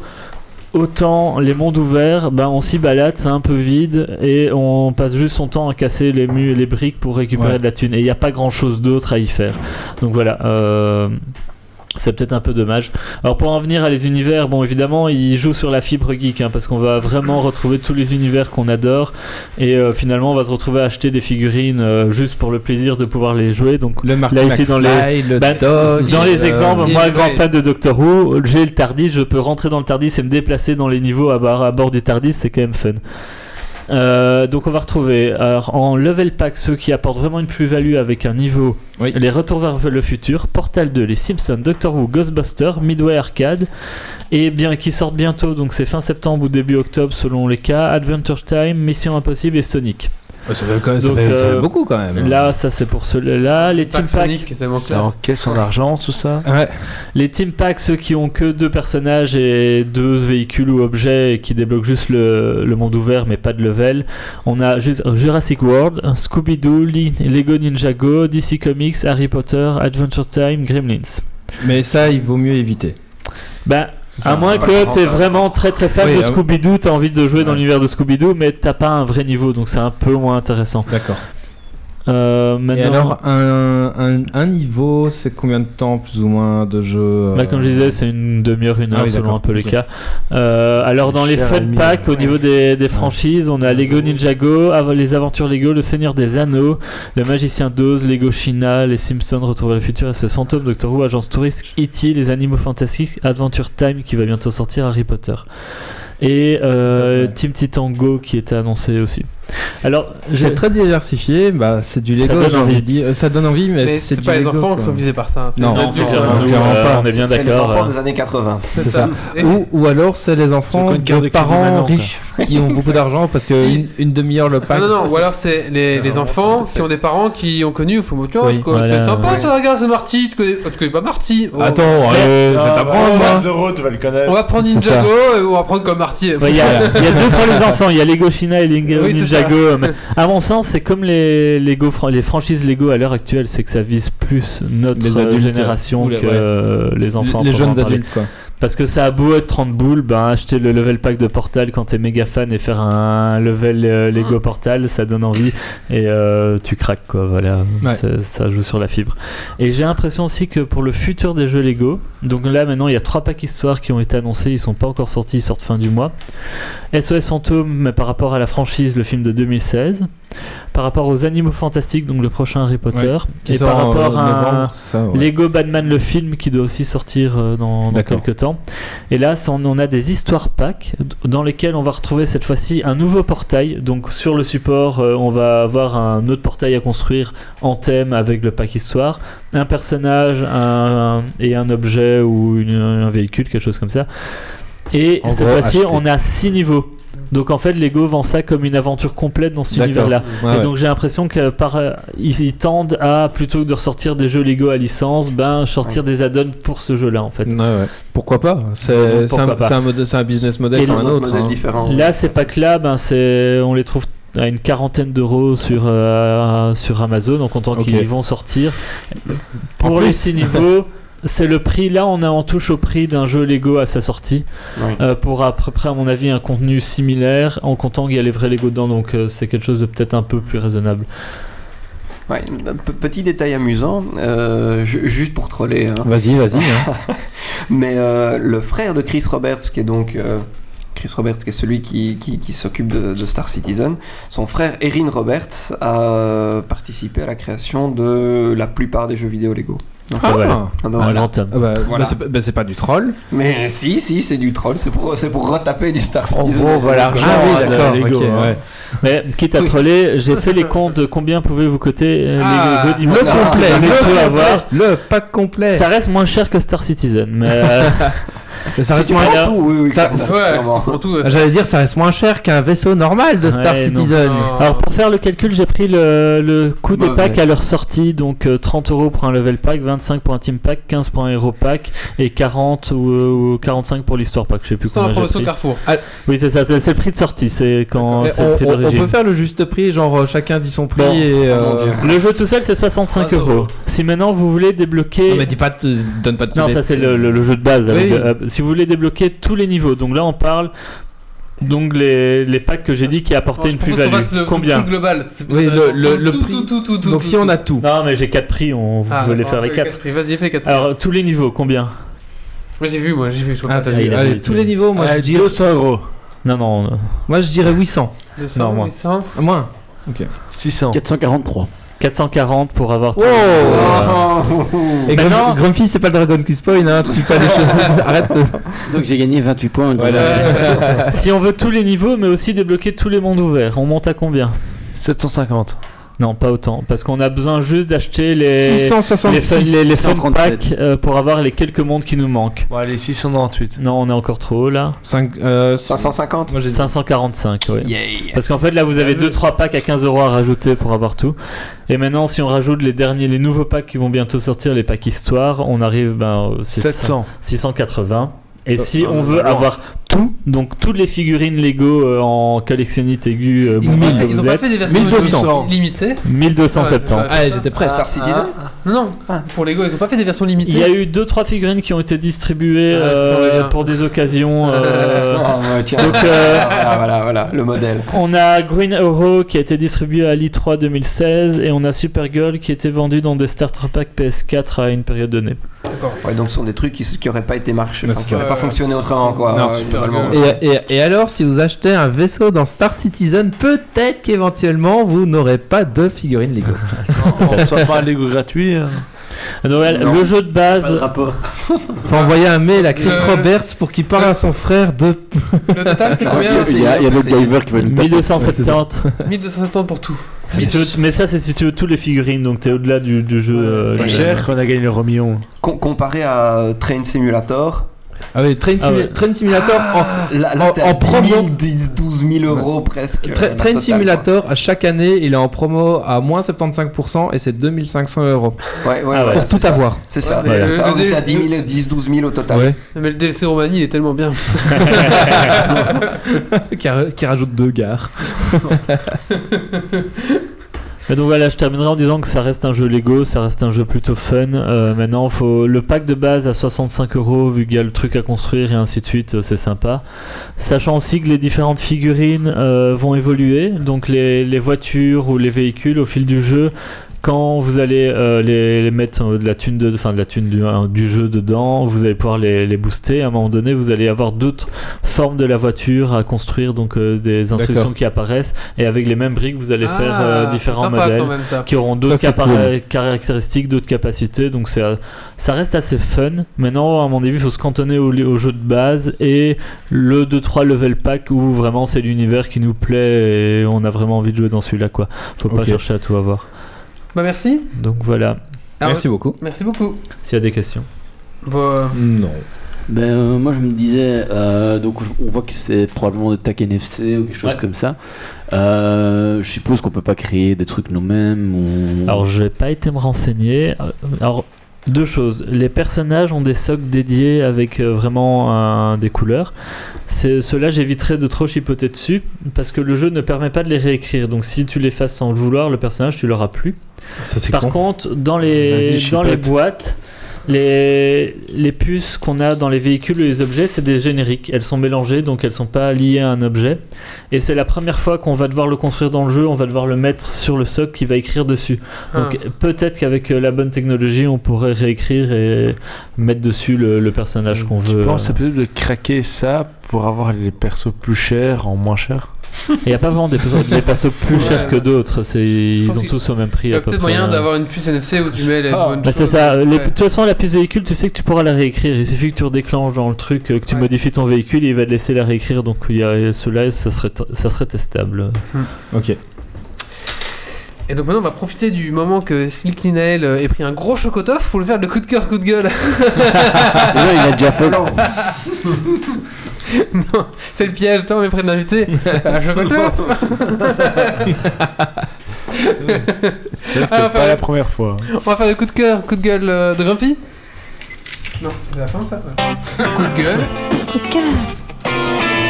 [SPEAKER 5] Autant les mondes ouverts, ben on s'y balade, c'est un peu vide et on passe juste son temps à casser les murs et les briques pour récupérer
[SPEAKER 2] Ouais.
[SPEAKER 5] de la thune. Et il n'y a pas grand chose d'autre à y faire. Donc voilà, euh, C'est peut-être un peu dommage. Alors pour en venir à les univers, bon évidemment ils jouent sur la fibre geek hein, parce qu'on va vraiment retrouver tous les univers qu'on adore et euh, finalement on va se retrouver à acheter des figurines euh, juste pour le plaisir de pouvoir les jouer. Donc
[SPEAKER 2] Le Marty
[SPEAKER 5] Là, ici, dans
[SPEAKER 2] McFly, le
[SPEAKER 5] bah,
[SPEAKER 2] dog.
[SPEAKER 5] dans les
[SPEAKER 2] euh,
[SPEAKER 5] exemples,
[SPEAKER 1] il
[SPEAKER 5] moi
[SPEAKER 1] est
[SPEAKER 5] grand
[SPEAKER 1] vrai.
[SPEAKER 5] fan de Doctor Who, j'ai le Tardis, je peux rentrer dans le Tardis et me déplacer dans les niveaux à bord, à bord du Tardis, c'est quand même fun. Euh, donc on va retrouver alors, en level pack ceux qui apportent vraiment une plus-value avec un niveau
[SPEAKER 2] Oui.
[SPEAKER 5] les retours vers le futur, Portal 2, les Simpsons, Doctor Who, Ghostbusters, Midway Arcade et bien qui sortent bientôt donc c'est fin septembre ou début octobre selon les cas, Adventure Time, Mission Impossible et Sonic.
[SPEAKER 2] Ça fait, quand même- ça
[SPEAKER 5] Donc,
[SPEAKER 2] fait- ça fait
[SPEAKER 5] euh,
[SPEAKER 2] beaucoup quand même.
[SPEAKER 5] Là ça c'est pour ceux-là, les Team
[SPEAKER 1] Pack
[SPEAKER 5] Pack
[SPEAKER 1] Sonic, c'est tellement
[SPEAKER 6] Ça
[SPEAKER 1] classe.
[SPEAKER 6] encaisse son argent, tout ça.
[SPEAKER 2] Ouais.
[SPEAKER 5] Les team packs, ceux qui ont que deux personnages et deux véhicules ou objets et qui débloquent juste le, le monde ouvert mais pas de level. On a juste Jurassic World, Scooby-Doo, Li- Lego Ninjago, DC Comics, Harry Potter, Adventure Time, Gremlins.
[SPEAKER 2] Mais ça, il vaut mieux éviter.
[SPEAKER 5] Bah,
[SPEAKER 2] Ça,
[SPEAKER 5] à moins
[SPEAKER 2] c'est pas
[SPEAKER 5] que
[SPEAKER 2] grand,
[SPEAKER 5] t'es
[SPEAKER 2] ça.
[SPEAKER 5] vraiment très très fan
[SPEAKER 2] Oui,
[SPEAKER 5] de
[SPEAKER 2] ah oui.
[SPEAKER 5] Scooby-Doo, t'as envie de jouer dans
[SPEAKER 2] Ouais.
[SPEAKER 5] l'univers de Scooby-Doo, mais t'as pas un vrai niveau, donc c'est un peu moins intéressant.
[SPEAKER 2] D'accord.
[SPEAKER 5] Euh,
[SPEAKER 2] Et
[SPEAKER 5] maintenant,
[SPEAKER 2] alors, un, un, un niveau, c'est combien de temps plus ou moins de jeu euh,
[SPEAKER 5] Bah, comme je disais, c'est une demi-heure, une
[SPEAKER 2] Ah
[SPEAKER 5] heure
[SPEAKER 2] oui,
[SPEAKER 5] selon
[SPEAKER 2] d'accord,
[SPEAKER 5] un peu les
[SPEAKER 2] ok.
[SPEAKER 5] cas. Euh, alors, dans les
[SPEAKER 6] Cher
[SPEAKER 5] Fun
[SPEAKER 6] ami,
[SPEAKER 5] Packs, au
[SPEAKER 6] ouais.
[SPEAKER 5] niveau des, des franchises, on a Lego Ninjago, Av- les Aventures Lego, le Seigneur des Anneaux, le Magicien d'Oz, Lego China, les Simpsons, Retour vers le futur, ce Fantôme, Doctor Who, Agence Touriste, E.T., les Animaux Fantastiques, Adventure Time qui va bientôt sortir, Harry Potter. Et euh,
[SPEAKER 2] Ça, ouais.
[SPEAKER 5] Team Titan Go qui était annoncé aussi. Alors, j'ai-
[SPEAKER 2] C'est très diversifié, bah, c'est du
[SPEAKER 5] Ça
[SPEAKER 2] Lego,
[SPEAKER 5] donne
[SPEAKER 2] j'ai
[SPEAKER 5] envie.
[SPEAKER 2] envie de dire. Euh, Ça donne envie, mais,
[SPEAKER 1] Mais
[SPEAKER 2] c'est
[SPEAKER 1] c'est
[SPEAKER 2] du
[SPEAKER 1] pas les
[SPEAKER 2] Lego,
[SPEAKER 1] enfants
[SPEAKER 2] quoi.
[SPEAKER 1] qui sont visés par ça. hein, c'est
[SPEAKER 2] Non,
[SPEAKER 1] les
[SPEAKER 5] non,
[SPEAKER 1] adultes.
[SPEAKER 5] c'est
[SPEAKER 3] non,
[SPEAKER 5] clairement
[SPEAKER 2] non,
[SPEAKER 5] nous,
[SPEAKER 2] clairement
[SPEAKER 5] euh,
[SPEAKER 2] pas.
[SPEAKER 5] on est bien
[SPEAKER 3] C'est les
[SPEAKER 5] d'accord.
[SPEAKER 3] enfants
[SPEAKER 5] euh.
[SPEAKER 3] des années 80.
[SPEAKER 2] c'est ça.
[SPEAKER 1] Et-
[SPEAKER 2] Ou, ou alors, c'est les
[SPEAKER 6] C'est
[SPEAKER 2] enfants
[SPEAKER 6] quoi une carte
[SPEAKER 2] de
[SPEAKER 6] de crédit
[SPEAKER 2] parents
[SPEAKER 6] maintenant, quoi.
[SPEAKER 2] riches qui ont beaucoup d'argent parce que
[SPEAKER 1] Si.
[SPEAKER 2] une, une demi-heure le pack.
[SPEAKER 1] Ah non, non, ou alors c'est les,
[SPEAKER 2] C'est
[SPEAKER 1] les
[SPEAKER 2] vraiment
[SPEAKER 1] enfants
[SPEAKER 2] ça, de
[SPEAKER 1] qui ont des parents qui ont connu Fumotios,
[SPEAKER 2] Oui,
[SPEAKER 1] quoi.
[SPEAKER 5] voilà,
[SPEAKER 1] c'est sympa
[SPEAKER 5] ouais.
[SPEAKER 1] ça, regarde, c'est Marty. Tu connais, tu connais pas Marty Oh.
[SPEAKER 2] Attends,
[SPEAKER 5] euh,
[SPEAKER 2] allez, je vais t'apprendre. hein.
[SPEAKER 6] 20 euh, euros, tu vas le
[SPEAKER 1] On
[SPEAKER 6] connaître.
[SPEAKER 1] va prendre
[SPEAKER 2] C'est
[SPEAKER 1] Ninjago et on va prendre comme Marty.
[SPEAKER 5] Ouais, Il y, a- il y a deux pour les enfants, il y a Lego China et Lego
[SPEAKER 1] Oui, c'est
[SPEAKER 5] Ninjago. euh, mais à mon sens, c'est comme les, Lego, fran- les franchises Lego à l'heure actuelle, c'est que ça vise plus notre
[SPEAKER 2] Les
[SPEAKER 5] euh,
[SPEAKER 2] adultes,
[SPEAKER 5] génération
[SPEAKER 2] oula,
[SPEAKER 5] que
[SPEAKER 2] ouais.
[SPEAKER 5] euh, les enfants.
[SPEAKER 2] Les
[SPEAKER 5] à
[SPEAKER 2] jeunes
[SPEAKER 5] proprement parler.
[SPEAKER 2] adultes, quoi.
[SPEAKER 5] Parce que ça a beau être 30 boules, ben, acheter le level pack de Portal quand t'es méga fan et faire un level euh,
[SPEAKER 2] Ah.
[SPEAKER 5] Lego Portal, ça donne envie et euh, tu craques quoi, voilà,
[SPEAKER 2] Ouais.
[SPEAKER 5] Ça- ça joue sur la fibre. Et j'ai l'impression aussi que pour le futur des jeux Lego, donc là maintenant il y a trois packs histoire qui ont été annoncés, ils sont pas encore sortis, ils sortent fin du mois. SOS Fantôme, mais par rapport à la franchise, le film de 2016, par rapport aux Animaux Fantastiques, donc le prochain Harry Potter,
[SPEAKER 2] Qui
[SPEAKER 5] et
[SPEAKER 2] sort
[SPEAKER 5] par
[SPEAKER 2] en,
[SPEAKER 5] rapport
[SPEAKER 2] euh,
[SPEAKER 5] à
[SPEAKER 2] novembre, c'est ça, ouais.
[SPEAKER 5] Lego Batman le film qui doit aussi sortir euh, dans, dans
[SPEAKER 2] D'accord.
[SPEAKER 5] quelques temps. Et là, ça, on on a des histoires packs d- dans lesquelles on va retrouver cette fois-ci un nouveau portail. Donc sur le support, euh, on va avoir un autre portail à construire en thème avec le pack histoire, un personnage un- et un objet ou une- un véhicule, quelque chose comme ça. Et
[SPEAKER 2] En
[SPEAKER 5] cette
[SPEAKER 2] gros,
[SPEAKER 5] fois-ci,
[SPEAKER 2] acheter.
[SPEAKER 5] on a six niveaux. Donc en fait, Lego vend ça comme une aventure complète dans cet
[SPEAKER 2] D'accord.
[SPEAKER 5] univers-là.
[SPEAKER 2] Ouais,
[SPEAKER 5] Et
[SPEAKER 2] ouais.
[SPEAKER 5] donc j'ai l'impression que par euh, ils, ils tendent à plutôt que de ressortir des jeux Lego à licence, ben sortir des add-ons pour ce jeu-là en fait.
[SPEAKER 2] Ouais, ouais. Pourquoi pas
[SPEAKER 5] Pourquoi
[SPEAKER 2] C'est c'est un,
[SPEAKER 5] pas.
[SPEAKER 2] c'est un modèle- c'est un business
[SPEAKER 5] Et
[SPEAKER 2] model
[SPEAKER 5] le
[SPEAKER 2] comme un
[SPEAKER 3] autre
[SPEAKER 2] autre.
[SPEAKER 3] modèle
[SPEAKER 2] hein.
[SPEAKER 3] différent.
[SPEAKER 5] Là ces packs là, ben c'est on les trouve à une quarantaine d'euros sur euh, sur Amazon en comptant
[SPEAKER 2] Ok.
[SPEAKER 5] qu'ils vont sortir.
[SPEAKER 2] En
[SPEAKER 5] Pour
[SPEAKER 2] plus.
[SPEAKER 5] les six niveaux. C'est le prix, là on a en touche au prix d'un jeu Lego à sa sortie,
[SPEAKER 3] Oui.
[SPEAKER 5] euh, pour à peu près à mon avis un contenu similaire, en comptant qu'il y a les vrais Lego dedans, donc euh, c'est quelque chose de peut-être un peu plus raisonnable.
[SPEAKER 3] Ouais, un pe- petit détail amusant, euh, ju- juste pour troller. hein.
[SPEAKER 2] Vas-y, vas-y. hein.
[SPEAKER 3] Mais euh, le frère de Chris Roberts, qui est donc euh, Chris Roberts, qui est celui qui, qui- qui s'occupe de, de Star Citizen, son frère Erin Roberts a participé à la création de la plupart des jeux vidéo Lego. Donc,
[SPEAKER 5] Ah, voilà.
[SPEAKER 2] Ah,
[SPEAKER 3] donc,
[SPEAKER 5] Un
[SPEAKER 3] voilà.
[SPEAKER 5] grand homme.
[SPEAKER 2] bah,
[SPEAKER 3] Voilà.
[SPEAKER 2] bah, c'est pas- bah, c'est pas du troll.
[SPEAKER 3] Mais si, si, c'est du troll, c'est pour, c'est pour retaper du Star
[SPEAKER 6] En
[SPEAKER 3] Citizen.
[SPEAKER 6] gros, on va l'argent
[SPEAKER 2] Ah oui,
[SPEAKER 6] à la
[SPEAKER 2] d'accord,
[SPEAKER 6] Lego.
[SPEAKER 2] ok,
[SPEAKER 6] hein.
[SPEAKER 2] ouais.
[SPEAKER 5] Mais quitte à troller, j'ai fait les comptes de combien pouvez vous coter euh,
[SPEAKER 1] Ah,
[SPEAKER 5] les Lego
[SPEAKER 2] Le
[SPEAKER 5] Dimensions.
[SPEAKER 3] complet,
[SPEAKER 5] Vous allez
[SPEAKER 2] le
[SPEAKER 5] tout
[SPEAKER 2] complet.
[SPEAKER 5] avoir.
[SPEAKER 2] Le pack complet.
[SPEAKER 5] Ça reste moins cher que Star Citizen, mais euh,
[SPEAKER 2] Mais ça
[SPEAKER 5] Si
[SPEAKER 2] reste
[SPEAKER 5] tu
[SPEAKER 2] moins-
[SPEAKER 5] prends-
[SPEAKER 3] Prends tout, oui, oui,
[SPEAKER 2] Ça-
[SPEAKER 3] clairement.
[SPEAKER 1] Ouais, c'est pour tout. euh,
[SPEAKER 2] J'allais dire, ça reste moins cher qu'un vaisseau normal de Star
[SPEAKER 5] Ouais, non.
[SPEAKER 2] Citizen.
[SPEAKER 1] non.
[SPEAKER 5] alors pour faire le calcul, j'ai pris le, le coût des
[SPEAKER 3] Mauvais.
[SPEAKER 5] packs à leur sortie, donc euh, 30 euros pour un level pack, 25 pour un team pack, 15 pour un hero pack et 40 ou, ou 45 pour l'histoire pack. Je sais plus
[SPEAKER 1] Sans la
[SPEAKER 5] combien j'ai
[SPEAKER 1] promotion
[SPEAKER 5] pris.
[SPEAKER 1] Carrefour.
[SPEAKER 5] Oui, c'est ça, c'est c'est le prix de sortie, c'est quand
[SPEAKER 2] Mais
[SPEAKER 5] c'est le
[SPEAKER 2] on,
[SPEAKER 5] prix
[SPEAKER 2] on- on
[SPEAKER 5] d'origine.
[SPEAKER 2] peut faire le juste prix, genre euh, chacun dit son prix
[SPEAKER 5] Bon.
[SPEAKER 2] et. euh,
[SPEAKER 1] Oh
[SPEAKER 3] Ah, mon Dieu.
[SPEAKER 5] Le jeu tout seul, c'est 65
[SPEAKER 2] 3 euros.
[SPEAKER 5] euros. Si maintenant vous voulez débloquer
[SPEAKER 2] Non, mais dis pas, de- donne pas de
[SPEAKER 5] Non, ça c'est le, le- le jeu de base.
[SPEAKER 2] Oui.
[SPEAKER 5] avec, euh, si vous voulez débloquer tous les niveaux, donc là on parle Donc les, les packs que j'ai dit qui apportaient
[SPEAKER 1] Je
[SPEAKER 5] une
[SPEAKER 1] propose qu'on fasse
[SPEAKER 5] plus-value,
[SPEAKER 1] le
[SPEAKER 5] combien
[SPEAKER 1] prix global. c'est
[SPEAKER 2] Oui, le- le-
[SPEAKER 1] tout,
[SPEAKER 2] le
[SPEAKER 1] tout,
[SPEAKER 2] prix.
[SPEAKER 1] tout, tout, tout, tout,
[SPEAKER 2] Donc
[SPEAKER 1] tout,
[SPEAKER 2] si on
[SPEAKER 1] tout.
[SPEAKER 2] a tout,
[SPEAKER 5] Non mais j'ai 4 prix, on vous
[SPEAKER 1] Ah,
[SPEAKER 5] voulez
[SPEAKER 1] d'accord,
[SPEAKER 5] faire les
[SPEAKER 1] fais
[SPEAKER 5] 4.
[SPEAKER 1] prix. Vas-y, fais les 4
[SPEAKER 5] Alors tous les niveaux, combien
[SPEAKER 1] Moi j'ai vu, moi j'ai vu. je vois
[SPEAKER 2] Ah,
[SPEAKER 1] pas.
[SPEAKER 2] t'as
[SPEAKER 5] Ah,
[SPEAKER 2] vu.
[SPEAKER 5] il a
[SPEAKER 2] Allez,
[SPEAKER 5] mérité.
[SPEAKER 2] tous les niveaux,
[SPEAKER 5] Ah,
[SPEAKER 2] moi, je
[SPEAKER 6] Euh,
[SPEAKER 2] dirais,
[SPEAKER 6] 200 euros.
[SPEAKER 5] Non non, non,
[SPEAKER 2] moi je dirais 800.
[SPEAKER 1] 200,
[SPEAKER 5] Non, moi.
[SPEAKER 1] 800.
[SPEAKER 2] Moins.
[SPEAKER 6] 600.
[SPEAKER 4] 443.
[SPEAKER 5] 440 pour avoir
[SPEAKER 2] Oh.
[SPEAKER 5] tout. Euh,
[SPEAKER 3] Oh,
[SPEAKER 2] Et
[SPEAKER 5] Bah
[SPEAKER 2] Grum-
[SPEAKER 5] non.
[SPEAKER 2] Grumpy, c'est pas le Dragon Quiz Point, hein, tu pas les choses. Arrête.
[SPEAKER 4] Donc j'ai gagné 28 points.
[SPEAKER 2] Voilà.
[SPEAKER 5] euh, si on veut tous les niveaux mais aussi débloquer tous les mondes ouverts, on monte à combien
[SPEAKER 6] 750.
[SPEAKER 5] Non, pas autant parce qu'on a besoin juste d'acheter les les,
[SPEAKER 2] 666.
[SPEAKER 5] fun- les, les fun
[SPEAKER 4] 137.
[SPEAKER 5] packs euh, pour avoir les quelques mondes qui nous manquent.
[SPEAKER 6] Bon, allez, 698.
[SPEAKER 5] Non, on est encore trop haut là.
[SPEAKER 2] Cinq- euh,
[SPEAKER 3] 550
[SPEAKER 2] Moi j'ai
[SPEAKER 5] 545, ouais.
[SPEAKER 3] Yeah
[SPEAKER 5] Parce qu'en fait, là, vous avez 2-3 packs à 15 euros à rajouter pour avoir tout. Et maintenant, si on rajoute les derniers, les nouveaux packs qui vont bientôt sortir, les packs histoire, on arrive ben, au
[SPEAKER 6] 700.
[SPEAKER 5] 680. Et si
[SPEAKER 6] euh,
[SPEAKER 5] on veut
[SPEAKER 6] alors.
[SPEAKER 5] avoir tout, donc toutes les figurines Lego euh, en collectionnite aiguë, euh,
[SPEAKER 1] Ils ont,
[SPEAKER 5] bon,
[SPEAKER 1] pas
[SPEAKER 5] que
[SPEAKER 1] fait, ils ont
[SPEAKER 5] vous
[SPEAKER 1] pas
[SPEAKER 5] êtes,
[SPEAKER 1] fait des versions
[SPEAKER 2] 1200.
[SPEAKER 1] limitées.
[SPEAKER 5] 1270.
[SPEAKER 1] Ah,
[SPEAKER 2] Allez, j'étais prêt.
[SPEAKER 3] Star Citizen
[SPEAKER 1] Non, non, pour Lego, ils ont pas fait des versions limitées.
[SPEAKER 5] Il y a eu 2-3 figurines qui ont été distribuées
[SPEAKER 1] Ah,
[SPEAKER 5] euh,
[SPEAKER 1] ça, on est bien.
[SPEAKER 5] pour des occasions. euh,
[SPEAKER 3] Ah, ouais, tiens.
[SPEAKER 5] donc, euh,
[SPEAKER 3] voilà, voilà, voilà, le modèle.
[SPEAKER 5] On a Green Euro qui a été distribué à l'I3 2016 et on a Supergirl qui était vendu dans des starter packs PS4 à une période donnée.
[SPEAKER 1] D'accord.
[SPEAKER 3] Ouais, donc ce sont des trucs qui n'auraient pas été marchés,
[SPEAKER 2] Non,
[SPEAKER 3] enfin,
[SPEAKER 2] c'est
[SPEAKER 3] qui n'auraient
[SPEAKER 1] Bah, ça.
[SPEAKER 3] pas fonctionné autrement, quoi.
[SPEAKER 2] Non,
[SPEAKER 3] ouais,
[SPEAKER 1] super
[SPEAKER 3] globalement. euh,
[SPEAKER 1] gueule.
[SPEAKER 2] Et, et- et alors, si vous achetez un vaisseau dans Star Citizen, peut-être qu'éventuellement vous n'aurez pas de figurines Lego.
[SPEAKER 6] On reçoit pas un Lego gratuit. hein.
[SPEAKER 5] Donc, voilà,
[SPEAKER 4] Non.
[SPEAKER 5] le jeu de
[SPEAKER 4] Pas de
[SPEAKER 5] base,
[SPEAKER 4] rapport.
[SPEAKER 2] Faut envoyer un mail à Chris
[SPEAKER 1] Euh,
[SPEAKER 2] Roberts pour qu'il parle à son frère de.
[SPEAKER 1] Le total, c'est combien
[SPEAKER 4] Il y a, il y a notre diver qui va nous taper.
[SPEAKER 5] 1270.
[SPEAKER 1] 1270 pour tout.
[SPEAKER 5] Si tu veux- mais ça, c'est si tu veux tous les figurines, donc t'es au-delà du, du jeu. euh,
[SPEAKER 6] Pas
[SPEAKER 5] le-
[SPEAKER 6] cher qu'on a gagné l'euro million.
[SPEAKER 3] Com- comparé à euh, Train Simulator,
[SPEAKER 2] Ah oui, Train,
[SPEAKER 5] Ah
[SPEAKER 2] Simu-
[SPEAKER 5] ouais.
[SPEAKER 2] Train Simulator en.
[SPEAKER 3] là,
[SPEAKER 2] En-
[SPEAKER 3] là t'es
[SPEAKER 2] en
[SPEAKER 3] à 10 000,
[SPEAKER 2] promo.
[SPEAKER 3] 10 12 000 euros presque.
[SPEAKER 2] Tra-
[SPEAKER 3] euh,
[SPEAKER 2] Train
[SPEAKER 3] total,
[SPEAKER 2] Simulator, à chaque année, il est en promo à moins 75% et c'est 2500 euros.
[SPEAKER 3] quoi. Ouais, ouais,
[SPEAKER 5] Ah
[SPEAKER 3] voilà,
[SPEAKER 5] ouais.
[SPEAKER 3] c'est
[SPEAKER 2] Tout
[SPEAKER 3] ça.
[SPEAKER 2] avoir.
[SPEAKER 3] C'est ça,
[SPEAKER 1] Ouais, mais
[SPEAKER 3] c'est
[SPEAKER 1] le-
[SPEAKER 3] ça,
[SPEAKER 1] le
[SPEAKER 3] on était à
[SPEAKER 1] DLC
[SPEAKER 3] 10 000, 10 12 000 au
[SPEAKER 2] Ah
[SPEAKER 3] total.
[SPEAKER 1] Mais le DLC Romani, il est tellement bien.
[SPEAKER 2] qui, ra- qui rajoute deux gares.
[SPEAKER 5] Mais donc voilà, je terminerai en disant que ça reste un jeu Lego, ça reste un jeu plutôt fun. Euh, maintenant, faut le pack de base à 65 euros, vu qu'il y a le truc à construire et ainsi de suite, euh, c'est sympa. Sachant aussi que les différentes figurines euh, vont évoluer, donc les, les voitures ou les véhicules au fil du jeu. Quand vous allez euh, les, les mettre euh, de la thune, de, enfin, de la thune du, euh, du jeu dedans, vous allez pouvoir les, les booster. À un moment donné, vous allez avoir d'autres formes de la voiture à construire, donc euh, des instructions
[SPEAKER 2] D'accord.
[SPEAKER 5] qui apparaissent. Et avec les mêmes briques, vous allez
[SPEAKER 1] Ah,
[SPEAKER 5] faire euh, différents
[SPEAKER 1] sympa
[SPEAKER 5] modèles
[SPEAKER 1] quand même ça.
[SPEAKER 5] qui auront d'autres
[SPEAKER 2] Ça, c'est
[SPEAKER 5] capara- caractéristiques, d'autres capacités. Donc c'est, euh, ça reste assez fun. Maintenant, à mon avis, il faut se cantonner au, au jeu de base et le 2-3 level pack où vraiment c'est l'univers qui nous plaît et on a vraiment envie de jouer dans celui-là. Quoi. Faut pas
[SPEAKER 2] Ok.
[SPEAKER 5] chercher à tout avoir.
[SPEAKER 1] Bah merci.
[SPEAKER 5] Donc voilà,
[SPEAKER 1] Alors,
[SPEAKER 2] Merci beaucoup.
[SPEAKER 1] Merci beaucoup.
[SPEAKER 5] s'il y a des questions.
[SPEAKER 1] Bon, euh,
[SPEAKER 2] Non.
[SPEAKER 4] Ben, euh, moi je me disais, euh, donc je- on voit que c'est probablement de TAC NFC ou quelque chose
[SPEAKER 5] Ouais.
[SPEAKER 4] comme ça. Euh, je suppose qu'on peut pas créer des trucs nous-mêmes ou.
[SPEAKER 5] Alors, j'ai pas été me renseigner. Euh, Alors, deux choses. Les personnages ont des socles dédiés avec euh, vraiment un- des couleurs. C'est- Ceux-là, j'éviterai de trop chipoter dessus parce que le jeu ne permet pas de les réécrire. Donc, si tu les fasses sans le vouloir, le personnage, tu l'auras plus.
[SPEAKER 2] Ça c'est
[SPEAKER 5] Par contre, dans les,
[SPEAKER 2] Vas-y,
[SPEAKER 5] dans
[SPEAKER 2] chipote.
[SPEAKER 5] les boîtes, les, les puces qu'on a dans les véhicules et les objets, c'est des génériques. Elles sont mélangées, donc elles sont pas liées à un objet. Et c'est la première fois qu'on va devoir le construire dans le jeu, on va devoir le mettre sur le socle qui va écrire dessus. Donc
[SPEAKER 1] Ah.
[SPEAKER 5] peut-être qu'avec euh, la bonne technologie, on pourrait réécrire et mettre dessus le, le personnage qu'on
[SPEAKER 6] Tu
[SPEAKER 5] veut.
[SPEAKER 6] penses c'est possible de craquer ça pour avoir les persos plus chers en moins cher
[SPEAKER 5] Il n'y euh. a pas vraiment des, persos- des persos plus
[SPEAKER 1] Ouais,
[SPEAKER 5] chers que
[SPEAKER 1] ouais.
[SPEAKER 5] d'autres. c'est- Ils
[SPEAKER 1] pense
[SPEAKER 5] ont
[SPEAKER 1] qu'il-
[SPEAKER 5] tous au même prix.
[SPEAKER 1] il y
[SPEAKER 5] à
[SPEAKER 1] a
[SPEAKER 5] peu
[SPEAKER 1] peut-être
[SPEAKER 5] près. hein.
[SPEAKER 1] moyen d'avoir une puce NFC où tu mets les
[SPEAKER 6] Ah.
[SPEAKER 1] bonnes
[SPEAKER 5] Bah, c'est
[SPEAKER 1] choses.
[SPEAKER 5] ça. les-
[SPEAKER 1] Ouais.
[SPEAKER 5] De toute façon, la puce véhicule, tu sais que tu pourras la réécrire. Il suffit que tu redéclenches dans le truc, euh, que tu
[SPEAKER 1] Ouais.
[SPEAKER 5] modifies ton véhicule, et il va te laisser la réécrire. Donc il y a cela, ça serait, ça serait testable.
[SPEAKER 2] Ok.
[SPEAKER 1] Et donc maintenant, on va profiter du moment que Silky Nail euh, ait pris un gros chocotoff pour le faire le coup de cœur, coup de gueule.
[SPEAKER 4] Déjà, il a déjà fait.
[SPEAKER 1] non, c'est le piège, toi, on est près de l'invité. Euh, Un chocotoff.
[SPEAKER 6] C'est vrai que
[SPEAKER 1] Ah,
[SPEAKER 6] c'est
[SPEAKER 1] enfin,
[SPEAKER 6] pas
[SPEAKER 1] ouais.
[SPEAKER 6] la première fois.
[SPEAKER 5] hein.
[SPEAKER 1] On va faire le coup de cœur, coup de gueule euh, de Grumpy. Non, c'est la fin ça. Coup de gueule.
[SPEAKER 7] Coup de cœur.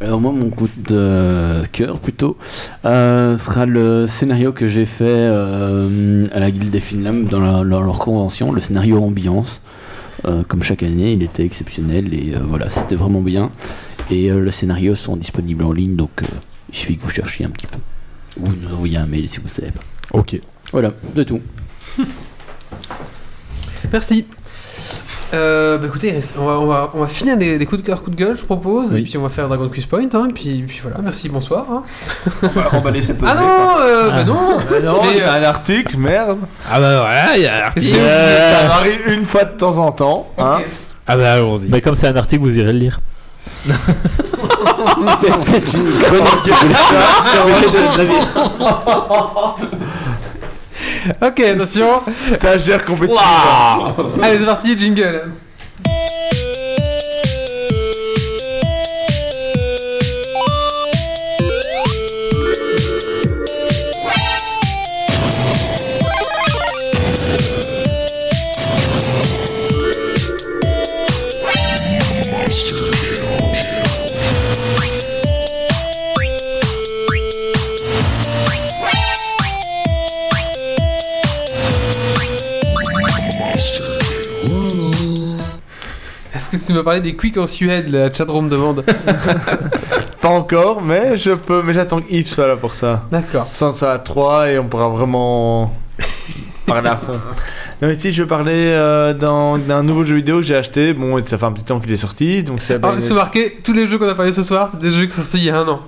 [SPEAKER 4] Alors moi, mon coup de cœur plutôt euh, sera le scénario que j'ai fait euh, à la Guilde des Finlames dans la- leur, leur convention, le scénario ambiance. Euh, comme chaque année, il était exceptionnel et euh, voilà, c'était vraiment bien. Et euh, les scénarios sont disponibles en ligne, donc euh, il suffit que vous cherchiez un petit peu. Vous nous envoyez un mail si vous savez pas.
[SPEAKER 2] Ok.
[SPEAKER 4] Voilà, c'est tout.
[SPEAKER 1] Merci. Euh, bah écoutez, il reste- on va, on va- on va finir les, les coups de cœur, coups de gueule, je propose,
[SPEAKER 2] Oui.
[SPEAKER 1] et puis on va faire Dragon Quiz Point, hein, et puis, puis voilà, merci, bonsoir. hein.
[SPEAKER 3] On va laisser poser.
[SPEAKER 1] Ah non, euh, bah
[SPEAKER 5] Ah.
[SPEAKER 1] non,
[SPEAKER 6] Non,
[SPEAKER 1] Mais,
[SPEAKER 6] j'ai
[SPEAKER 1] euh,
[SPEAKER 6] un article, merde.
[SPEAKER 2] Ah bah voilà, il y a l'article.
[SPEAKER 1] Si.
[SPEAKER 6] Ça m'arrive une fois de temps en temps. Hein.
[SPEAKER 2] Ah bah allons-y.
[SPEAKER 5] Mais comme c'est un article, vous irez le lire.
[SPEAKER 4] C'était une bonne enquête.
[SPEAKER 1] Ok, attention,
[SPEAKER 6] Stagiaire compétitif.
[SPEAKER 1] allez c'est parti, jingle. Est-ce que tu veux parler des quicks en Suède, la chatroom demande
[SPEAKER 6] Pas encore, mais je peux. Mais j'attends que Yves soit là pour ça.
[SPEAKER 1] D'accord.
[SPEAKER 6] Sans ça à 3 et on pourra vraiment
[SPEAKER 1] Euh,
[SPEAKER 6] parler à fond.
[SPEAKER 1] oh,
[SPEAKER 6] Non mais si je veux parler euh, d'un d'un nouveau jeu vidéo que j'ai acheté, bon ça fait un petit temps qu'il est sorti, donc c'est
[SPEAKER 1] Alors, se marquer, tous les jeux qu'on a parlé ce soir, c'est des jeux qui sont sortis il y a un an.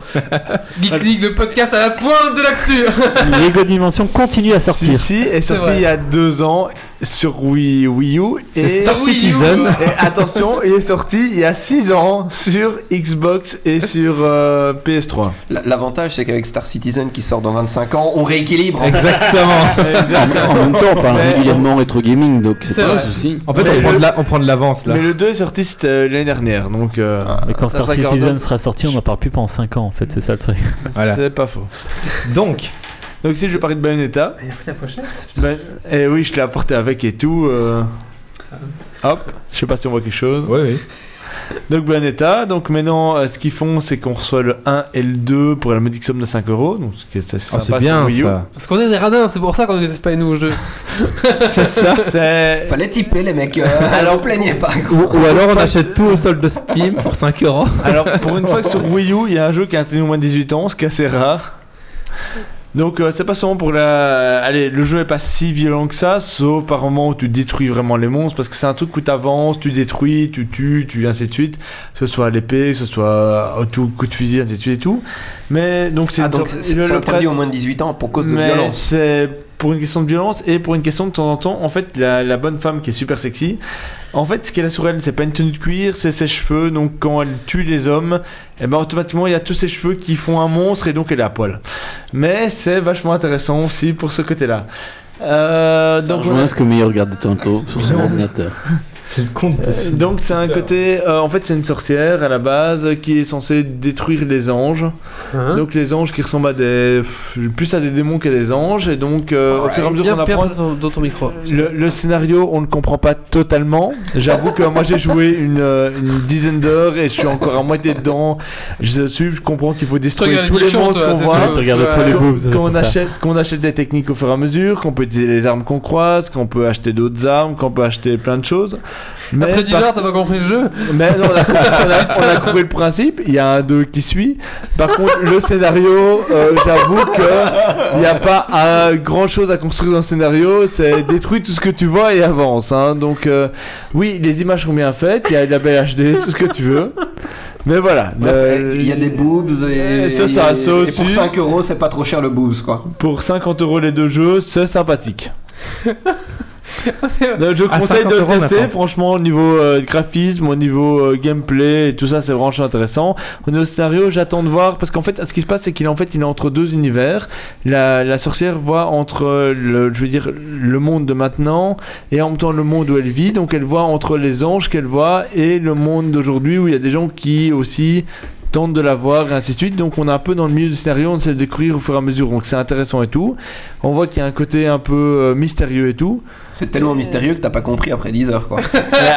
[SPEAKER 1] Geeks League, le podcast à la pointe de l'actu
[SPEAKER 5] Lego Dimension continue à sortir.
[SPEAKER 6] Celui-ci est sorti
[SPEAKER 1] vrai.
[SPEAKER 6] il y a deux ans sur Wii, Wii U et,
[SPEAKER 2] C'est Star
[SPEAKER 1] Sur Wii U,
[SPEAKER 2] Citizen.
[SPEAKER 1] euh,
[SPEAKER 6] et attention, il est sorti il y a six ans sur Xbox et sur euh, PS3.
[SPEAKER 3] L- L'avantage, c'est qu'avec Star Citizen qui sort dans 25 ans, on rééquilibre.
[SPEAKER 2] Exactement.
[SPEAKER 4] En même temps, on parle
[SPEAKER 6] Mais-
[SPEAKER 4] régulièrement rétro gaming, donc
[SPEAKER 1] C'est
[SPEAKER 4] c'est pas un
[SPEAKER 1] vrai.
[SPEAKER 4] souci.
[SPEAKER 2] En fait, on prend, de la- on prend de l'avance là.
[SPEAKER 6] Mais le 2 est sorti c'était, euh, l'année dernière, donc euh,
[SPEAKER 2] Ah,
[SPEAKER 5] Mais quand Star
[SPEAKER 3] Ça, ça
[SPEAKER 5] Citizen
[SPEAKER 3] coordonne.
[SPEAKER 5] sera sorti, on n'en parle plus pas en 5 ans en fait, c'est ça le truc.
[SPEAKER 2] Voilà.
[SPEAKER 6] c'est pas faux.
[SPEAKER 2] Donc,
[SPEAKER 6] Donc si je parlais de Bayonetta,
[SPEAKER 1] Il a pris la pochette
[SPEAKER 6] Ben, eh oui, je l'ai apporté avec et tout. euh. Hop, je sais pas si on voit quelque chose.
[SPEAKER 2] oui, oui.
[SPEAKER 6] Donc Bayonetta, donc maintenant, euh, ce qu'ils font, c'est qu'on reçoit le 1 et le 2 pour la modique somme de 5 euros. Donc ce qui est- ça, c'est
[SPEAKER 2] Oh,
[SPEAKER 6] sympa
[SPEAKER 2] c'est
[SPEAKER 6] sur
[SPEAKER 2] bien
[SPEAKER 6] Wii U.
[SPEAKER 2] ça.
[SPEAKER 1] Parce qu'on est des radins, c'est pour ça qu'on ne laisse pas les nouveaux jeux.
[SPEAKER 2] C'est ça.
[SPEAKER 6] C'est
[SPEAKER 3] Fallait typer les mecs, euh, alors plaignez pas.
[SPEAKER 2] Ou, ou alors on achète tout au solde de Steam pour 5 euros.
[SPEAKER 6] alors pour une fois que sur Wii U, il y a un jeu qui a interdit au moins de 18 ans, ce qui est assez rare. Donc euh, c'est pas seulement pour la. Allez, le jeu est pas si violent que ça, sauf par moment où tu détruis vraiment les monstres, parce que c'est un truc où t'avances, tu détruis, tu tues, tu ainsi de suite, que ce soit à l'épée, que ce soit au tout coup de fusil, ainsi de suite et tout. Mais donc c'est
[SPEAKER 3] Ah,
[SPEAKER 6] une
[SPEAKER 3] donc
[SPEAKER 6] sorte-
[SPEAKER 3] c'est
[SPEAKER 6] le-
[SPEAKER 3] c'est
[SPEAKER 6] le
[SPEAKER 3] interdit au moins de 18 ans pour cause de
[SPEAKER 6] Mais
[SPEAKER 3] violence.
[SPEAKER 6] C'est pour une question de violence et pour une question de temps en temps. En fait, la, la bonne femme qui est super sexy, en fait, ce qu'elle a sur elle, c'est pas une tenue de cuir, c'est ses cheveux. Donc, quand elle tue les hommes, et ben automatiquement, il y a tous ses cheveux qui font un monstre et donc elle est à poil. Mais c'est vachement intéressant aussi pour ce côté-là. Euh,
[SPEAKER 4] Ça
[SPEAKER 6] donc,
[SPEAKER 4] rejoint ce que Meilleur regardait tantôt sur son ordinateur.
[SPEAKER 2] C'est le compte.
[SPEAKER 6] euh, donc c'est un côté, euh, en fait c'est une sorcière à la base euh, qui est censée détruire les anges.
[SPEAKER 1] Hein
[SPEAKER 6] donc les anges qui ressemblent à des, pff, plus à des démons qu'à des anges. Et donc euh, au fur et à mesure
[SPEAKER 1] Viens,
[SPEAKER 6] qu'on apprend,
[SPEAKER 1] Pierre, dans, dans ton micro.
[SPEAKER 6] Le, le scénario, on ne comprend pas totalement. J'avoue que moi j'ai joué une, euh, une dizaine d'heures et je suis encore à moitié dedans. Je suis, je comprends qu'il faut détruire tous les monstres qu'on voit.
[SPEAKER 5] tu regardes trop les
[SPEAKER 6] Qu'on-
[SPEAKER 5] boobs, c'est
[SPEAKER 6] Qu'on
[SPEAKER 5] pour ça.
[SPEAKER 6] achète, qu'on achète des techniques au fur et à mesure, qu'on peut utiliser les armes qu'on croise, qu'on peut acheter d'autres armes, qu'on peut acheter plein de choses. Mais
[SPEAKER 1] Après 10
[SPEAKER 6] par-
[SPEAKER 1] heures, t'as pas compris le jeu
[SPEAKER 6] mais non, on a, on a- on a compris le principe, il y a un 2 qui suit. Par contre, le scénario, euh, j'avoue que il n'y a pas grand chose à construire dans le scénario, c'est détruis tout ce que tu vois et avance. hein. Donc, euh, oui, les images sont bien faites, il y a de la belle HD, tout ce que tu veux. Mais voilà.
[SPEAKER 3] Bref,
[SPEAKER 6] le-
[SPEAKER 3] Bah, Il y a des boobs et,
[SPEAKER 6] Et ça, Euh, ça, ça
[SPEAKER 3] et
[SPEAKER 6] aussi.
[SPEAKER 3] pour 5 euros, c'est pas trop cher le boobs quoi.
[SPEAKER 6] Pour 50 euros les deux jeux, c'est sympathique. Donc, je
[SPEAKER 2] À
[SPEAKER 6] conseille
[SPEAKER 2] 50
[SPEAKER 6] de le
[SPEAKER 2] euros,
[SPEAKER 6] tester,
[SPEAKER 2] maintenant.
[SPEAKER 6] franchement, au niveau euh, graphisme, au niveau euh, gameplay, et tout ça, c'est vraiment intéressant. Au niveau scénario, j'attends de voir, parce qu'en fait, ce qui se passe, c'est qu'il est en fait, il est entre deux univers. La, la sorcière voit entre euh, le, je veux dire, le monde de maintenant et en même temps le monde où elle vit. Donc, elle voit entre les anges qu'elle voit et le monde d'aujourd'hui où il y a des gens qui aussi tentent de la voir et ainsi de suite. Donc, on est un peu dans le milieu du scénario, on essaie de découvrir au fur et à mesure. Donc, c'est intéressant et tout. On voit qu'il y a un côté un peu euh, mystérieux et tout.
[SPEAKER 3] C'est tellement mystérieux que t'as pas compris après 10 heures quoi.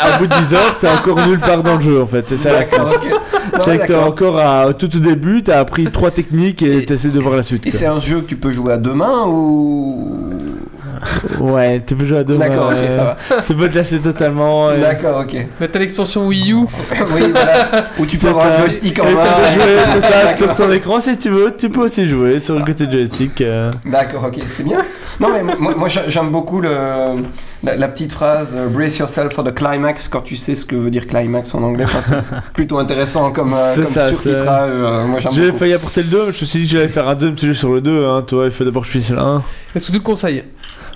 [SPEAKER 6] À bout de 10 heures, t'es encore nulle part dans le jeu en fait. C'est ça la
[SPEAKER 3] D'accord,
[SPEAKER 6] cause.
[SPEAKER 3] ok. Non,
[SPEAKER 6] C'est que t'es
[SPEAKER 3] d'accord.
[SPEAKER 6] encore à, au tout au début, t'as appris trois techniques et
[SPEAKER 3] Et-
[SPEAKER 6] t'essaies de voir la suite.
[SPEAKER 3] Et
[SPEAKER 6] quoi.
[SPEAKER 3] c'est un jeu que tu peux jouer à deux mains ou
[SPEAKER 6] Ouais, tu peux jouer à deux.
[SPEAKER 3] D'accord,
[SPEAKER 6] euh,
[SPEAKER 3] ok, ça va.
[SPEAKER 6] Tu peux te lâcher totalement. euh, et-
[SPEAKER 3] D'accord, ok.
[SPEAKER 1] Mais t'as l'extension Wii U.
[SPEAKER 3] Oui, voilà. Ou tu peux
[SPEAKER 6] C'est
[SPEAKER 3] avoir un
[SPEAKER 6] ça.
[SPEAKER 3] joystick en
[SPEAKER 6] Et tu
[SPEAKER 3] main.
[SPEAKER 6] peux jouer, c'est ça,
[SPEAKER 3] D'accord.
[SPEAKER 6] sur ton écran si tu veux, tu peux aussi jouer sur le côté joystick. euh.
[SPEAKER 3] D'accord, ok, c'est bien. Non, mais moi, moi, j'a- j'aime beaucoup le, la, la petite phrase euh, Brace yourself for the climax quand tu sais ce que veut dire climax en anglais. Enfin, c'est plutôt intéressant comme, euh,
[SPEAKER 6] C'est
[SPEAKER 3] comme
[SPEAKER 6] ça,
[SPEAKER 3] surtitrage, euh, moi, j'aime
[SPEAKER 6] J'ai
[SPEAKER 3] beaucoup.
[SPEAKER 6] failli apporter le 2, mais je me suis dit que j'allais faire un 2, je me suis dit sur le 2, hein, toi, il faut d'abord que je finisse le 1.
[SPEAKER 1] Est-ce que tu le conseilles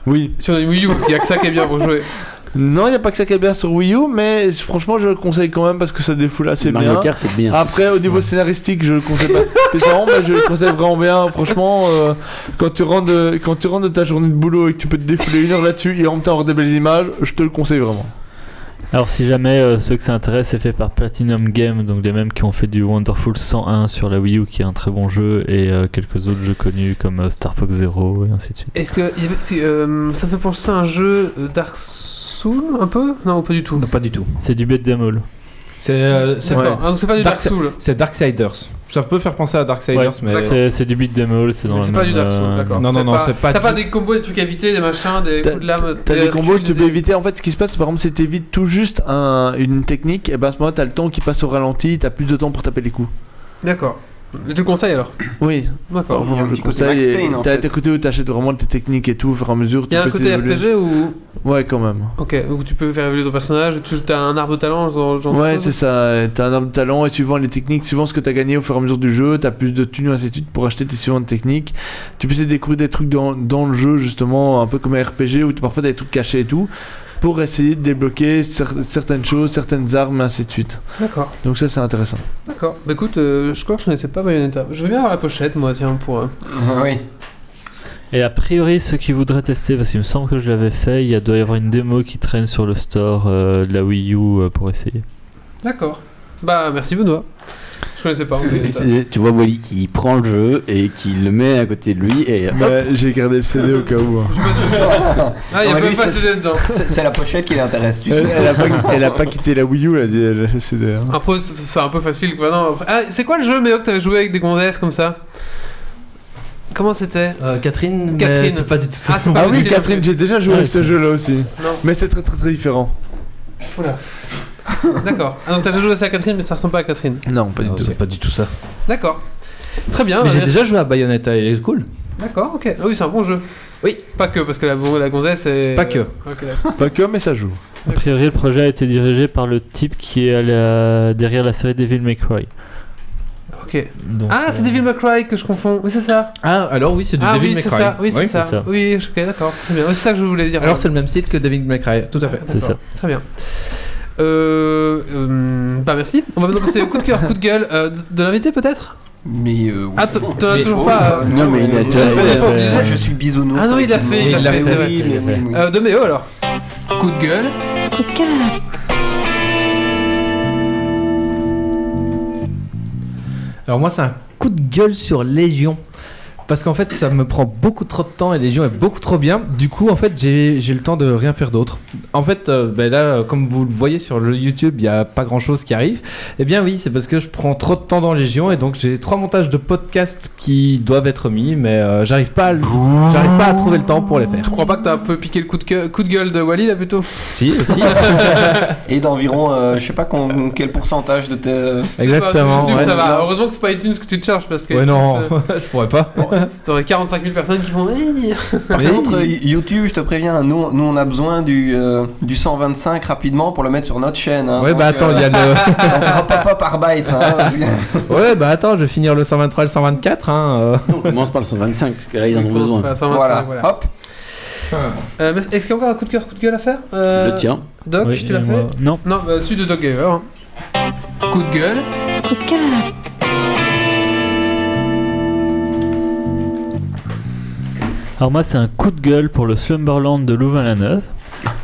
[SPEAKER 6] Oui.
[SPEAKER 1] sur une Wii U Parce qu'il y a que ça qui est bien pour jouer.
[SPEAKER 6] Non, il n'y a pas que ça qui est bien sur Wii U, mais franchement, je le conseille quand même parce que ça défoule assez
[SPEAKER 4] Mario
[SPEAKER 6] bien.
[SPEAKER 4] Kart est bien.
[SPEAKER 6] Après, au niveau scénaristique, je le conseille pas spécialement, mais je le conseille vraiment bien. Franchement, euh, quand, tu rentres de, quand tu rentres de ta journée de boulot et que tu peux te défouler une heure là-dessus et en même temps avoir des belles images, je te le conseille vraiment.
[SPEAKER 5] Alors si jamais euh, ceux que ça intéresse, c'est fait par Platinum Game, donc les mêmes qui ont fait du Wonderful 101 sur la Wii U, qui est un très bon jeu, et euh, quelques autres jeux connus comme euh, Star Fox Zero et ainsi de suite.
[SPEAKER 1] Est-ce que il y avait- c'est, euh, ça fait penser à un jeu euh, Dark Souls un peu Non, pas du tout.
[SPEAKER 2] Non, pas du tout.
[SPEAKER 5] C'est du beat'em all.
[SPEAKER 2] C'est euh, c'est
[SPEAKER 1] D'accord.
[SPEAKER 2] pas-
[SPEAKER 1] Ah, donc c'est pas du Dark,
[SPEAKER 2] Dark
[SPEAKER 1] Souls.
[SPEAKER 2] c'est Darksiders. Ça peut faire penser à Darksiders, mais.
[SPEAKER 5] Ouais, c'est c'est du beat'em all, c'est dans
[SPEAKER 1] Mais
[SPEAKER 5] la
[SPEAKER 1] C'est pas
[SPEAKER 5] même,
[SPEAKER 1] du Dark Souls,
[SPEAKER 5] euh,
[SPEAKER 1] d'accord.
[SPEAKER 2] non, non,
[SPEAKER 1] C'est
[SPEAKER 2] non, c'est pas
[SPEAKER 1] T'as
[SPEAKER 2] du-
[SPEAKER 1] pas des combos, des trucs à éviter, des machins, des
[SPEAKER 6] T'as-
[SPEAKER 1] coups de lame.
[SPEAKER 6] T'as des combos que tu peux
[SPEAKER 1] reculisés.
[SPEAKER 6] éviter. En fait, ce qui se passe, c'est par exemple, si t'évites tout juste un- une technique, et ben à ce moment-là, t'as le temps qui passe au ralenti, t'as plus de temps pour taper les coups.
[SPEAKER 1] D'accord. Mais tu le conseilles alors
[SPEAKER 6] Oui,
[SPEAKER 1] D'accord.
[SPEAKER 3] Il y a un
[SPEAKER 6] je
[SPEAKER 3] petit côté
[SPEAKER 6] conseille,
[SPEAKER 3] Max Payne, en
[SPEAKER 6] T'as
[SPEAKER 3] fait.
[SPEAKER 6] t'as côté où t'achètes vraiment tes techniques et tout, au fur et à mesure.
[SPEAKER 1] Il y a
[SPEAKER 6] tu
[SPEAKER 1] un
[SPEAKER 6] peux
[SPEAKER 1] côté
[SPEAKER 6] essayer d'évoluer.
[SPEAKER 1] RPG où,
[SPEAKER 6] Ouais, quand même.
[SPEAKER 1] ok, où tu peux faire évoluer ton personnage, tu as un arbre de talent, ce genre, ce genre
[SPEAKER 6] Ouais,
[SPEAKER 1] de
[SPEAKER 6] c'est
[SPEAKER 1] choses.
[SPEAKER 6] ça. et T'as un arbre de talent et suivant les techniques, suivant ce que t'as gagné au fur et à mesure du jeu, t'as plus de thunes ainsi de suite pour acheter tes suivantes techniques. Tu peux essayer de découvrir des trucs dans, dans le jeu, justement, un peu comme un RPG où t- parfois t'as des trucs cachés et tout, pour essayer de débloquer cer- certaines choses, certaines armes, ainsi de suite.
[SPEAKER 1] D'accord,
[SPEAKER 6] Donc ça, c'est intéressant.
[SPEAKER 1] d'accord. Bah écoute, euh, je crois que je connaissais pas Bayonetta. Je veux bien avoir la pochette, moi, tiens, pour. euh,
[SPEAKER 3] Oui.
[SPEAKER 5] Et a priori, ceux qui voudraient tester, parce qu'il me semble que je l'avais fait, il y a- doit y avoir une démo qui traîne sur le store euh, de la Wii U euh, pour essayer.
[SPEAKER 1] D'accord. Bah merci Benoît. Je connaissais pas. mais ça-
[SPEAKER 4] C'est- Tu vois Wally qui prend le jeu et qui le met à côté de lui et
[SPEAKER 6] j'ai gardé le CD au cas où. hein.
[SPEAKER 1] Ah, il y
[SPEAKER 3] Non,
[SPEAKER 1] a
[SPEAKER 3] mais
[SPEAKER 1] même
[SPEAKER 3] lui,
[SPEAKER 1] pas
[SPEAKER 3] c'est-
[SPEAKER 1] CD dedans.
[SPEAKER 3] C'est c'est la pochette qui l'intéresse, tu sais.
[SPEAKER 6] Elle, a pas, elle a pas quitté la Wii U, elle a dit elle, le CD. hein.
[SPEAKER 1] Après, c'est- c'est un peu facile quoi. Non, après- Ah, c'est quoi le jeu, Méo, que t'avais joué avec des gonzesses comme ça Comment c'était
[SPEAKER 7] Euh, Catherine, mais
[SPEAKER 1] Catherine.
[SPEAKER 7] c'est pas du tout ça.
[SPEAKER 1] Ah, c'est pas
[SPEAKER 6] Ah oui,
[SPEAKER 1] facile,
[SPEAKER 6] Catherine, j'ai déjà joué
[SPEAKER 5] Ouais,
[SPEAKER 6] avec ce
[SPEAKER 5] c'est-
[SPEAKER 6] jeu-là aussi.
[SPEAKER 1] Non.
[SPEAKER 6] Mais c'est très très très différent.
[SPEAKER 1] D'accord. Ah, donc t'as déjà joué aussi à Catherine, mais ça ressemble pas à Catherine.
[SPEAKER 6] Non, pas du
[SPEAKER 7] Non,
[SPEAKER 6] tout.
[SPEAKER 7] c'est pas du tout ça.
[SPEAKER 1] D'accord. Très bien.
[SPEAKER 7] mais j'ai
[SPEAKER 1] euh,
[SPEAKER 7] déjà joué à Bayonetta, il est cool.
[SPEAKER 1] D'accord, ok. Ah oui, c'est un bon jeu.
[SPEAKER 7] Oui.
[SPEAKER 1] Pas que, parce que la, la gonzesse est.
[SPEAKER 7] Pas que.
[SPEAKER 1] Ok, d'accord.
[SPEAKER 6] Pas que, mais ça joue.
[SPEAKER 5] A priori, le projet a été dirigé par le type qui est à la- derrière la série Devil May Cry.
[SPEAKER 1] Ok.
[SPEAKER 5] Donc,
[SPEAKER 1] Ah, c'est
[SPEAKER 5] euh,
[SPEAKER 1] Devil May Cry que je confonds. Oui, c'est ça.
[SPEAKER 7] Ah, alors oui, c'est du
[SPEAKER 1] ah,
[SPEAKER 7] Devil
[SPEAKER 1] oui,
[SPEAKER 7] May
[SPEAKER 1] c'est
[SPEAKER 7] Cry.
[SPEAKER 1] ça. Oui, c'est
[SPEAKER 7] Oui.
[SPEAKER 1] ça.
[SPEAKER 5] c'est ça.
[SPEAKER 1] Oui, ok, d'accord. Très bien. C'est ça que je voulais dire.
[SPEAKER 7] Alors c'est le même site que Devil May Cry, tout à fait.
[SPEAKER 5] C'est ça.
[SPEAKER 1] Très bien. Euh, euh, bah merci. On va maintenant passer au coup de cœur, coup de gueule euh, de, de l'invité peut-être
[SPEAKER 3] Mais. euh, oui.
[SPEAKER 1] Ah, t- t'en as
[SPEAKER 3] Mais-
[SPEAKER 1] toujours
[SPEAKER 3] oh,
[SPEAKER 1] pas. euh,
[SPEAKER 3] non, mais il a déjà
[SPEAKER 1] on n'est
[SPEAKER 4] fait,
[SPEAKER 1] pas
[SPEAKER 5] euh,
[SPEAKER 1] obligé.
[SPEAKER 3] Moi, Je suis bisounours.
[SPEAKER 1] Ah non, il l'a fait,
[SPEAKER 7] il l'a fait,
[SPEAKER 1] c'est vrai.
[SPEAKER 3] oui, mais oui, oui.
[SPEAKER 1] Euh, de Méo alors. Coup de gueule.
[SPEAKER 8] Coup de cœur.
[SPEAKER 7] Alors moi, c'est un coup de gueule sur Légion. Parce qu'en fait, ça me prend beaucoup trop de temps et Légion est beaucoup trop bien. Du coup, en fait, j'ai j'ai le temps de rien faire d'autre. En fait, euh, ben là, euh, comme vous le voyez sur le YouTube, il n'y a pas grand-chose qui arrive. Eh bien oui, c'est parce que je prends trop de temps dans Légion et donc j'ai trois montages de podcasts qui doivent être mis, mais euh, j'arrive pas, à le- j'arrive pas à trouver le temps pour les faire.
[SPEAKER 1] Je crois pas que t'as un peu piqué le coup de, gueule- coup de gueule de Wally là plutôt.
[SPEAKER 7] Si, aussi.
[SPEAKER 3] Et d'environ, euh, je sais pas con- quel pourcentage de tes. euh,
[SPEAKER 7] Exactement.
[SPEAKER 1] Sur YouTube,
[SPEAKER 7] ouais.
[SPEAKER 1] ça va. Heureusement que c'est pas iTunes que tu te charges parce que.
[SPEAKER 7] Ouais, non,
[SPEAKER 1] iTunes,
[SPEAKER 7] je pourrais pas.
[SPEAKER 1] euh, T'aurais 45 000 personnes qui font. Hey
[SPEAKER 3] Par
[SPEAKER 7] Mais-
[SPEAKER 3] contre, euh, YouTube, je te préviens, nous, nous on a besoin du, euh, du 125 rapidement pour le mettre sur notre chaîne. hein.
[SPEAKER 7] Ouais,
[SPEAKER 3] Donc,
[SPEAKER 7] bah attends, il y a le.
[SPEAKER 3] euh, on verra pas, pas par byte. hein, parce que-
[SPEAKER 7] Ouais, bah attends, je vais finir le 123 et le 124. Hein, euh.
[SPEAKER 4] on commence par le 125 parce que là ils en ont besoin.
[SPEAKER 1] Voilà, 125,
[SPEAKER 3] voilà.
[SPEAKER 1] voilà.
[SPEAKER 3] Hop.
[SPEAKER 1] Euh, mais Est-ce qu'il y a encore un coup de cœur, coup de gueule à faire Euh,
[SPEAKER 4] Le tien.
[SPEAKER 1] Doc,
[SPEAKER 5] Oui,
[SPEAKER 1] tu l'as
[SPEAKER 5] et
[SPEAKER 1] fait
[SPEAKER 5] moi- Non.
[SPEAKER 1] Non, bah, celui de Doc Gaver. hein. Coup de gueule.
[SPEAKER 8] Coup de cœur.
[SPEAKER 5] Alors moi, c'est un coup de gueule pour le Slumberland de Louvain-la-Neuve.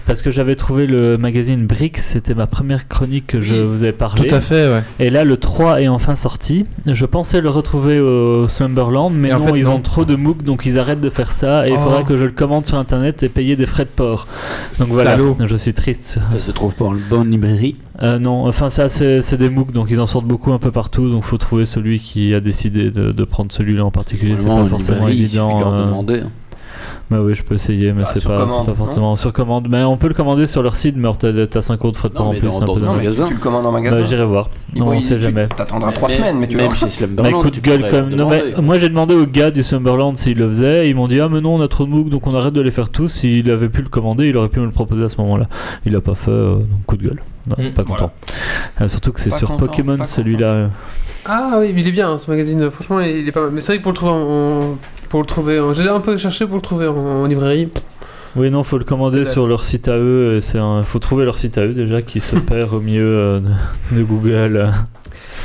[SPEAKER 5] Parce que j'avais trouvé le magazine Bricks, c'était ma première chronique que je vous avais parlé.
[SPEAKER 7] Tout à fait, ouais.
[SPEAKER 5] Et là, le 3 est enfin sorti. Je pensais le retrouver au Slumberland, mais
[SPEAKER 7] Et en
[SPEAKER 5] non,
[SPEAKER 7] fait,
[SPEAKER 5] ils
[SPEAKER 7] non.
[SPEAKER 5] ont trop de MOOC, donc ils arrêtent de faire ça. Et il
[SPEAKER 7] Oh.
[SPEAKER 5] faudra que je le commande sur internet et payer des frais de port. Donc voilà,
[SPEAKER 7] Salaud.
[SPEAKER 5] je suis triste.
[SPEAKER 4] Ça se trouve pas en bonne librairie.
[SPEAKER 5] Euh, non, enfin, ça, c'est c'est des MOOC, donc ils en sortent beaucoup un peu partout. Donc faut trouver celui qui a décidé de, de prendre celui-là en particulier. C'est
[SPEAKER 4] Normalement,
[SPEAKER 5] pas
[SPEAKER 4] en
[SPEAKER 5] forcément
[SPEAKER 4] librairie, il suffit de
[SPEAKER 5] évident.
[SPEAKER 4] leur
[SPEAKER 5] euh,
[SPEAKER 4] demander. hein.
[SPEAKER 5] Bah oui, je peux essayer, mais
[SPEAKER 3] Bah,
[SPEAKER 5] c'est
[SPEAKER 3] sur
[SPEAKER 5] pas, c'est
[SPEAKER 3] commande,
[SPEAKER 5] pas
[SPEAKER 3] non
[SPEAKER 5] forcément sur commande. Mais on peut le commander sur leur site, mais alors t'as t'as 5 euros de frais de port
[SPEAKER 4] Non,
[SPEAKER 5] en
[SPEAKER 4] mais
[SPEAKER 5] plus.
[SPEAKER 4] dans-
[SPEAKER 5] c'est un
[SPEAKER 4] dans
[SPEAKER 5] peu
[SPEAKER 4] un
[SPEAKER 5] dommage.
[SPEAKER 4] magasin,
[SPEAKER 3] Tu le commandes en magasin
[SPEAKER 5] Bah, J'irai voir. Non, on
[SPEAKER 3] Oui,
[SPEAKER 5] sait
[SPEAKER 3] tu-
[SPEAKER 5] jamais.
[SPEAKER 3] T'attendras trois semaines, mais tu
[SPEAKER 4] Même
[SPEAKER 3] l'auras.
[SPEAKER 4] chez
[SPEAKER 5] Mais
[SPEAKER 4] Slumberland,
[SPEAKER 5] coup de
[SPEAKER 4] tu
[SPEAKER 5] gueule
[SPEAKER 4] pourrais
[SPEAKER 5] comme. Non,
[SPEAKER 4] demander,
[SPEAKER 5] mais
[SPEAKER 4] quoi.
[SPEAKER 5] moi j'ai demandé au gars du Sumberland s'il le faisait, et ils m'ont dit Ah, mais non, on a trop de MOOC donc on arrête de les faire tous. S'il avait pu le commander, il aurait pu me le proposer à ce moment-là. Il l'a pas fait, euh, donc coup de gueule. Non,
[SPEAKER 2] Mm,
[SPEAKER 5] pas content. Euh, surtout que c'est
[SPEAKER 3] Pas
[SPEAKER 5] sur
[SPEAKER 3] content,
[SPEAKER 5] Pokémon
[SPEAKER 3] pas
[SPEAKER 5] celui-là. euh.
[SPEAKER 1] Ah oui, mais il est bien hein, ce magazine, franchement il est pas mal. Mais c'est vrai que pour le trouver en. en- Pour le trouver en... J'ai un peu cherché pour le trouver en, en librairie.
[SPEAKER 5] Oui, non, faut le commander
[SPEAKER 1] Ouais.
[SPEAKER 5] sur leur site à eux. et C'est un... faut trouver leur site à eux déjà qui se perd au milieu euh, de, de Google. euh.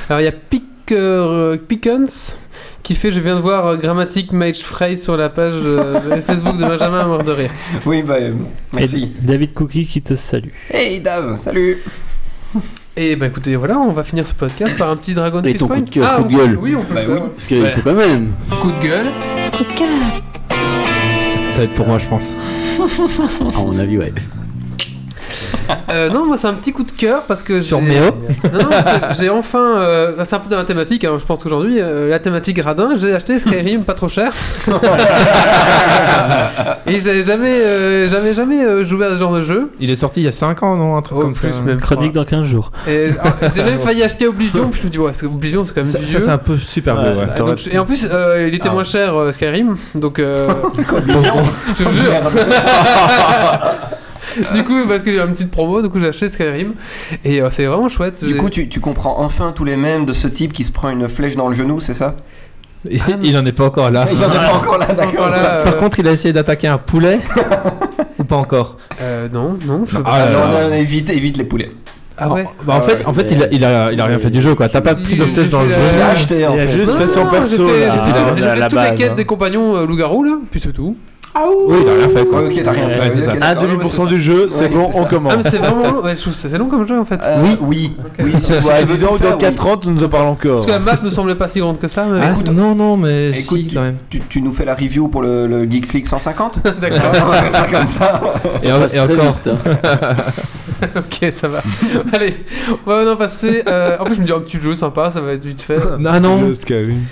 [SPEAKER 1] Alors il y a Picker, euh, Pickens qui fait, je viens de voir, euh, Grammatic Mage Phrase sur la page euh, Facebook de Benjamin à mort de rire.
[SPEAKER 3] Oui, bah, euh, merci.
[SPEAKER 5] Et David Cookie qui te salue.
[SPEAKER 3] Hey, Dave, salut
[SPEAKER 1] Et bah écoutez, voilà, on va finir ce podcast par un petit Dragon
[SPEAKER 4] Et
[SPEAKER 1] Fish
[SPEAKER 4] ton coup
[SPEAKER 1] Point.
[SPEAKER 4] de cœur,
[SPEAKER 1] Ah,
[SPEAKER 4] coup de
[SPEAKER 1] on peut-
[SPEAKER 4] gueule.
[SPEAKER 1] Oui, on peut
[SPEAKER 3] Bah
[SPEAKER 1] le faire.
[SPEAKER 3] oui.
[SPEAKER 4] Parce qu'il faut quand même.
[SPEAKER 1] Coup de gueule.
[SPEAKER 8] coup de cœur,
[SPEAKER 2] Ça, ça va être pour moi, je pense.
[SPEAKER 4] À mon avis, ouais.
[SPEAKER 1] Euh, non, moi c'est un petit coup de cœur parce que
[SPEAKER 2] Sur
[SPEAKER 1] j'ai-
[SPEAKER 2] Méo
[SPEAKER 1] Non, non, j'ai enfin. euh, c'est un peu dans la thématique, hein, je pense qu'aujourd'hui, euh, la thématique radin, j'ai acheté Skyrim pas trop cher. Et j'avais jamais, euh, jamais, jamais euh, joué à ce genre de jeu.
[SPEAKER 2] Il est sorti il y a 5 ans, non Un truc
[SPEAKER 1] Oh,
[SPEAKER 2] comme
[SPEAKER 1] plus
[SPEAKER 2] ça.
[SPEAKER 1] même.
[SPEAKER 5] Chronique dans 15 jours.
[SPEAKER 1] Et, ah, j'ai même failli acheter Oblivion, puis je me dis, ouais, c'est- Oblivion c'est quand même
[SPEAKER 2] Ça,
[SPEAKER 1] du
[SPEAKER 2] ça,
[SPEAKER 1] vieux.
[SPEAKER 2] c'est un peu super
[SPEAKER 5] Ouais,
[SPEAKER 2] vieux, ouais.
[SPEAKER 1] Ah, donc, je- et en plus, euh, il était
[SPEAKER 2] Ah.
[SPEAKER 1] moins cher euh, Skyrim, donc euh, je te jure. du coup, parce qu'il y a une petite promo, du coup j'ai acheté Skyrim et euh, c'est vraiment chouette.
[SPEAKER 3] Du
[SPEAKER 1] J'ai-
[SPEAKER 3] coup, tu, tu comprends enfin tous les mêmes de ce type qui se prend une flèche dans le genou, c'est ça
[SPEAKER 2] Il- Il en est pas encore là.
[SPEAKER 3] Ils en sont pas encore là, d'accord.
[SPEAKER 1] Encore là,
[SPEAKER 2] Par
[SPEAKER 1] euh,
[SPEAKER 2] contre, il a essayé d'attaquer un poulet. Ou pas encore
[SPEAKER 1] euh, non, non, je peux pas.
[SPEAKER 2] Ah,
[SPEAKER 3] Alors,
[SPEAKER 2] là,
[SPEAKER 3] on a- évite, évite les poulets.
[SPEAKER 1] Ah ouais.
[SPEAKER 2] Bah, en fait, en fait il, a, il, a, il a rien fait du jeu, quoi. T'as pas
[SPEAKER 1] Si,
[SPEAKER 2] pris de
[SPEAKER 1] j'ai
[SPEAKER 2] flèche dans le
[SPEAKER 1] fait
[SPEAKER 2] jeu.
[SPEAKER 1] la-
[SPEAKER 3] Je l'ai
[SPEAKER 1] Euh,
[SPEAKER 3] acheté en
[SPEAKER 6] il y a
[SPEAKER 3] fait.
[SPEAKER 6] juste-
[SPEAKER 1] Non,
[SPEAKER 6] fait son
[SPEAKER 1] non,
[SPEAKER 6] perso,
[SPEAKER 1] j'ai fait,
[SPEAKER 6] là, Ah,
[SPEAKER 1] j'ai fait
[SPEAKER 6] à la-
[SPEAKER 1] tout- j'ai
[SPEAKER 6] à
[SPEAKER 1] fait
[SPEAKER 6] la
[SPEAKER 1] toutes les
[SPEAKER 6] base,
[SPEAKER 1] quêtes
[SPEAKER 6] hein.
[SPEAKER 1] des compagnons euh, loup-garou là, puis c'est tout.
[SPEAKER 2] Oui, il a rien fait, quoi.
[SPEAKER 3] Ouais, ok, t'as rien fait.
[SPEAKER 2] Ouais, c'est ça.
[SPEAKER 3] ok,
[SPEAKER 6] À
[SPEAKER 3] d'accord, ouais,
[SPEAKER 6] 20%
[SPEAKER 3] c'est
[SPEAKER 6] du jeu,
[SPEAKER 3] Ouais,
[SPEAKER 6] c'est bon, Ah,
[SPEAKER 3] c'est ça.
[SPEAKER 6] on
[SPEAKER 1] Ah
[SPEAKER 6] commence.
[SPEAKER 1] mais c'est vraiment long, ouais, je trouve que c'est long comme jeu en fait.
[SPEAKER 3] ça. Euh, oui, oui.
[SPEAKER 6] Ouais,
[SPEAKER 3] Si tu veux
[SPEAKER 6] disons,
[SPEAKER 3] tout
[SPEAKER 6] dans
[SPEAKER 3] faire,
[SPEAKER 6] 4 ans, tu nous en parles encore.
[SPEAKER 1] Parce que la map me semblait pas si grande que ça. Mais...
[SPEAKER 2] Ah,
[SPEAKER 3] Écoute-
[SPEAKER 2] non, non, mais
[SPEAKER 3] Écoute,
[SPEAKER 2] si, quand même.
[SPEAKER 3] Tu, tu nous fais la review pour le, le Geeks League 150 On
[SPEAKER 1] D'accord,
[SPEAKER 3] va faire ça comme ça.
[SPEAKER 2] Et, en-
[SPEAKER 4] Passe
[SPEAKER 2] et
[SPEAKER 4] très
[SPEAKER 2] encore,
[SPEAKER 4] vite, hein.
[SPEAKER 1] ok, ça va. Allez, on va maintenant passer. euh, En plus, je me dis un petit jeu sympa, ça va être vite fait.
[SPEAKER 2] Ah non,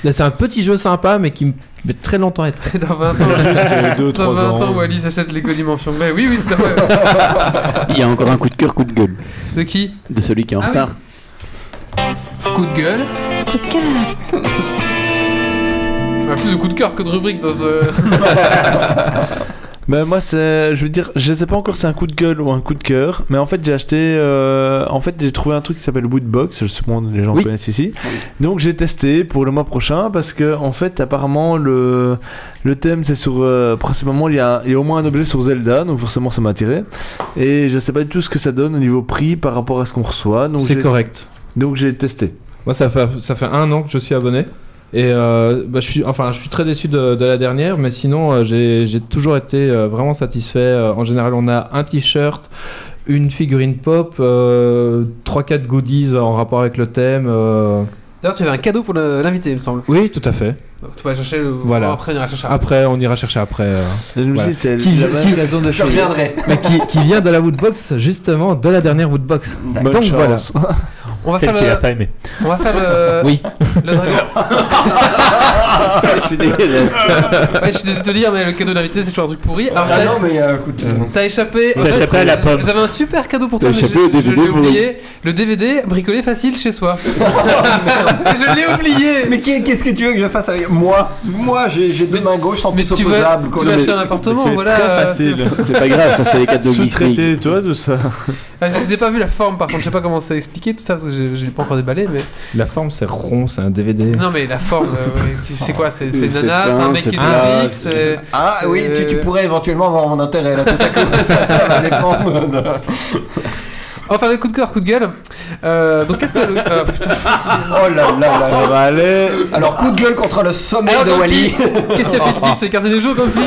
[SPEAKER 2] là, c'est un petit jeu sympa, mais qui me met très longtemps à être. fait.
[SPEAKER 1] Dans 20 ans,
[SPEAKER 6] Deux,
[SPEAKER 1] dans
[SPEAKER 6] trois
[SPEAKER 1] 20
[SPEAKER 6] ans.
[SPEAKER 1] ans Wally s'achète l'Ego Dimension. Mais oui, oui, c'est vrai.
[SPEAKER 4] Il y a encore un coup de cœur, coup de gueule.
[SPEAKER 1] De qui
[SPEAKER 4] De celui qui est en
[SPEAKER 1] Ah oui.
[SPEAKER 4] retard.
[SPEAKER 1] Coup de gueule.
[SPEAKER 8] coup de cœur,
[SPEAKER 1] Ah, plus de coup de cœur que de rubrique dans euh, ce.
[SPEAKER 6] Ben moi c'est, je veux dire, je sais pas encore si c'est un coup de gueule ou un coup de cœur, mais en fait j'ai acheté, euh, en fait j'ai trouvé un truc qui s'appelle Woodbox, je suppose que les gens
[SPEAKER 2] Oui.
[SPEAKER 6] connaissent ici. Donc j'ai testé pour le mois prochain parce que en fait apparemment le le thème c'est sur euh, principalement il y, a, il y a au moins un objet sur Zelda, donc forcément ça m'a attiré. Et je sais pas du tout ce que ça donne au niveau prix par rapport à ce qu'on reçoit, donc
[SPEAKER 2] C'est
[SPEAKER 6] j'ai-
[SPEAKER 2] correct.
[SPEAKER 6] donc j'ai testé.
[SPEAKER 2] Moi, ça fait, ça fait un an que je suis abonné. Et euh, bah, je suis, enfin, je suis très déçu de, de la dernière, mais sinon, euh, j'ai j'ai toujours été euh, vraiment satisfait. Euh, en général, on a un t-shirt, une figurine pop, euh, 3-4 goodies en rapport avec le thème. euh.
[SPEAKER 1] D'ailleurs, tu avais un cadeau pour le- l'invité, il me semble.
[SPEAKER 2] Oui, tout à fait.
[SPEAKER 1] Donc, tu vas chercher le.
[SPEAKER 2] Voilà. Ah,
[SPEAKER 1] Après, on ira chercher. après.
[SPEAKER 2] Après, on ira chercher après. euh.
[SPEAKER 6] Je me
[SPEAKER 2] Voilà.
[SPEAKER 6] dis, c'est
[SPEAKER 2] Qui-
[SPEAKER 6] la-
[SPEAKER 2] qui-
[SPEAKER 3] Je reviendrai.
[SPEAKER 2] mais qui, qui vient de la Woodbox, justement, de la dernière Woodbox.
[SPEAKER 6] bonne
[SPEAKER 2] Donc
[SPEAKER 6] chance.
[SPEAKER 2] voilà.
[SPEAKER 1] On va
[SPEAKER 5] Celle
[SPEAKER 1] faire
[SPEAKER 5] qu'il a
[SPEAKER 1] le.
[SPEAKER 5] pas aimé.
[SPEAKER 1] On va faire le.
[SPEAKER 2] Oui.
[SPEAKER 1] Le dragon. Ah
[SPEAKER 4] Ça, c'est dégueulasse.
[SPEAKER 1] Ouais, je suis désolé de te dire, mais le cadeau d'invité, c'est toujours un truc pourri. Alors,
[SPEAKER 3] Ah
[SPEAKER 1] t'as-
[SPEAKER 3] non, mais euh, écoute. euh,
[SPEAKER 1] T'as échappé.
[SPEAKER 5] T'as
[SPEAKER 1] en fait,
[SPEAKER 5] échappé à la pomme.
[SPEAKER 1] J'avais un super cadeau pour
[SPEAKER 4] T'as
[SPEAKER 1] toi. mais
[SPEAKER 4] échappé
[SPEAKER 1] je-
[SPEAKER 4] au DVD
[SPEAKER 1] je l'ai
[SPEAKER 4] pour le-
[SPEAKER 1] oublié. Le DVD bricolé facile chez soi. je l'ai oublié.
[SPEAKER 3] Mais qu'est- qu'est-ce que tu veux que je fasse avec moi Moi, j'ai j'ai deux mains gauches en
[SPEAKER 1] Mais
[SPEAKER 3] plus
[SPEAKER 1] tu vas,
[SPEAKER 3] opposables. quoi.
[SPEAKER 1] tu vas
[SPEAKER 3] Non,
[SPEAKER 1] acheter
[SPEAKER 3] mais-
[SPEAKER 1] un appartement,
[SPEAKER 6] c'est
[SPEAKER 1] voilà. euh,
[SPEAKER 6] très facile.
[SPEAKER 4] C'est pas grave, ça, c'est les 4 de Geeks League.
[SPEAKER 6] Sous-traité, toi, de ça.
[SPEAKER 1] Ah, j'ai- J'ai pas vu la forme par contre, je sais pas comment c'est expliqué tout ça parce que je, je l'ai pas encore déballé. Mais
[SPEAKER 2] La forme, c'est rond, c'est un DVD.
[SPEAKER 1] non, mais la forme, euh, ouais, tu- c'est quoi C'est c'est
[SPEAKER 4] C'est
[SPEAKER 1] nana, c'est un
[SPEAKER 4] fin,
[SPEAKER 1] mec qui
[SPEAKER 4] c'est
[SPEAKER 1] est
[SPEAKER 4] plat,
[SPEAKER 1] dans c'est.
[SPEAKER 3] euh, Ah oui, tu, tu pourrais éventuellement avoir mon intérêt là tout à coup. ça, ça va dépendre. de-
[SPEAKER 1] euh, Enfin, le coup de cœur, coup de gueule. Euh, donc qu'est-ce que le. euh, putain.
[SPEAKER 3] Oh là là là
[SPEAKER 6] Ça
[SPEAKER 3] là.
[SPEAKER 6] va aller.
[SPEAKER 3] Alors coup de gueule contre le sommet
[SPEAKER 1] Alors,
[SPEAKER 3] de
[SPEAKER 1] comme
[SPEAKER 3] Wally.
[SPEAKER 1] fille, qu'est-ce que tu as fait de geek ces 15 derniers jours comme fille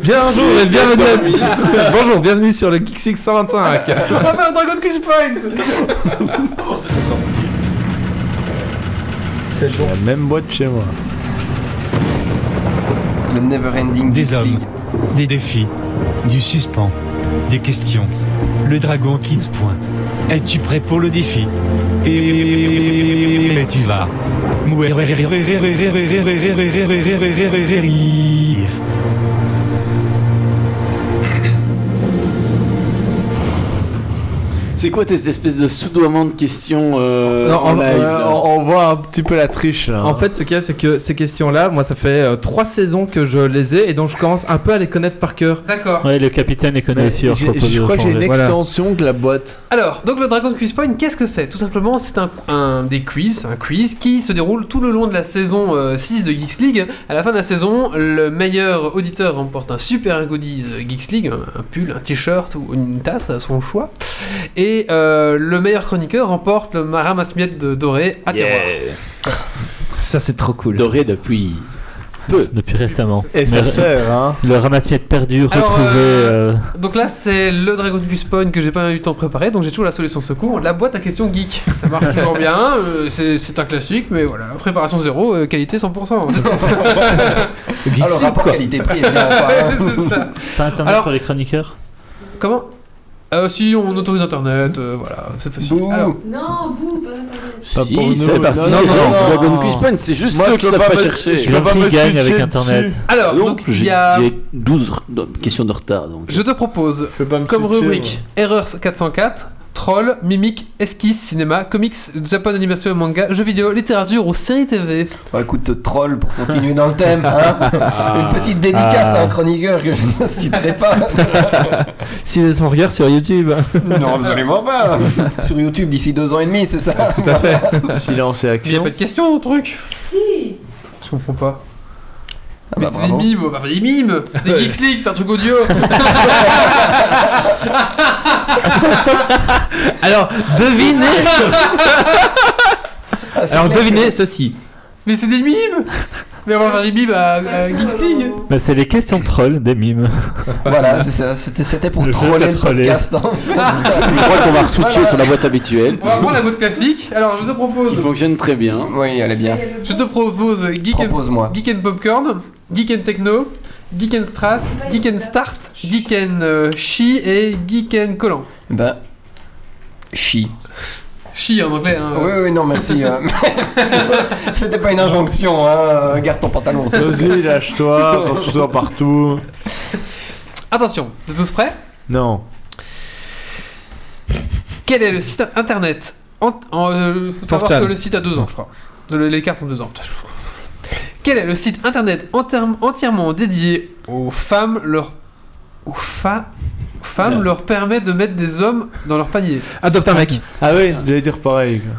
[SPEAKER 2] Bien Bonjour et bienvenue à- Bonjour, bienvenue sur le Geeksix 125
[SPEAKER 1] On va faire le Dragon Quiz Point
[SPEAKER 6] J'ai la même boîte chez moi.
[SPEAKER 3] C'est le never ending
[SPEAKER 9] Des hommes, des défis, du suspens, des questions. Le dragon Kids point. Es-tu prêt pour le défi Et tu vas. Mourir.
[SPEAKER 4] C'est quoi cette espèce de soudoiement de questions euh,
[SPEAKER 2] Non,
[SPEAKER 4] en
[SPEAKER 2] en-
[SPEAKER 4] live
[SPEAKER 6] Euh,
[SPEAKER 4] là
[SPEAKER 6] on, on voit un petit peu la triche là.
[SPEAKER 2] En fait, ce qu'il y a, c'est que ces questions-là, moi, ça fait euh, trois saisons que je les ai et donc je commence un peu à les connaître par cœur.
[SPEAKER 1] D'accord.
[SPEAKER 5] Ouais, le capitaine les connaît
[SPEAKER 6] Mais
[SPEAKER 5] aussi. alors
[SPEAKER 6] j'ai-
[SPEAKER 5] je propose
[SPEAKER 6] je
[SPEAKER 5] de
[SPEAKER 6] crois que j'ai une
[SPEAKER 5] changer.
[SPEAKER 2] Voilà.
[SPEAKER 6] extension de la boîte.
[SPEAKER 1] Alors, donc le Dragon Quiz Point, qu'est-ce que c'est Tout simplement, c'est un, un des quiz, un quiz qui se déroule tout le long de la saison euh, 6 de Geeks League. À la fin de la saison, le meilleur auditeur remporte un super goodies Geeks League, un, un pull, un t-shirt ou une tasse à son choix. Et euh, le meilleur chroniqueur remporte le ramasse-miettes de- doré à
[SPEAKER 4] Yeah.
[SPEAKER 1] terroir.
[SPEAKER 2] Ça, c'est trop cool.
[SPEAKER 4] Doré depuis peu.
[SPEAKER 5] Depuis récemment.
[SPEAKER 6] Et ça
[SPEAKER 5] Mais-
[SPEAKER 6] sert, hein.
[SPEAKER 5] Le ramasse-miettes perdu,
[SPEAKER 1] Alors,
[SPEAKER 5] retrouvé.
[SPEAKER 1] euh,
[SPEAKER 5] euh,
[SPEAKER 1] Donc là, c'est le Dragon du Spawn que j'ai pas eu le temps de préparer, donc j'ai toujours la solution secours, la boîte à questions geek. Ça marche toujours bien, euh, c'est c'est un classique, mais voilà, préparation zéro, euh, qualité 100%.
[SPEAKER 3] Alors, rapport qualité-prix, évidemment pas. hein.
[SPEAKER 1] c'est ça.
[SPEAKER 5] T'as internet
[SPEAKER 1] alors-
[SPEAKER 5] pour les chroniqueurs
[SPEAKER 1] Comment Euh, Si on autorise Internet, euh, voilà, c'est facile.
[SPEAKER 3] Bouh.
[SPEAKER 1] Alors,
[SPEAKER 10] Non, boum, pas
[SPEAKER 4] Si,
[SPEAKER 6] pour nous,
[SPEAKER 4] c'est parti.
[SPEAKER 6] non, non, non.
[SPEAKER 4] Dragon Quest Punch, c'est juste
[SPEAKER 6] Moi,
[SPEAKER 4] ceux
[SPEAKER 6] je
[SPEAKER 4] qui
[SPEAKER 6] peux
[SPEAKER 4] savent
[SPEAKER 6] pas
[SPEAKER 4] pas
[SPEAKER 6] me-
[SPEAKER 4] chercher.
[SPEAKER 6] je
[SPEAKER 5] Tu vas
[SPEAKER 6] peux pas me
[SPEAKER 5] qui gagne
[SPEAKER 6] switcher
[SPEAKER 5] avec internet
[SPEAKER 6] dessus.
[SPEAKER 1] alors,
[SPEAKER 4] Non,
[SPEAKER 1] donc il
[SPEAKER 4] j'ai
[SPEAKER 1] y a...
[SPEAKER 4] j'ai 12 re- de- questions de retard. Donc.
[SPEAKER 1] Je te propose
[SPEAKER 6] Je peux pas me
[SPEAKER 1] comme
[SPEAKER 6] switcher,
[SPEAKER 1] rubrique Erreurs 404, Troll, Mimique, Esquisse, Cinéma, Comics, Japan Animation et Manga, Jeux vidéo, Littérature ou Série TV.
[SPEAKER 3] Bah, écoute, troll pour continuer dans le thème. hein. Une petite dédicace
[SPEAKER 5] Ah.
[SPEAKER 3] à un chroniqueur que je ne citerai pas.
[SPEAKER 2] Si on regarde sur YouTube.
[SPEAKER 3] non, absolument pas. Sur YouTube d'ici deux ans et demi, c'est ça.
[SPEAKER 2] Tout à fait.
[SPEAKER 6] moi. Silence et
[SPEAKER 1] Il n'y a
[SPEAKER 6] action.
[SPEAKER 1] pas de questions, truc
[SPEAKER 10] Si
[SPEAKER 1] Je comprends pas.
[SPEAKER 3] Ah,
[SPEAKER 1] Mais
[SPEAKER 3] bah,
[SPEAKER 1] c'est des
[SPEAKER 3] bravo.
[SPEAKER 1] mimes, enfin des mimes C'est Geeks League, c'est un truc audio
[SPEAKER 2] Alors, devinez.
[SPEAKER 3] Ah, c'est
[SPEAKER 2] Alors,
[SPEAKER 3] clair
[SPEAKER 2] devinez ceci.
[SPEAKER 1] Mais c'est des mimes Mais on va faire des mimes à, à Geeks League
[SPEAKER 5] Bah, C'est les questions trolls des mimes.
[SPEAKER 3] que- Voilà, c'est ça, c'était c'était pour
[SPEAKER 5] Le jeu
[SPEAKER 3] troller
[SPEAKER 5] t'a
[SPEAKER 3] le
[SPEAKER 5] trollé.
[SPEAKER 3] podcast. en fait.
[SPEAKER 4] je crois qu'on va re-switcher sur la boîte habituelle,
[SPEAKER 1] On va prendre la boîte classique. Alors je te propose...
[SPEAKER 4] qui fonctionne très bien.
[SPEAKER 3] Oui, allez bien.
[SPEAKER 1] Je te propose Geek, and,
[SPEAKER 3] Propose-moi.
[SPEAKER 1] Geek and Popcorn, Geek and Techno, Geek and Strass, Geek and Start, Geek and euh, She et Geek and Collant.
[SPEAKER 3] Ben. Chi.
[SPEAKER 1] She en anglais, hein.
[SPEAKER 3] Oui, oui, non, merci. euh, merci. C'était pas une injonction, hein. euh, Garde ton pantalon. s'il te plaît.
[SPEAKER 6] Vas-y, lâche-toi, pense que ce soit partout.
[SPEAKER 1] Attention, vous êtes tous prêts
[SPEAKER 6] Non.
[SPEAKER 1] Quel est le site internet en, en- euh, faut savoir
[SPEAKER 2] 4chan.
[SPEAKER 1] que le site a deux ans, je crois. Le- Les cartes ont deux ans. Quel est le site internet enter- entièrement dédié aux femmes leur aux fa- aux femmes
[SPEAKER 4] Merde.
[SPEAKER 1] leur permet de mettre des hommes dans leur panier
[SPEAKER 2] Adopte un mec.
[SPEAKER 6] Ah oui, j'allais dire pareil. quoi.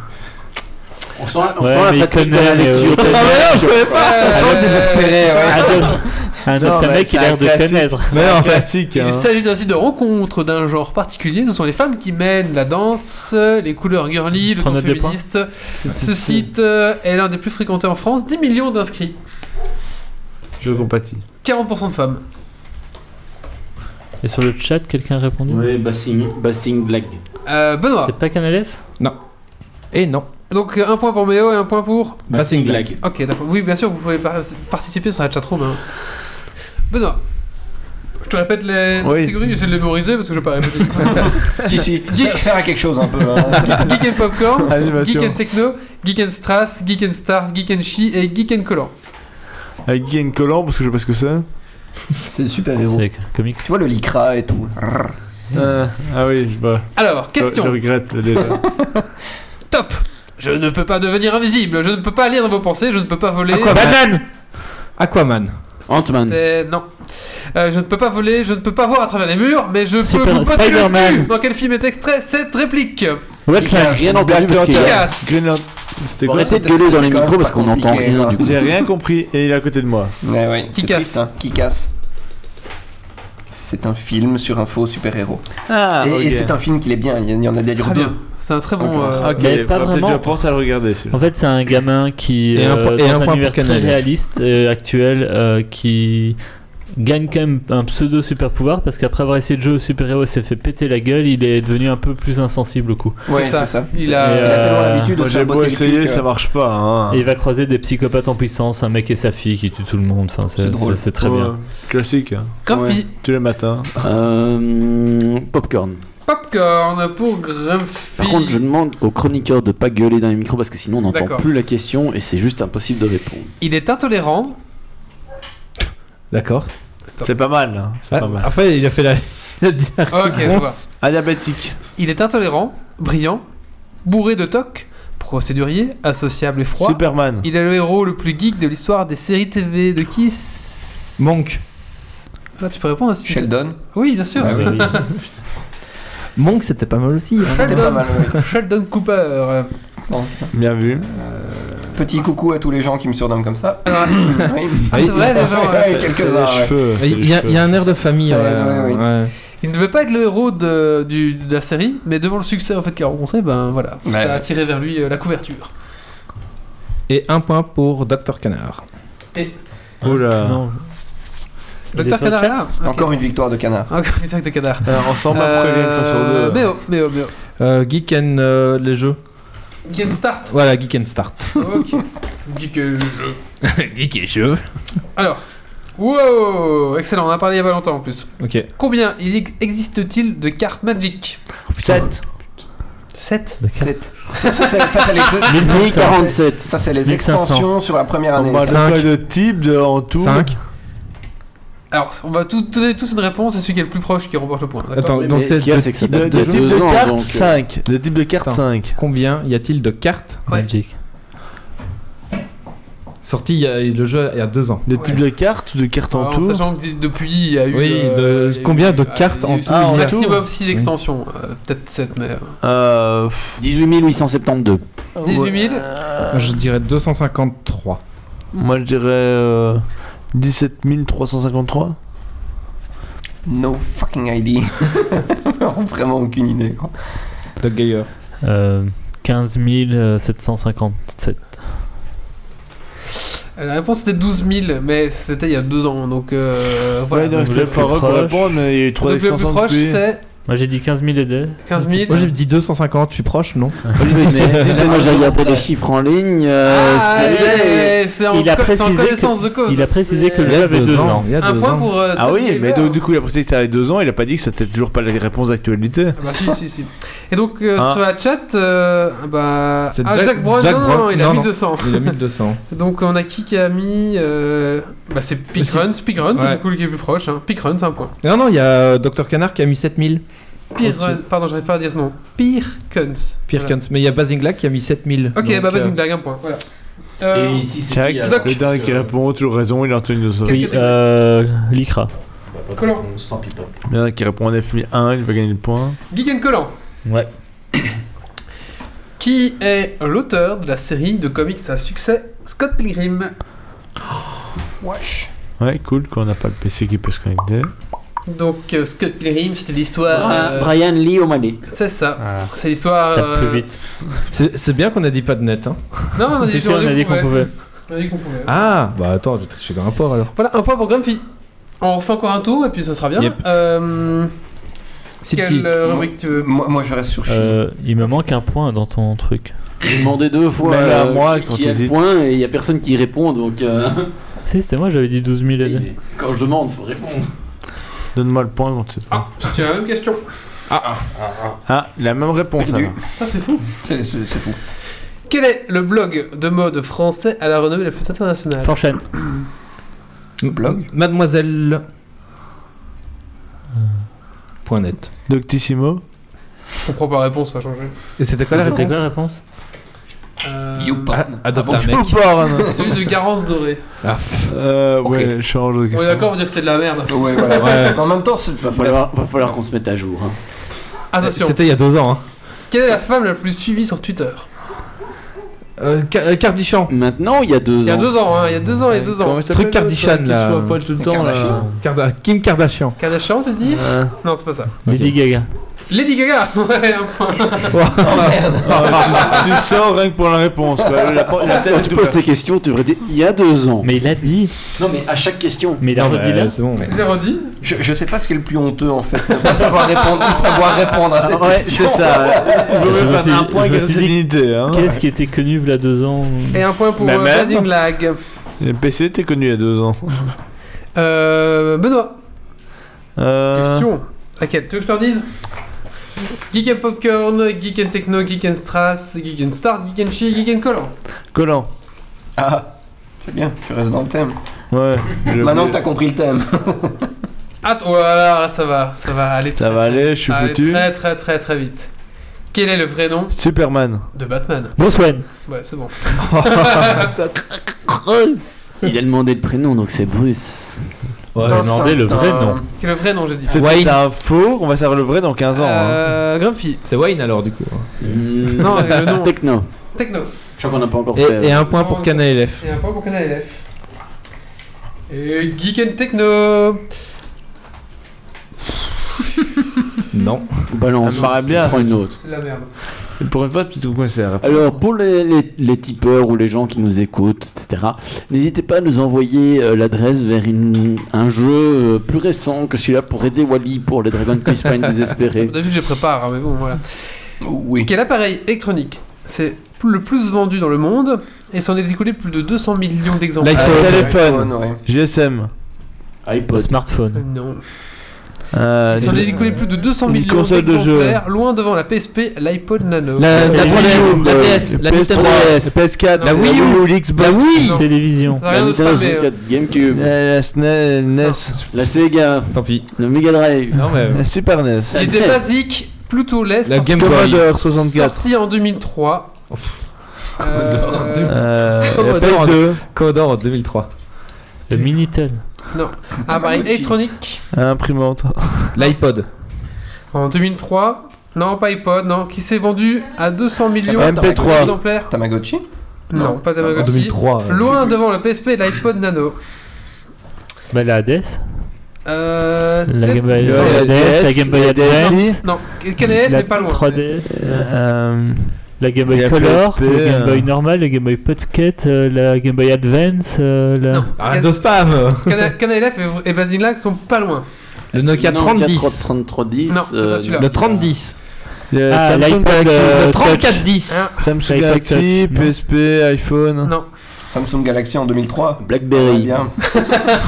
[SPEAKER 4] On sent, on
[SPEAKER 5] Ouais,
[SPEAKER 4] sent la
[SPEAKER 5] mais il
[SPEAKER 4] fatigue de
[SPEAKER 5] connaît,
[SPEAKER 4] la
[SPEAKER 5] mais
[SPEAKER 4] lecture.
[SPEAKER 5] ouais.
[SPEAKER 2] non, je connais
[SPEAKER 1] On sent le désespéré,
[SPEAKER 5] Adam,
[SPEAKER 6] Non,
[SPEAKER 5] Adam
[SPEAKER 6] mais
[SPEAKER 5] mec,
[SPEAKER 6] c'est
[SPEAKER 5] il a l'air
[SPEAKER 6] un
[SPEAKER 5] de
[SPEAKER 6] classique.
[SPEAKER 5] connaître.
[SPEAKER 2] Mais en fait.
[SPEAKER 6] Classique, hein.
[SPEAKER 1] Il s'agit d'un site de rencontre d'un genre particulier. Ce sont les femmes qui mènent la danse, les couleurs girly, le
[SPEAKER 5] Prends
[SPEAKER 1] ton
[SPEAKER 5] note des points.
[SPEAKER 1] féministe. Ce site euh, est l'un des plus fréquentés en France. 10 millions d'inscrits.
[SPEAKER 6] Je compatis.
[SPEAKER 1] 40% de femmes.
[SPEAKER 5] Et sur le chat, quelqu'un a répondu
[SPEAKER 4] Oui, Bassing, Bassing Black.
[SPEAKER 1] Euh, Benoît.
[SPEAKER 5] C'est pas qu'un élève
[SPEAKER 2] Et non.
[SPEAKER 1] Donc un point pour Méo et un point pour...
[SPEAKER 4] Bassing Black.
[SPEAKER 1] Ok, d'accord. Oui, bien sûr, vous pouvez par- participer sur la chatroom. hein. Benoît. Je te répète les
[SPEAKER 6] Oui.
[SPEAKER 1] catégories, j'essaie de les mémoriser parce que je vais pas répéter.
[SPEAKER 3] Si, si, ça sert à quelque chose un peu. hein.
[SPEAKER 1] Geek and Popcorn,
[SPEAKER 6] Animation.
[SPEAKER 1] Geek and Techno, Geek and Strass, Geek and Stars, Geek and She et Geek and Collant.
[SPEAKER 6] Avec Guy Collant, parce que je sais pas ce que c'est.
[SPEAKER 3] C'est super héros.
[SPEAKER 5] C'est comics.
[SPEAKER 3] Tu vois le lycra et tout.
[SPEAKER 6] Ah, ah oui, je vois.
[SPEAKER 5] Euh,
[SPEAKER 1] Alors,
[SPEAKER 6] Je-
[SPEAKER 1] question.
[SPEAKER 6] Je, regrette déjà.
[SPEAKER 1] Top Je ne peux pas devenir invisible, je ne peux pas lire vos pensées, je ne peux pas voler...
[SPEAKER 2] Aquaman. Aquaman.
[SPEAKER 4] Ant-Man.
[SPEAKER 1] Euh, non. Euh, je ne peux pas voler, je ne peux pas voir à travers les murs, mais je peux
[SPEAKER 5] Super-
[SPEAKER 1] vous botter le
[SPEAKER 5] Spider-Man.
[SPEAKER 1] cul Dans quel film est extrait cette réplique
[SPEAKER 4] J'ai rien entendu parce qu'il a...
[SPEAKER 1] Casse.
[SPEAKER 6] Green Lantern. C'était quoi
[SPEAKER 4] Arrêtez de gueuler dans les
[SPEAKER 3] Quand même
[SPEAKER 4] micros parce
[SPEAKER 3] pas
[SPEAKER 4] qu'on n'entend
[SPEAKER 3] compliqué,
[SPEAKER 4] rien
[SPEAKER 3] hein.
[SPEAKER 4] du coup.
[SPEAKER 6] J'ai rien compris et il est à côté de moi.
[SPEAKER 3] Ouais, ouais,
[SPEAKER 1] Qui
[SPEAKER 3] c'est
[SPEAKER 1] casse.
[SPEAKER 3] triste, hein. Qui casse C'est un film sur un faux super-héros.
[SPEAKER 6] Ah,
[SPEAKER 3] et et c'est un film qui est bien, il y en- il y en a d'ailleurs
[SPEAKER 1] Très
[SPEAKER 3] deux.
[SPEAKER 1] bien. C'est un très bon.
[SPEAKER 3] Encore.
[SPEAKER 1] euh,
[SPEAKER 6] Ok,
[SPEAKER 5] Mais pas
[SPEAKER 6] faudra peut-être
[SPEAKER 5] vraiment.
[SPEAKER 6] que Je pense à le regarder celui-là.
[SPEAKER 5] En fait, c'est un gamin qui
[SPEAKER 2] Et un
[SPEAKER 5] euh,
[SPEAKER 2] po- et un
[SPEAKER 5] dans
[SPEAKER 2] point
[SPEAKER 5] un
[SPEAKER 2] pour
[SPEAKER 5] univers très
[SPEAKER 2] Canal F.
[SPEAKER 5] réaliste euh, actuel euh, qui gagne quand même un pseudo super pouvoir parce qu'après avoir essayé de jouer au super héros, s'est fait péter la gueule, il est devenu un peu plus insensible au coup.
[SPEAKER 3] Ouais,
[SPEAKER 1] c'est
[SPEAKER 3] c'est
[SPEAKER 1] ça.
[SPEAKER 3] ça.
[SPEAKER 1] Il a-
[SPEAKER 5] Et,
[SPEAKER 3] Il a tellement
[SPEAKER 5] euh,
[SPEAKER 3] l'habitude de
[SPEAKER 6] Moi,
[SPEAKER 3] se
[SPEAKER 6] j'ai beau
[SPEAKER 3] saboter les
[SPEAKER 6] essayer,
[SPEAKER 3] trucs,
[SPEAKER 6] ça
[SPEAKER 3] euh,
[SPEAKER 6] marche pas. Hein.
[SPEAKER 2] Ah.
[SPEAKER 5] Et il va croiser des psychopathes en puissance, un mec et sa fille qui tuent tout le monde. Enfin,
[SPEAKER 3] C'est
[SPEAKER 5] c'est-
[SPEAKER 3] drôle.
[SPEAKER 5] c'est c'est très
[SPEAKER 6] Ouais,
[SPEAKER 5] bien.
[SPEAKER 6] Classique, hein.
[SPEAKER 1] Grumpy.
[SPEAKER 6] tous les matins.
[SPEAKER 4] Euh, Popcorn.
[SPEAKER 1] Popcorn pour Grumpy.
[SPEAKER 4] Par contre, je demande aux chroniqueurs de pas gueuler dans les micros parce que sinon on n'entend
[SPEAKER 1] D'accord.
[SPEAKER 4] plus la question et c'est juste impossible de répondre.
[SPEAKER 1] Il est intolérant.
[SPEAKER 2] D'accord.
[SPEAKER 6] C'est pas mal. hein. C'est
[SPEAKER 2] Ah,
[SPEAKER 6] pas mal.
[SPEAKER 2] Enfin, il a fait la.
[SPEAKER 1] ok, je vois.
[SPEAKER 6] Adiabatique.
[SPEAKER 1] Il est intolérant, brillant, bourré de toc, procédurier, associable et froid.
[SPEAKER 6] Superman.
[SPEAKER 1] Il est le héros le plus geek de l'histoire des séries TV de qui s-
[SPEAKER 7] Monk.
[SPEAKER 1] Ah, tu peux répondre si tu-
[SPEAKER 3] euh, Sheldon.
[SPEAKER 1] Oui, bien sûr.
[SPEAKER 3] Ah oui.
[SPEAKER 7] Monk, c'était pas mal aussi. hein.
[SPEAKER 3] C'était pas
[SPEAKER 1] Sheldon,
[SPEAKER 3] mal. ouais.
[SPEAKER 1] Sheldon Cooper. euh,
[SPEAKER 6] Bien vu.
[SPEAKER 3] Petit coucou à tous les gens qui me surnomment comme ça.
[SPEAKER 1] alors,
[SPEAKER 3] Oui.
[SPEAKER 1] Ah, c'est vrai, les gens, ouais.
[SPEAKER 3] Ouais, quelques-uns. ouais.
[SPEAKER 7] Il y, a- il y a un air de famille.
[SPEAKER 3] Ça,
[SPEAKER 7] ouais,
[SPEAKER 3] ouais, ouais.
[SPEAKER 7] ouais.
[SPEAKER 1] il ne devait pas être le héros de, du- de la série, mais devant le succès en fait qu'il a rencontré, ben voilà,
[SPEAKER 3] Ouais.
[SPEAKER 1] ça a attiré vers lui euh, la couverture.
[SPEAKER 7] Et un point pour Dr. Canard.
[SPEAKER 2] Ah.
[SPEAKER 6] Oula.
[SPEAKER 5] Non. Il est
[SPEAKER 1] Docteur
[SPEAKER 5] sur le
[SPEAKER 1] Canard
[SPEAKER 5] chat
[SPEAKER 1] est là. Ok.
[SPEAKER 3] Encore une victoire de canard.
[SPEAKER 1] Encore une attaque de Canard.
[SPEAKER 6] Ensemble, après, une fois sur
[SPEAKER 1] Euh,
[SPEAKER 6] deux.
[SPEAKER 1] Méo, Méo, Méo.
[SPEAKER 7] Euh, geek and euh, les jeux.
[SPEAKER 1] Get start.
[SPEAKER 7] Voilà, Geek and Start.
[SPEAKER 1] Ok. Dis que je.
[SPEAKER 7] geek et jeux.
[SPEAKER 1] Alors. Wow Excellent, on en a parlé il y a pas longtemps en plus.
[SPEAKER 7] Ok.
[SPEAKER 1] Combien il ex- existe-t-il de cartes Magic
[SPEAKER 7] 7.
[SPEAKER 1] 7
[SPEAKER 3] Sept. Ça, c'est- ça, c'est les- Ça, c'est les
[SPEAKER 5] 1500.
[SPEAKER 3] extensions sur la
[SPEAKER 1] Ah,
[SPEAKER 3] première année.
[SPEAKER 6] On parle de
[SPEAKER 7] Cinq.
[SPEAKER 6] quoi de type de, en tout
[SPEAKER 7] 5.
[SPEAKER 1] Alors, on va tous donner tous une réponse et celui qui est le plus proche qui remporte le point. d'accord
[SPEAKER 7] Attends,
[SPEAKER 4] Oui,
[SPEAKER 7] donc
[SPEAKER 4] mais ce
[SPEAKER 7] c'est
[SPEAKER 4] qu'il y a, c'est que ça
[SPEAKER 6] de,
[SPEAKER 4] date
[SPEAKER 6] de
[SPEAKER 4] de
[SPEAKER 6] type
[SPEAKER 4] deux
[SPEAKER 6] de
[SPEAKER 4] ans,
[SPEAKER 6] carte
[SPEAKER 4] donc, euh,
[SPEAKER 6] 5. De type de carte
[SPEAKER 7] Attends.
[SPEAKER 6] 5.
[SPEAKER 7] Combien y a-t-il de cartes
[SPEAKER 1] Ouais.
[SPEAKER 5] Magic.
[SPEAKER 7] sorties il y a- le jeu il y a 2 ans
[SPEAKER 6] De type de carte ou de carte en
[SPEAKER 1] Alors,
[SPEAKER 6] tout
[SPEAKER 1] Ah, Sachant que d- depuis, il y a eu.
[SPEAKER 7] Oui,
[SPEAKER 1] euh,
[SPEAKER 7] de-
[SPEAKER 1] il y a
[SPEAKER 7] combien
[SPEAKER 1] eu-
[SPEAKER 7] de
[SPEAKER 1] ah,
[SPEAKER 7] cartes
[SPEAKER 1] il y a eu
[SPEAKER 7] en
[SPEAKER 1] six-
[SPEAKER 6] tout Ah, en
[SPEAKER 1] Maximum 6 extensions. euh, Peut-être 7, mais. euh,
[SPEAKER 6] Euh,
[SPEAKER 4] 18 872.
[SPEAKER 1] 18 000
[SPEAKER 6] Euh.
[SPEAKER 7] Je dirais 253.
[SPEAKER 6] Moi je dirais euh, 17 353.
[SPEAKER 3] No fucking idea. Vraiment aucune idée. Quoi.
[SPEAKER 7] Doug Geyer.
[SPEAKER 5] Euh, 15 757.
[SPEAKER 1] La réponse était 12 000, mais c'était il y a 2 ans, donc euh, voilà.
[SPEAKER 6] Ouais, donc
[SPEAKER 5] donc
[SPEAKER 6] c'est
[SPEAKER 5] le plus
[SPEAKER 6] Farah pour
[SPEAKER 5] proche.
[SPEAKER 6] répondre, mais il y a eu 3
[SPEAKER 1] donc le plus
[SPEAKER 6] extensions
[SPEAKER 1] proche,
[SPEAKER 6] depuis.
[SPEAKER 1] c'est
[SPEAKER 5] Moi j'ai dit 15 000 et deux.
[SPEAKER 1] 15 000.
[SPEAKER 7] Moi j'ai dit 250, je suis proche, non
[SPEAKER 4] Mais moi j'avais appris des chiffres en ligne. euh,
[SPEAKER 1] Ah,
[SPEAKER 4] c'est-
[SPEAKER 1] eh, c'est en,
[SPEAKER 5] Il a
[SPEAKER 1] co- c'est en
[SPEAKER 5] précisé
[SPEAKER 1] connaissance de
[SPEAKER 5] que,
[SPEAKER 1] cause.
[SPEAKER 5] il a précisé que le
[SPEAKER 1] C'est-
[SPEAKER 5] jeu avait 2 ans.
[SPEAKER 7] Il y a
[SPEAKER 1] Un
[SPEAKER 7] deux
[SPEAKER 1] point
[SPEAKER 7] ans.
[SPEAKER 1] pour. euh,
[SPEAKER 6] Ah
[SPEAKER 1] Tom
[SPEAKER 6] oui,
[SPEAKER 1] Gamer.
[SPEAKER 6] mais donc du coup il a précisé que ça avait 2 ans, il a pas dit que c'était toujours pas les réponses d'actualité.
[SPEAKER 1] Ah Bah, si, si, si. Et donc euh,
[SPEAKER 6] Ah.
[SPEAKER 1] sur la chat, euh, bah.
[SPEAKER 7] Hein C'est
[SPEAKER 1] ah,
[SPEAKER 7] Jack-
[SPEAKER 1] Jack Brown,
[SPEAKER 7] Jack
[SPEAKER 1] non,
[SPEAKER 7] Brown.
[SPEAKER 1] non, il a
[SPEAKER 7] Non,
[SPEAKER 1] mis
[SPEAKER 7] non.
[SPEAKER 1] 200.
[SPEAKER 7] Il a 1200.
[SPEAKER 1] Donc on a qui qui a mis. euh, Bah,
[SPEAKER 7] C'est-
[SPEAKER 1] c'est Pickrun, Pickrun, c'est
[SPEAKER 7] Ouais.
[SPEAKER 1] du coup le qui est plus proche. Hein. Pickrun, c'est un point.
[SPEAKER 7] Non, non, il y a Dr. Canard qui a mis 7000.
[SPEAKER 1] Pickrun, pardon, j'arrive pas à dire ce nom. Pirkuns.
[SPEAKER 7] Pirkens, mais il y a Basinglack qui a mis 7000.
[SPEAKER 1] Ok,
[SPEAKER 7] Donc,
[SPEAKER 1] bah, vas-y,
[SPEAKER 7] euh,
[SPEAKER 1] une blague, un point. Voilà. Euh,
[SPEAKER 4] Et ici, c'est
[SPEAKER 6] Jack,
[SPEAKER 4] qui, alors,
[SPEAKER 6] le
[SPEAKER 1] Doc.
[SPEAKER 6] dernier
[SPEAKER 4] parce
[SPEAKER 6] qui
[SPEAKER 4] que-
[SPEAKER 6] répond, toujours raison, il a retenu 200.
[SPEAKER 1] Quel-
[SPEAKER 5] Oui, euh, Lycra.
[SPEAKER 1] Collant.
[SPEAKER 4] Tant pis, tant pis.
[SPEAKER 6] Le dernier qui répond en F1, il va gagner le point.
[SPEAKER 1] Gigan Collant.
[SPEAKER 5] Ouais.
[SPEAKER 1] Qui est l'auteur de la série de comics à succès Scott Pilgrim
[SPEAKER 7] Oh.
[SPEAKER 3] Wesh.
[SPEAKER 6] Ouais, cool, qu'on n'a pas le PC qui peut se connecter.
[SPEAKER 1] Donc euh, Scott Pilgrim, c'était l'histoire.
[SPEAKER 4] Bra-
[SPEAKER 1] euh,
[SPEAKER 4] Brian Lee O'Malley.
[SPEAKER 1] c'est ça. C'est l'histoire.
[SPEAKER 5] Tape
[SPEAKER 1] euh,
[SPEAKER 5] Ah. plus vite.
[SPEAKER 7] C'est c'est bien qu'on a dit pas de net. Hein.
[SPEAKER 1] Non, on a dit,
[SPEAKER 5] C'est sûr, on a dit qu'on pouvait.
[SPEAKER 1] On a dit qu'on pouvait.
[SPEAKER 7] Ah Bah attends, je suis dans un port alors.
[SPEAKER 1] Voilà, un point pour Grumpy. On refait encore un tour et puis ce sera bien.
[SPEAKER 7] Yep.
[SPEAKER 1] Euh,
[SPEAKER 7] C'est
[SPEAKER 1] quelle
[SPEAKER 7] qui
[SPEAKER 1] euh, rubrique tu veux
[SPEAKER 3] Moi, moi, je reste sur Chi.
[SPEAKER 5] Euh, il me manque un point dans ton truc.
[SPEAKER 4] J'ai demandé deux fois
[SPEAKER 6] Mais là,
[SPEAKER 4] euh,
[SPEAKER 6] moi,
[SPEAKER 4] qui,
[SPEAKER 6] quand
[SPEAKER 4] qui a le
[SPEAKER 6] t'hésites.
[SPEAKER 4] point et il n'y a personne qui répond donc. euh,
[SPEAKER 5] Si, c'était moi, j'avais dit 12 000 et deux.
[SPEAKER 4] et Quand je demande, faut répondre.
[SPEAKER 6] Donne-moi le point quand tu
[SPEAKER 1] Ah, c'était la même question.
[SPEAKER 6] Ah, la même réponse
[SPEAKER 3] Perdu.
[SPEAKER 6] alors.
[SPEAKER 1] Ça, c'est fou.
[SPEAKER 3] C'est c'est- c'est fou.
[SPEAKER 1] Quel est le blog de mode français à la renommée la plus internationale
[SPEAKER 5] Fortune.
[SPEAKER 3] Blog.
[SPEAKER 7] Mademoiselle. Point net.
[SPEAKER 6] Doctissimo.
[SPEAKER 1] Je comprends pas la réponse, ça va changer.
[SPEAKER 7] Et c'était quoi la
[SPEAKER 5] C'était
[SPEAKER 7] réponse
[SPEAKER 5] quoi la réponse
[SPEAKER 1] Euh,
[SPEAKER 3] YouPorn.
[SPEAKER 7] Adopte
[SPEAKER 3] Ah
[SPEAKER 7] un mec.
[SPEAKER 1] Celui de Garance Dorée.
[SPEAKER 7] Ah, pff.
[SPEAKER 6] Euh,
[SPEAKER 3] Ok.
[SPEAKER 6] ouais, change de
[SPEAKER 1] On est
[SPEAKER 6] question.
[SPEAKER 1] d'accord, on va dire que c'était de la merde.
[SPEAKER 3] bon Ah, Ouais, voilà.
[SPEAKER 7] Ouais.
[SPEAKER 3] Mais En même temps, c'est.
[SPEAKER 4] Va falloir, va falloir qu'on se mette à jour. hein.
[SPEAKER 1] Attention,
[SPEAKER 7] C'était il y a deux ans. Hein.
[SPEAKER 1] quelle est la femme la plus suivie sur Twitter
[SPEAKER 7] Euh, Ca- euh, Cardichan.
[SPEAKER 4] Maintenant, il y a deux
[SPEAKER 1] Il y a
[SPEAKER 4] ans.
[SPEAKER 1] deux ans, hein, il y a deux ans, il y a deux ans.
[SPEAKER 7] Truc Kardashian, là.
[SPEAKER 6] Qui se poil tout le temps là.
[SPEAKER 3] Kardashian.
[SPEAKER 7] Karda- Kim Kardashian.
[SPEAKER 1] Kardashian, tu dis Non, c'est pas ça.
[SPEAKER 5] Lady Gaga.
[SPEAKER 1] Lady Gaga Ouais, un point.
[SPEAKER 6] Ah, tu, tu sors rien que pour la réponse quoi. Il a pas- il a peut-être
[SPEAKER 4] tu
[SPEAKER 6] tout
[SPEAKER 4] poses
[SPEAKER 6] perdu.
[SPEAKER 4] tes questions, tu devrais dire il y a deux ans.
[SPEAKER 5] Mais il a dit.
[SPEAKER 4] Non, mais à chaque question.
[SPEAKER 5] Mais il a
[SPEAKER 7] Non,
[SPEAKER 2] bah,
[SPEAKER 5] redit
[SPEAKER 7] mais,
[SPEAKER 5] là.
[SPEAKER 7] euh, C'est bon. mais-
[SPEAKER 1] Je l'ai redit.
[SPEAKER 3] Je, je sais pas ce qui est le plus honteux en fait. De pas savoir répondre, ou savoir répondre à cette
[SPEAKER 6] Ouais,
[SPEAKER 3] question.
[SPEAKER 6] c'est ça. Il vaut
[SPEAKER 5] Je
[SPEAKER 6] mieux
[SPEAKER 5] me
[SPEAKER 6] perdre
[SPEAKER 5] suis-
[SPEAKER 6] un point
[SPEAKER 5] je me
[SPEAKER 6] qu'à
[SPEAKER 5] suis
[SPEAKER 6] cette
[SPEAKER 5] dit-
[SPEAKER 6] dignité. Hein.
[SPEAKER 5] Qu'est-ce qui était connu il y a deux ans
[SPEAKER 1] Et un point pour
[SPEAKER 6] La
[SPEAKER 1] euh,
[SPEAKER 6] même.
[SPEAKER 1] Amazing Lag.
[SPEAKER 6] Le PC était connu il y a deux ans.
[SPEAKER 1] Euh, Benoît,
[SPEAKER 6] Euh,
[SPEAKER 1] question. Laquelle Tu veux que je te redise Geek and Popcorn, Geek and Techno, Geek and Strass, Geek and Start, Geek and Chi, Geek and Collant.
[SPEAKER 6] Collant.
[SPEAKER 3] Ah, c'est bien, tu restes dans le thème.
[SPEAKER 6] Ouais. j'ai
[SPEAKER 3] Maintenant
[SPEAKER 6] oublié.
[SPEAKER 3] que t'as compris le thème.
[SPEAKER 1] Attends, oh là là, là, ça va, ça va aller.
[SPEAKER 6] Ça
[SPEAKER 1] très,
[SPEAKER 6] va
[SPEAKER 1] très
[SPEAKER 6] aller,
[SPEAKER 1] vite.
[SPEAKER 6] je suis
[SPEAKER 1] Ça va aller
[SPEAKER 6] foutu.
[SPEAKER 1] Très très très très vite. Quel est le vrai nom
[SPEAKER 6] Superman.
[SPEAKER 1] de Batman
[SPEAKER 5] Bruce Wayne.
[SPEAKER 1] Ouais, c'est bon.
[SPEAKER 4] Il a demandé le prénom, donc c'est Bruce.
[SPEAKER 5] Ouais, j'ai demandé le vrai nom.
[SPEAKER 1] Quel est le vrai nom, j'ai dit
[SPEAKER 6] C'est peut-être un faux, on va savoir le vrai dans 15 ans. hein.
[SPEAKER 1] Euh, Grumpy.
[SPEAKER 2] C'est Wayne alors du coup.
[SPEAKER 1] Non, euh, le nom.
[SPEAKER 4] Techno.
[SPEAKER 1] Techno.
[SPEAKER 4] Hmm. Je crois qu'on n'a pas encore
[SPEAKER 2] Et,
[SPEAKER 4] fait. euh,
[SPEAKER 2] et un point pour Cana LF.
[SPEAKER 1] Et un point pour Canal LF. Et Geek and Techno.
[SPEAKER 2] Non.
[SPEAKER 4] Balance.
[SPEAKER 6] Ça me paraît bien.
[SPEAKER 4] Prends une autre.
[SPEAKER 1] C'est de la merde.
[SPEAKER 6] Et Pour une fois, petit coup, c'est
[SPEAKER 4] Alors, pour les, les, les tipeurs ou les gens qui nous écoutent, etc., n'hésitez pas à nous envoyer euh, l'adresse vers une- un jeu euh, plus récent que celui-là pour aider Wally pour les Dragon Quest Pine désespérés.
[SPEAKER 1] D'habitude, je prépare, hein, mais bon, voilà.
[SPEAKER 3] Oh, Oui.
[SPEAKER 1] Quel appareil électronique C'est le plus vendu dans le monde et s'en est écoulé plus de 200 millions d'exemplaires.
[SPEAKER 6] L'iPhone. Euh, téléphone.
[SPEAKER 3] ouais.
[SPEAKER 6] GSM.
[SPEAKER 5] Le
[SPEAKER 4] iPod.
[SPEAKER 1] Euh,
[SPEAKER 5] smartphone.
[SPEAKER 1] Non.
[SPEAKER 6] Euh,
[SPEAKER 1] Il s'en est
[SPEAKER 6] des-
[SPEAKER 1] écoulé plus de 200
[SPEAKER 6] Une
[SPEAKER 1] millions
[SPEAKER 6] console de jeu.
[SPEAKER 1] d'exemplaires, loin devant la PSP, l'iPod Nano.
[SPEAKER 2] La, la
[SPEAKER 6] Wii
[SPEAKER 2] 3DS,
[SPEAKER 6] U,
[SPEAKER 2] la
[SPEAKER 6] euh,
[SPEAKER 2] DS, la
[SPEAKER 6] PS3,
[SPEAKER 2] Nintendo DS.
[SPEAKER 6] PS4,
[SPEAKER 1] La Wii
[SPEAKER 6] U, l'Xbox,
[SPEAKER 2] La Wii
[SPEAKER 1] Non.
[SPEAKER 5] Télévision.
[SPEAKER 1] Ça a rien de
[SPEAKER 4] Nintendo
[SPEAKER 1] spammer, hein.
[SPEAKER 4] 64, GameCube,
[SPEAKER 6] la SNES, NES,
[SPEAKER 4] la Sega,
[SPEAKER 2] Tant pis.
[SPEAKER 4] le Mega Drive,
[SPEAKER 2] Non mais. euh,
[SPEAKER 6] la Super E NES,
[SPEAKER 1] euh, Il était basique, plutôt laid.
[SPEAKER 2] La
[SPEAKER 1] sorti-
[SPEAKER 2] Game Boy.
[SPEAKER 6] Commodore 64,
[SPEAKER 1] Sorti en 2003.
[SPEAKER 2] Commodore
[SPEAKER 1] Euh,
[SPEAKER 2] 2003.
[SPEAKER 6] euh, la
[SPEAKER 2] Commodore.
[SPEAKER 6] PS2,
[SPEAKER 2] Commodore en 2003.
[SPEAKER 5] Le Minitel.
[SPEAKER 1] appareil électronique
[SPEAKER 6] imprimante,
[SPEAKER 2] L'iPod.
[SPEAKER 1] en 2003. Non, pas iPod, non. Qui s'est vendu à 200 millions
[SPEAKER 6] Ah bah, MP3.
[SPEAKER 1] d'exemplaires.
[SPEAKER 3] Tamagotchi
[SPEAKER 1] Non,
[SPEAKER 3] Non.
[SPEAKER 1] pas
[SPEAKER 2] En
[SPEAKER 1] Tamagotchi.
[SPEAKER 2] 2003. euh,
[SPEAKER 1] Loin devant le PSP et l'iPod Nano.
[SPEAKER 5] Bah, la DS.
[SPEAKER 1] Euh,
[SPEAKER 5] La
[SPEAKER 1] tel-
[SPEAKER 5] Game Boy
[SPEAKER 6] la
[SPEAKER 5] la DS. La
[SPEAKER 6] DS,
[SPEAKER 5] Game Boy
[SPEAKER 6] la DS.
[SPEAKER 5] Advance.
[SPEAKER 1] Non, KNF
[SPEAKER 5] la
[SPEAKER 1] n'est pas loin.
[SPEAKER 5] 3DS.
[SPEAKER 6] euh,
[SPEAKER 5] La Game Boy
[SPEAKER 6] La
[SPEAKER 5] Color,
[SPEAKER 6] PSP,
[SPEAKER 5] le Game
[SPEAKER 6] euh.
[SPEAKER 5] Boy normal, le Game Boy Pocket, euh, la Game Boy Advance, euh, la...
[SPEAKER 1] Non,
[SPEAKER 6] Ah,
[SPEAKER 2] Arrête de spam
[SPEAKER 1] KNF et, et Basinlac sont pas loin.
[SPEAKER 2] Le Nokia
[SPEAKER 4] Non,
[SPEAKER 2] 3010.
[SPEAKER 4] 3310,
[SPEAKER 1] Non, c'est pas
[SPEAKER 4] euh,
[SPEAKER 1] celui-là.
[SPEAKER 2] Le 3010.
[SPEAKER 6] le
[SPEAKER 5] Ah,
[SPEAKER 6] Samsung
[SPEAKER 5] l'iPod,
[SPEAKER 6] Galaxy,
[SPEAKER 5] euh,
[SPEAKER 6] le
[SPEAKER 5] Touch.
[SPEAKER 6] 3410,
[SPEAKER 1] Hein
[SPEAKER 6] Samsung
[SPEAKER 5] l'iPod
[SPEAKER 6] Galaxy,
[SPEAKER 5] Touch, non.
[SPEAKER 6] PSP, iPhone,
[SPEAKER 1] Non.
[SPEAKER 3] Samsung Galaxy en 2003. Ah,
[SPEAKER 4] Blackberry,
[SPEAKER 3] bien.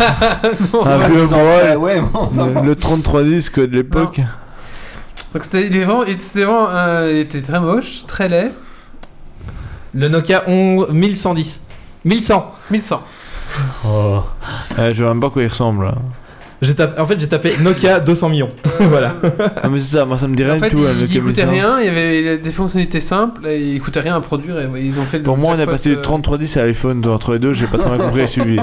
[SPEAKER 6] un vieux
[SPEAKER 3] Ah
[SPEAKER 6] Mobile,
[SPEAKER 3] ouais, bon, ça va.
[SPEAKER 6] le 3310 que de l'époque,
[SPEAKER 1] Donc c'était il est vraiment, il- c'était vraiment un- il était très moche, très laid.
[SPEAKER 2] Le Nokia 11 1110. 1100.
[SPEAKER 1] 1100.
[SPEAKER 5] Oh.
[SPEAKER 6] Euh, je vois même pas à quoi il ressemble. hein. là.
[SPEAKER 2] J'ai tapé- en fait, j'ai tapé Nokia 200 millions. voilà.
[SPEAKER 6] Ah mais c'est ça, moi ça me dit rien
[SPEAKER 1] en fait,
[SPEAKER 6] du tout. hein, le
[SPEAKER 1] il, il
[SPEAKER 6] câble
[SPEAKER 1] coûtait
[SPEAKER 6] ça.
[SPEAKER 1] rien, il y avait des fonctionnalités simples, et il coûtait rien à produire. Et ils ont fait le
[SPEAKER 6] Pour moi on est
[SPEAKER 1] jackpot,
[SPEAKER 6] passé
[SPEAKER 1] euh,
[SPEAKER 6] du 3310 à l'iPhone de- entre les deux, j'ai pas très bien compris le suivi.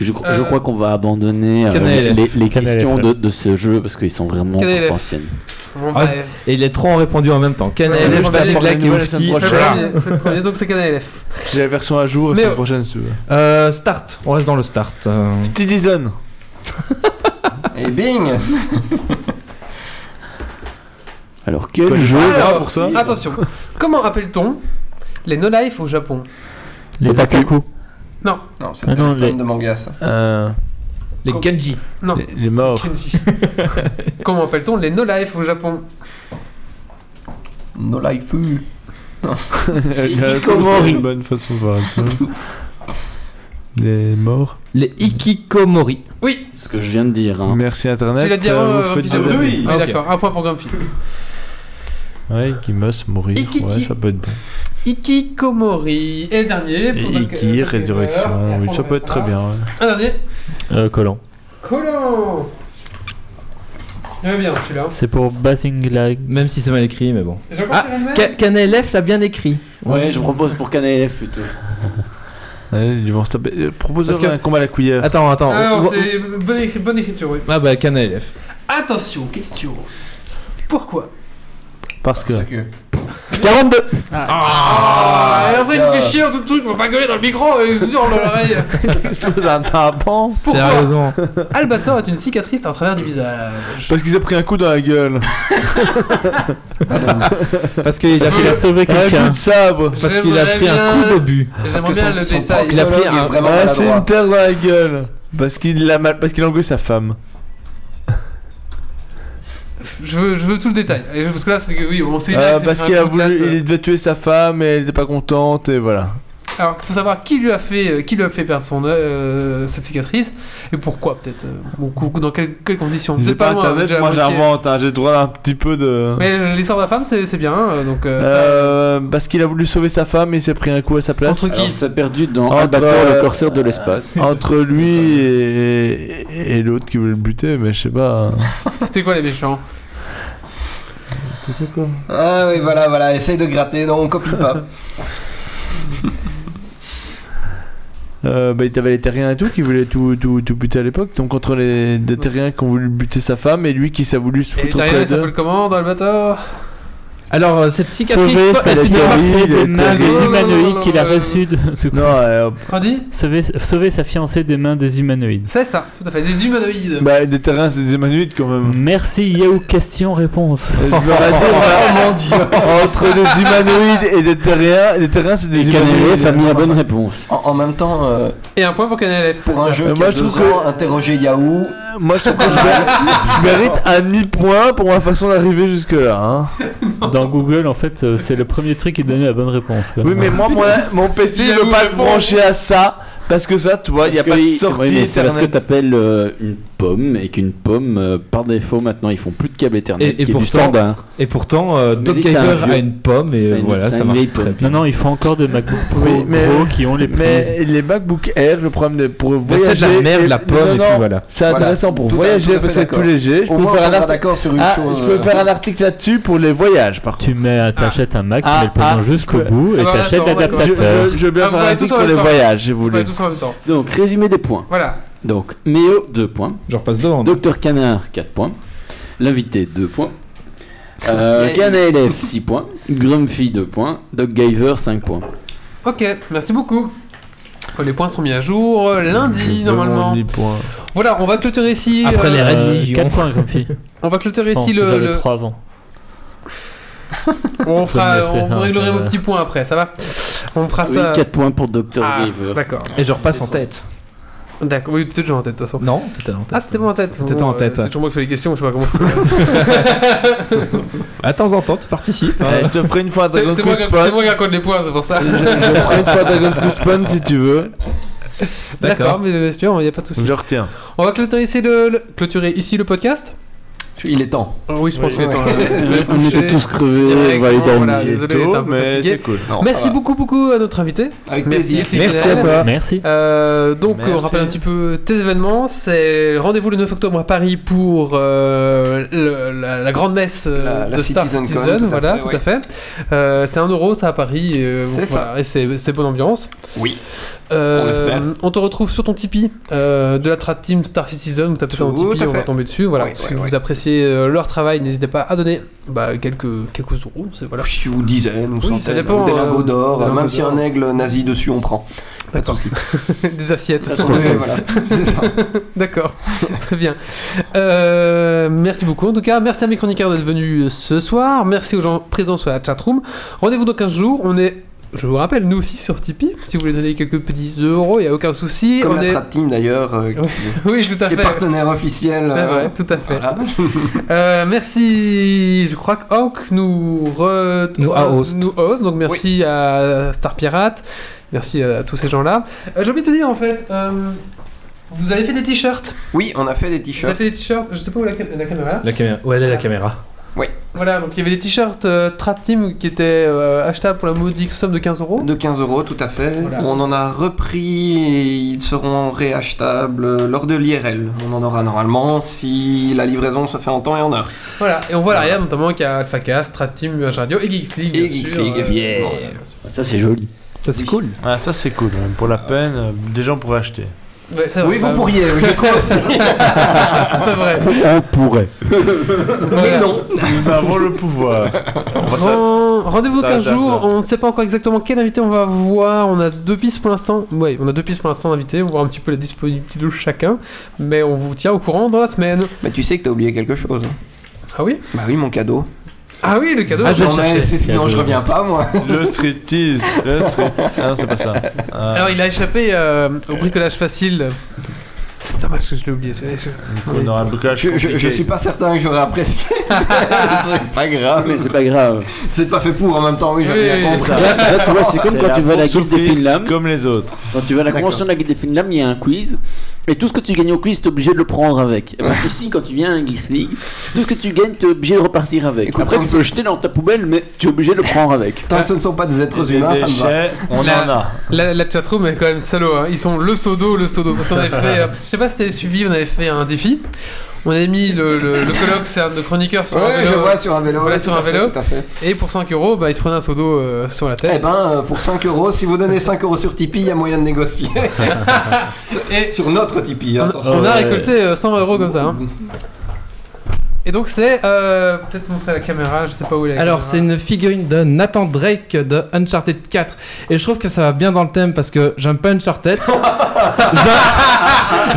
[SPEAKER 4] je, cro- je
[SPEAKER 1] Euh,
[SPEAKER 4] crois qu'on va abandonner euh,
[SPEAKER 2] Canal
[SPEAKER 4] les, les
[SPEAKER 5] Canal
[SPEAKER 4] questions
[SPEAKER 5] F.
[SPEAKER 4] de, de ce jeu parce qu'ils sont vraiment
[SPEAKER 1] Canal
[SPEAKER 4] trop
[SPEAKER 1] F.
[SPEAKER 4] anciennes.
[SPEAKER 1] bon,
[SPEAKER 2] Ah,
[SPEAKER 1] bah,
[SPEAKER 2] Et les trois ont répondu en même temps.
[SPEAKER 1] Ouais,
[SPEAKER 2] Canal,
[SPEAKER 1] on
[SPEAKER 2] LF,
[SPEAKER 1] va aller
[SPEAKER 2] Basil Black et
[SPEAKER 6] voir la semaine
[SPEAKER 2] Wolfie.
[SPEAKER 1] c'est le
[SPEAKER 6] prochaine.
[SPEAKER 2] Voilà.
[SPEAKER 1] premier, c'est le premier, donc c'est Canal LF.
[SPEAKER 6] J'ai la version à jour,
[SPEAKER 1] Mais-
[SPEAKER 6] c'est la prochaine si tu veux.
[SPEAKER 2] Euh, start. On reste dans le start. euh.
[SPEAKER 6] Citizen
[SPEAKER 3] Et bing
[SPEAKER 4] Alors, quel
[SPEAKER 6] Quoi,
[SPEAKER 4] jeu
[SPEAKER 1] Alors,
[SPEAKER 6] là, pour ça.
[SPEAKER 1] Attention. Comment appelle-t-on les no-life au Japon
[SPEAKER 5] Les Otaku.
[SPEAKER 3] Non, c'était
[SPEAKER 5] Ah non,
[SPEAKER 3] une femme
[SPEAKER 5] les-
[SPEAKER 3] de manga, ça.
[SPEAKER 6] euh,
[SPEAKER 2] Les Genji.
[SPEAKER 1] Non.
[SPEAKER 6] les, les morts.
[SPEAKER 1] Kenji. Comment appelle-t-on les no-life au Japon
[SPEAKER 3] No life.
[SPEAKER 6] Comment une bonne façon de voir ça. Les morts.
[SPEAKER 2] Les Ikikomori.
[SPEAKER 1] Oui,
[SPEAKER 4] Ce que je viens de dire. hein.
[SPEAKER 6] Merci internet.
[SPEAKER 1] tu l'as dit
[SPEAKER 6] euh,
[SPEAKER 1] avant,
[SPEAKER 6] vous
[SPEAKER 1] euh,
[SPEAKER 6] faites
[SPEAKER 1] Vincent.
[SPEAKER 6] des amis.
[SPEAKER 1] Oui,
[SPEAKER 2] Ah, ok.
[SPEAKER 1] d'accord, un point pour Grumpy.
[SPEAKER 6] Ouais, qui must mourir.
[SPEAKER 1] Ikiki.
[SPEAKER 6] Ouais, ça peut être bon.
[SPEAKER 1] Ikikomori. Et le dernier. pour euh,
[SPEAKER 6] Et
[SPEAKER 1] Dark- Dark
[SPEAKER 6] Iki,
[SPEAKER 1] Vader. Et
[SPEAKER 6] résurrection. Oui,
[SPEAKER 1] après,
[SPEAKER 6] ça
[SPEAKER 1] on
[SPEAKER 6] peut être très
[SPEAKER 1] verra.
[SPEAKER 6] bien. ouais.
[SPEAKER 1] Un dernier.
[SPEAKER 5] Euh, collant.
[SPEAKER 1] Collant. Il est bien celui-là.
[SPEAKER 5] C'est pour Basing Lag.
[SPEAKER 2] Même si c'est mal écrit, mais bon.
[SPEAKER 1] Jean-Claude
[SPEAKER 2] Ah,
[SPEAKER 1] Ironman
[SPEAKER 2] Canal F l'a bien écrit.
[SPEAKER 4] Ouais, je propose pour Canal F plutôt.
[SPEAKER 6] Allez, ils vont se taper. euh, Propose-leur
[SPEAKER 2] Parce que-
[SPEAKER 6] un combat à la cuillère.
[SPEAKER 2] Attends, attends.
[SPEAKER 1] Ah
[SPEAKER 2] on-
[SPEAKER 1] non,
[SPEAKER 2] on-
[SPEAKER 1] c'est bonne, écri- bonne écriture, oui.
[SPEAKER 2] Ah bah Canal F.
[SPEAKER 1] Attention, question. Pourquoi
[SPEAKER 6] Parce que.
[SPEAKER 3] Ça que-
[SPEAKER 6] 42
[SPEAKER 1] Ah, et après, il
[SPEAKER 3] Ah.
[SPEAKER 1] fait chier tout le truc, faut pas gueuler dans le micro, et vous hurle dans l'oreille.
[SPEAKER 6] C'est un tapant.
[SPEAKER 1] Pourquoi
[SPEAKER 2] Sérieusement.
[SPEAKER 1] Albator est une cicatrice à travers du visage.
[SPEAKER 6] Parce qu'ils ont pris un coup dans la gueule.
[SPEAKER 2] Parce qu'il a
[SPEAKER 1] Parce
[SPEAKER 2] pris
[SPEAKER 5] Il a sauvé
[SPEAKER 6] Un coup
[SPEAKER 5] quelqu'un.
[SPEAKER 6] de sabre.
[SPEAKER 2] parce qu'il a
[SPEAKER 1] J'aimerais
[SPEAKER 2] pris un
[SPEAKER 1] bien-
[SPEAKER 2] coup de but.
[SPEAKER 1] J'aimerais
[SPEAKER 3] que
[SPEAKER 1] bien
[SPEAKER 3] son-
[SPEAKER 1] le
[SPEAKER 3] son
[SPEAKER 1] détail.
[SPEAKER 2] Il a pris
[SPEAKER 3] Prologue est
[SPEAKER 2] un-
[SPEAKER 3] vraiment
[SPEAKER 6] Ah, c'est
[SPEAKER 3] maladroit.
[SPEAKER 6] une terre dans la gueule. Parce qu'il a mal, parce qu'il a engueulé sa femme.
[SPEAKER 1] Je veux, je veux tout le détail. Allez, je- Parce que là, c'est que oui, on sait là
[SPEAKER 6] Euh,
[SPEAKER 1] que c'est
[SPEAKER 6] parce
[SPEAKER 1] un
[SPEAKER 6] qu'il a
[SPEAKER 1] coup de
[SPEAKER 6] voulu,
[SPEAKER 1] latte.
[SPEAKER 6] il devait tuer sa femme et elle était pas contente et voilà.
[SPEAKER 1] Alors, il faut savoir qui lui a fait, euh, qui lui a fait perdre son œil, euh, cette cicatrice et pourquoi peut-être. euh, ou cou- dans quelles quelles conditions.
[SPEAKER 6] J'ai
[SPEAKER 1] Peut-être
[SPEAKER 6] pas
[SPEAKER 1] pas loin.
[SPEAKER 6] internet,
[SPEAKER 1] déjà à
[SPEAKER 6] moi
[SPEAKER 1] moitié.
[SPEAKER 6] j'invente, hein, j'ai le droit à un petit peu de.
[SPEAKER 1] Mais l'histoire de la femme, c'est c'est bien. hein, Donc, euh,
[SPEAKER 6] Euh, parce qu'il a voulu sauver sa femme et il s'est pris un coup à sa
[SPEAKER 1] ça-
[SPEAKER 6] place.
[SPEAKER 1] entre qui
[SPEAKER 4] Alors, ça a perdu dans
[SPEAKER 6] Entre,
[SPEAKER 4] Albator,
[SPEAKER 6] euh,
[SPEAKER 4] le corsaire de l'espace.
[SPEAKER 6] Entre lui et, et l'autre qui voulait le buter, mais je sais pas. hein.
[SPEAKER 1] C'était quoi les méchants
[SPEAKER 3] Ah oui, voilà, voilà, essaye de gratter, non, on copie pas.
[SPEAKER 6] Euh, bah, t'avais les terriens et tout qui voulaient tout, tout, tout buter à l'époque. Donc, entre les des terriens qui ont voulu buter sa femme et lui qui s'est voulu se
[SPEAKER 1] Et
[SPEAKER 6] foutre entre
[SPEAKER 1] l'Italien,
[SPEAKER 6] les
[SPEAKER 1] il
[SPEAKER 6] deux.
[SPEAKER 1] s'appelle comment dans Albator
[SPEAKER 7] Alors, euh, cette cicatrice,
[SPEAKER 6] Sauver, ça
[SPEAKER 7] elle
[SPEAKER 6] l'a
[SPEAKER 7] finit par-
[SPEAKER 6] servi.
[SPEAKER 5] C'est
[SPEAKER 6] il est
[SPEAKER 5] des mains des
[SPEAKER 1] terrible.
[SPEAKER 5] humanoïdes qu'il a reçu de ce coup.
[SPEAKER 6] Non, euh,
[SPEAKER 1] Redis
[SPEAKER 5] Sauver, sauver sa fiancée des mains des humanoïdes.
[SPEAKER 1] C'est ça, tout à fait. Des humanoïdes.
[SPEAKER 6] bah, des terriens, c'est des humanoïdes quand même.
[SPEAKER 5] Merci Yahoo question réponse.
[SPEAKER 6] Je veux la dire, entre des humanoïdes et des terriens, les terriens c'est des
[SPEAKER 4] Et
[SPEAKER 6] humanoïdes.
[SPEAKER 4] Canelef a mis la bonne réponse.
[SPEAKER 3] En, en même temps, euh,
[SPEAKER 1] Et un point pour Canalef.
[SPEAKER 3] pour un jeu
[SPEAKER 6] Mais
[SPEAKER 3] qui
[SPEAKER 6] moi,
[SPEAKER 3] a
[SPEAKER 6] je
[SPEAKER 3] deux
[SPEAKER 6] trouve que-
[SPEAKER 3] ans, interroger Yahoo,
[SPEAKER 6] Moi je trouve que je, mérite- je mérite un demi-point pour ma façon d'arriver jusque-là. hein.
[SPEAKER 5] Dans Google, en fait, euh, c'est le premier truc qui donnait la bonne réponse. quoi.
[SPEAKER 6] Oui, mais moi, moi, mon PC il
[SPEAKER 1] Yahoo
[SPEAKER 6] veut pas se
[SPEAKER 1] répond.
[SPEAKER 6] brancher à ça parce que ça, tu vois, il n'y a
[SPEAKER 4] Parce que-
[SPEAKER 6] pas de
[SPEAKER 4] oui, oui,
[SPEAKER 6] sortie
[SPEAKER 4] mais C'est parce que
[SPEAKER 6] Ethernet.
[SPEAKER 4] t'appelles euh, une pomme et qu'une pomme, euh, par défaut, maintenant, ils font plus de câble Ethernet.
[SPEAKER 7] Et- et
[SPEAKER 4] qui est du
[SPEAKER 7] pourtant,
[SPEAKER 4] standard.
[SPEAKER 7] Et pourtant, euh, Doc
[SPEAKER 4] Mélissa a un
[SPEAKER 7] Gamer
[SPEAKER 4] vieux.
[SPEAKER 7] a une pomme et
[SPEAKER 4] C'est
[SPEAKER 7] euh,
[SPEAKER 4] une-
[SPEAKER 7] voilà,
[SPEAKER 4] c'est
[SPEAKER 7] ça
[SPEAKER 4] une
[SPEAKER 7] marche
[SPEAKER 4] vieille
[SPEAKER 7] très
[SPEAKER 4] pomme.
[SPEAKER 7] bien.
[SPEAKER 5] Non, non, il faut encore des MacBook Pro
[SPEAKER 6] Oui, mais-
[SPEAKER 5] gros qui ont les prises.
[SPEAKER 6] Mais les MacBook Air, le problème de, pour
[SPEAKER 7] Mais c'est
[SPEAKER 6] voyager.
[SPEAKER 7] de la merde,
[SPEAKER 6] et-
[SPEAKER 7] la pomme,
[SPEAKER 6] non,
[SPEAKER 7] et
[SPEAKER 6] non,
[SPEAKER 7] puis voilà.
[SPEAKER 6] C'est
[SPEAKER 3] Voilà.
[SPEAKER 6] intéressant pour
[SPEAKER 3] Tout à- tout
[SPEAKER 6] voyager
[SPEAKER 3] à
[SPEAKER 6] parce
[SPEAKER 3] fait
[SPEAKER 6] que c'est plus
[SPEAKER 3] d'accord.
[SPEAKER 6] léger. Je
[SPEAKER 3] au
[SPEAKER 6] peux,
[SPEAKER 3] moins,
[SPEAKER 6] faire
[SPEAKER 3] on sera
[SPEAKER 6] un, article...
[SPEAKER 3] d'accord sur une
[SPEAKER 6] Ah,
[SPEAKER 3] chose.
[SPEAKER 6] je peux
[SPEAKER 3] euh,
[SPEAKER 6] faire un article là-dessus pour les voyages par contre.
[SPEAKER 5] Tu mets, t'achètes un Mac,
[SPEAKER 6] Ah,
[SPEAKER 5] mais le prenant
[SPEAKER 6] ah,
[SPEAKER 5] jusqu'au
[SPEAKER 6] que-
[SPEAKER 5] bout, et
[SPEAKER 1] Ah, bah,
[SPEAKER 5] t'achètes
[SPEAKER 1] attends, ouais,
[SPEAKER 6] Je,
[SPEAKER 5] l'adaptateur.
[SPEAKER 6] je, je veux bien
[SPEAKER 1] Ah,
[SPEAKER 6] faire
[SPEAKER 1] vous
[SPEAKER 6] un
[SPEAKER 1] allez tous
[SPEAKER 6] article
[SPEAKER 1] en
[SPEAKER 6] pour
[SPEAKER 1] même
[SPEAKER 6] les
[SPEAKER 1] temps.
[SPEAKER 6] voyages, j'ai
[SPEAKER 1] On
[SPEAKER 6] voulu.
[SPEAKER 1] est tous en même temps.
[SPEAKER 4] Donc, résumé des points.
[SPEAKER 1] Voilà.
[SPEAKER 4] Donc, Méo, 2 points.
[SPEAKER 7] Je repasse devant.
[SPEAKER 4] Docteur Canard, 4 points. L'invité, 2 points. Euh, Canelef, 6 points. Grumpy, 2 points. Doc Giver, 5 points.
[SPEAKER 1] Ok, merci beaucoup. Euh, Les points sont mis à jour euh, lundi normalement. Voilà, on va clôturer ici.
[SPEAKER 7] Après les raids.
[SPEAKER 5] Euh,
[SPEAKER 7] Religion.
[SPEAKER 5] 4 points, Grumpy.
[SPEAKER 1] On va clôturer
[SPEAKER 5] Je pense,
[SPEAKER 1] ici le.
[SPEAKER 5] j'avais
[SPEAKER 1] le-
[SPEAKER 5] 3 avant.
[SPEAKER 1] On fera,
[SPEAKER 5] Je vais me
[SPEAKER 1] on
[SPEAKER 5] laisser,
[SPEAKER 1] vous
[SPEAKER 5] hein,
[SPEAKER 1] réglera
[SPEAKER 5] euh,
[SPEAKER 1] vos petits points après, ça va. On fera
[SPEAKER 4] Oui,
[SPEAKER 1] ça.
[SPEAKER 4] 4 points pour Docteur
[SPEAKER 1] Ah,
[SPEAKER 4] Giver.
[SPEAKER 1] d'accord.
[SPEAKER 7] Et je repasse en tête.
[SPEAKER 1] D'accord. Oui, peut-être j'ai en tête de toute façon.
[SPEAKER 7] Non, tout à l'heure.
[SPEAKER 1] Ah, c'était moi en tête.
[SPEAKER 7] C'était
[SPEAKER 1] Bon,
[SPEAKER 7] toi en
[SPEAKER 1] euh,
[SPEAKER 7] tête,
[SPEAKER 1] C'est
[SPEAKER 7] ouais.
[SPEAKER 1] toujours moi qui fais les questions, je sais pas comment.
[SPEAKER 7] À temps en temps, tu participes. hein.
[SPEAKER 6] Ouais, je te ferai une fois un
[SPEAKER 1] C'est
[SPEAKER 6] Dragon
[SPEAKER 1] c'est moi,
[SPEAKER 6] Quest
[SPEAKER 1] qui-
[SPEAKER 6] Spawn.
[SPEAKER 1] c'est moi qui raconte les points, c'est pour ça.
[SPEAKER 6] Je je ferai une fois Dragon Quest Spawn si tu veux.
[SPEAKER 1] D'accord, mais messieurs, il n'y a pas de souci.
[SPEAKER 6] Je retiens.
[SPEAKER 1] On va clôturer ici le, le- clôturer ici le podcast.
[SPEAKER 3] Il est temps.
[SPEAKER 1] Ah oui, je pense
[SPEAKER 3] Oui.
[SPEAKER 1] que c'est temps.
[SPEAKER 4] Euh,
[SPEAKER 1] là.
[SPEAKER 4] On était tous crevés,
[SPEAKER 1] direct,
[SPEAKER 4] on va aller
[SPEAKER 1] voilà,
[SPEAKER 4] dormir.
[SPEAKER 1] désolé,
[SPEAKER 6] Tôt,
[SPEAKER 1] t'es un peu
[SPEAKER 6] mais
[SPEAKER 1] fatigué.
[SPEAKER 6] c'est cool.
[SPEAKER 3] Non, ça
[SPEAKER 1] Merci
[SPEAKER 3] va.
[SPEAKER 1] beaucoup, beaucoup à notre invité.
[SPEAKER 3] Avec
[SPEAKER 1] Merci,
[SPEAKER 3] plaisir.
[SPEAKER 1] Cyril.
[SPEAKER 7] Merci à toi.
[SPEAKER 5] Merci.
[SPEAKER 1] Euh, donc
[SPEAKER 7] Merci.
[SPEAKER 1] on rappelle un petit peu tes événements. C'est rendez-vous le 9 octobre à Paris pour euh, le- la, la grande messe euh,
[SPEAKER 3] La- la
[SPEAKER 1] de Star
[SPEAKER 3] CitizenCon,
[SPEAKER 1] Citizen.
[SPEAKER 3] tout à
[SPEAKER 1] voilà,
[SPEAKER 3] fait,
[SPEAKER 1] tout
[SPEAKER 3] ouais.
[SPEAKER 1] à fait. Euh, c'est 1 euro ça à Paris. et, euh,
[SPEAKER 3] C'est
[SPEAKER 1] voilà, Et c'est c'est bonne ambiance.
[SPEAKER 3] Oui.
[SPEAKER 1] Euh,
[SPEAKER 3] On l'espère.
[SPEAKER 1] on te retrouve sur ton Tipeee euh, de la Trad Team Star Citizen. Vous tapez ça dans
[SPEAKER 3] Tout
[SPEAKER 1] Tipeee,
[SPEAKER 3] à
[SPEAKER 1] on va
[SPEAKER 3] fait.
[SPEAKER 1] tomber dessus. Voilà.
[SPEAKER 3] Ouais, ouais,
[SPEAKER 1] si
[SPEAKER 3] ouais.
[SPEAKER 1] vous appréciez euh, leur travail, n'hésitez pas à donner bah, quelques quelques euros. C'est voilà.
[SPEAKER 3] Ou dizaines, ou
[SPEAKER 1] ça
[SPEAKER 3] centaines,
[SPEAKER 1] dépend,
[SPEAKER 3] ou des
[SPEAKER 1] euh,
[SPEAKER 3] lingots d'or,
[SPEAKER 1] des lingots
[SPEAKER 3] même si
[SPEAKER 1] d'or.
[SPEAKER 3] un aigle nazi dessus, on prend. Pas de
[SPEAKER 1] D'accord.
[SPEAKER 3] souci.
[SPEAKER 1] Des assiettes.
[SPEAKER 4] Ça se
[SPEAKER 3] Ouais,
[SPEAKER 4] refait.
[SPEAKER 3] voilà, c'est ça.
[SPEAKER 1] D'accord, très bien. Euh, merci beaucoup en tout cas. Merci à mes chroniqueurs d'être venus euh, ce soir. Merci aux gens présents sur la chatroom. Rendez-vous dans 15 jours. On est, je vous rappelle, nous aussi sur Tipeee. Si vous voulez donner quelques petits euros, il n'y a aucun souci.
[SPEAKER 3] Comme
[SPEAKER 1] on
[SPEAKER 3] la
[SPEAKER 1] est...
[SPEAKER 3] Trad Team d'ailleurs, euh, qui-
[SPEAKER 1] Oui, tout à
[SPEAKER 3] qui est
[SPEAKER 1] fait.
[SPEAKER 3] partenaire officiel.
[SPEAKER 1] C'est
[SPEAKER 3] euh,
[SPEAKER 1] vrai, tout à fait.
[SPEAKER 3] voilà.
[SPEAKER 1] Euh, merci, je crois que Hawk nous, re-
[SPEAKER 7] Nous a host.
[SPEAKER 1] nous host, donc merci à Star Pirate, merci à tous ces gens-là. Euh, J'ai oublié de te dire en fait, euh, vous avez fait des t-shirts,
[SPEAKER 3] Oui, on a fait
[SPEAKER 1] vous
[SPEAKER 3] des
[SPEAKER 1] avez
[SPEAKER 3] t-shirts.
[SPEAKER 1] fait des t-shirts, je sais pas où la, cam- la caméra est là.
[SPEAKER 7] La caméra. Ouais, là, la caméra.
[SPEAKER 1] Voilà, donc il y avait des t-shirts euh, Trad Team qui étaient euh, achetables pour la modique somme de 15 euros.
[SPEAKER 3] De 15 euros, tout à fait.
[SPEAKER 1] Voilà.
[SPEAKER 3] On en a repris et ils seront réachetables euh, lors de l'IRL. On en aura normalement si la livraison se fait en temps et en heure.
[SPEAKER 1] Voilà, et on voit l'arrière notamment qu'il y a AlphaCast, Trad Team, UH Radio et Geeks League.
[SPEAKER 3] Et
[SPEAKER 1] bien
[SPEAKER 3] Geeks
[SPEAKER 1] sûr, Euh,
[SPEAKER 3] League, effectivement.
[SPEAKER 1] voilà, bien
[SPEAKER 4] Ça, c'est joli.
[SPEAKER 7] Ça, c'est cool.
[SPEAKER 6] Ah, ça c'est cool, même pour la peine, euh, des gens pourraient acheter.
[SPEAKER 1] sûr. Ouais, c'est vrai,
[SPEAKER 3] Oui, vous
[SPEAKER 1] bah,
[SPEAKER 3] pourriez, je trouve aussi.
[SPEAKER 1] C'est vrai.
[SPEAKER 4] On pourrait.
[SPEAKER 1] Voilà.
[SPEAKER 3] Mais non.
[SPEAKER 6] Nous avons le pouvoir. On va ça-
[SPEAKER 1] Ren- Rendez-vous
[SPEAKER 6] ça
[SPEAKER 1] 15
[SPEAKER 6] va, ça va,
[SPEAKER 1] jours,
[SPEAKER 6] ça
[SPEAKER 1] on ne sait pas encore exactement quel invité on va voir, on a deux pistes pour l'instant, ouais, on a deux pistes pour l'instant d'invités, on va voir un petit peu la disponibilité de chacun, mais on vous tient au courant dans la semaine.
[SPEAKER 3] Mais Bah, tu sais que t'as oublié quelque chose. hein.
[SPEAKER 1] Ah oui
[SPEAKER 3] Bah oui, mon cadeau.
[SPEAKER 1] Ah oui, le cadeau
[SPEAKER 3] Ah,
[SPEAKER 7] je vais le chercher.
[SPEAKER 3] Sinon, je reviens pas, moi.
[SPEAKER 6] Le striptease. Le strip... Ah non, c'est pas ça. Ah,
[SPEAKER 1] Alors il a échappé euh, au bricolage facile. C'est dommage que je l'ai oublié. celui-là, je-
[SPEAKER 6] on aura un bricolage
[SPEAKER 3] Je, je- je
[SPEAKER 6] compliqué.
[SPEAKER 3] suis pas certain que j'aurais apprécié. c'est pas grave.
[SPEAKER 4] Mais c'est pas grave.
[SPEAKER 3] C'est pas fait pour en même temps, oui, j'ai
[SPEAKER 1] Oui,
[SPEAKER 3] rien
[SPEAKER 1] oui,
[SPEAKER 3] contre.
[SPEAKER 4] Ça, ça, tu vois, c'est comme quand tu vas à la guide des Ah, Finlames.
[SPEAKER 6] Comme les autres.
[SPEAKER 4] Quand tu vas à la
[SPEAKER 3] D'accord.
[SPEAKER 4] convention de la guide des Finlames, il y a un quiz. Et tout ce que tu gagnes au quiz, t'es obligé de le prendre avec. Et ben, ici, quand tu viens à la Geeks League, tout ce que tu gagnes, t'es obligé de repartir avec.
[SPEAKER 3] Écoute,
[SPEAKER 4] Après,
[SPEAKER 3] on
[SPEAKER 4] tu
[SPEAKER 3] sait-
[SPEAKER 4] peux le jeter dans ta poubelle, mais tu es obligé de le prendre avec.
[SPEAKER 3] Tant que ce ne sont pas des êtres
[SPEAKER 6] Les
[SPEAKER 3] humains, ça me va.
[SPEAKER 6] déchets, on
[SPEAKER 1] La-
[SPEAKER 6] en a.
[SPEAKER 1] La, la chatroom est quand même salaud. hein. Ils sont le seau d'eau, le seau d'eau. Parce qu'on avait fait, euh, je sais pas si t'avais suivi, on avait fait un défi. On avait mis le, le, le colloque, c'est un de nos chroniqueurs sur un
[SPEAKER 3] Ouais,
[SPEAKER 1] vélo.
[SPEAKER 3] je vois sur un vélo.
[SPEAKER 1] Voilà,
[SPEAKER 3] ouais,
[SPEAKER 1] sur
[SPEAKER 3] tout
[SPEAKER 1] un
[SPEAKER 3] à fait,
[SPEAKER 1] vélo.
[SPEAKER 3] Tout à fait.
[SPEAKER 1] Et pour 5 euros, bah, il se prenait un seau d'eau euh, sur la
[SPEAKER 3] Eh
[SPEAKER 1] tête.
[SPEAKER 3] ben, euh, pour 5 euros, si vous donnez 5 euros sur Tipeee, il y a moyen de négocier.
[SPEAKER 1] Et
[SPEAKER 3] sur notre Tipeee,
[SPEAKER 1] on,
[SPEAKER 3] hein, attention.
[SPEAKER 1] on a
[SPEAKER 5] Ouais.
[SPEAKER 1] récolté euh, 100 euros comme ça. hein. Et donc c'est euh, peut-être montrer la caméra, je sais pas où elle est. la
[SPEAKER 7] Alors,
[SPEAKER 1] caméra.
[SPEAKER 7] c'est une figurine de Nathan Drake de Uncharted 4. Et je trouve que ça va bien dans le thème parce que j'aime pas Uncharted. j'aime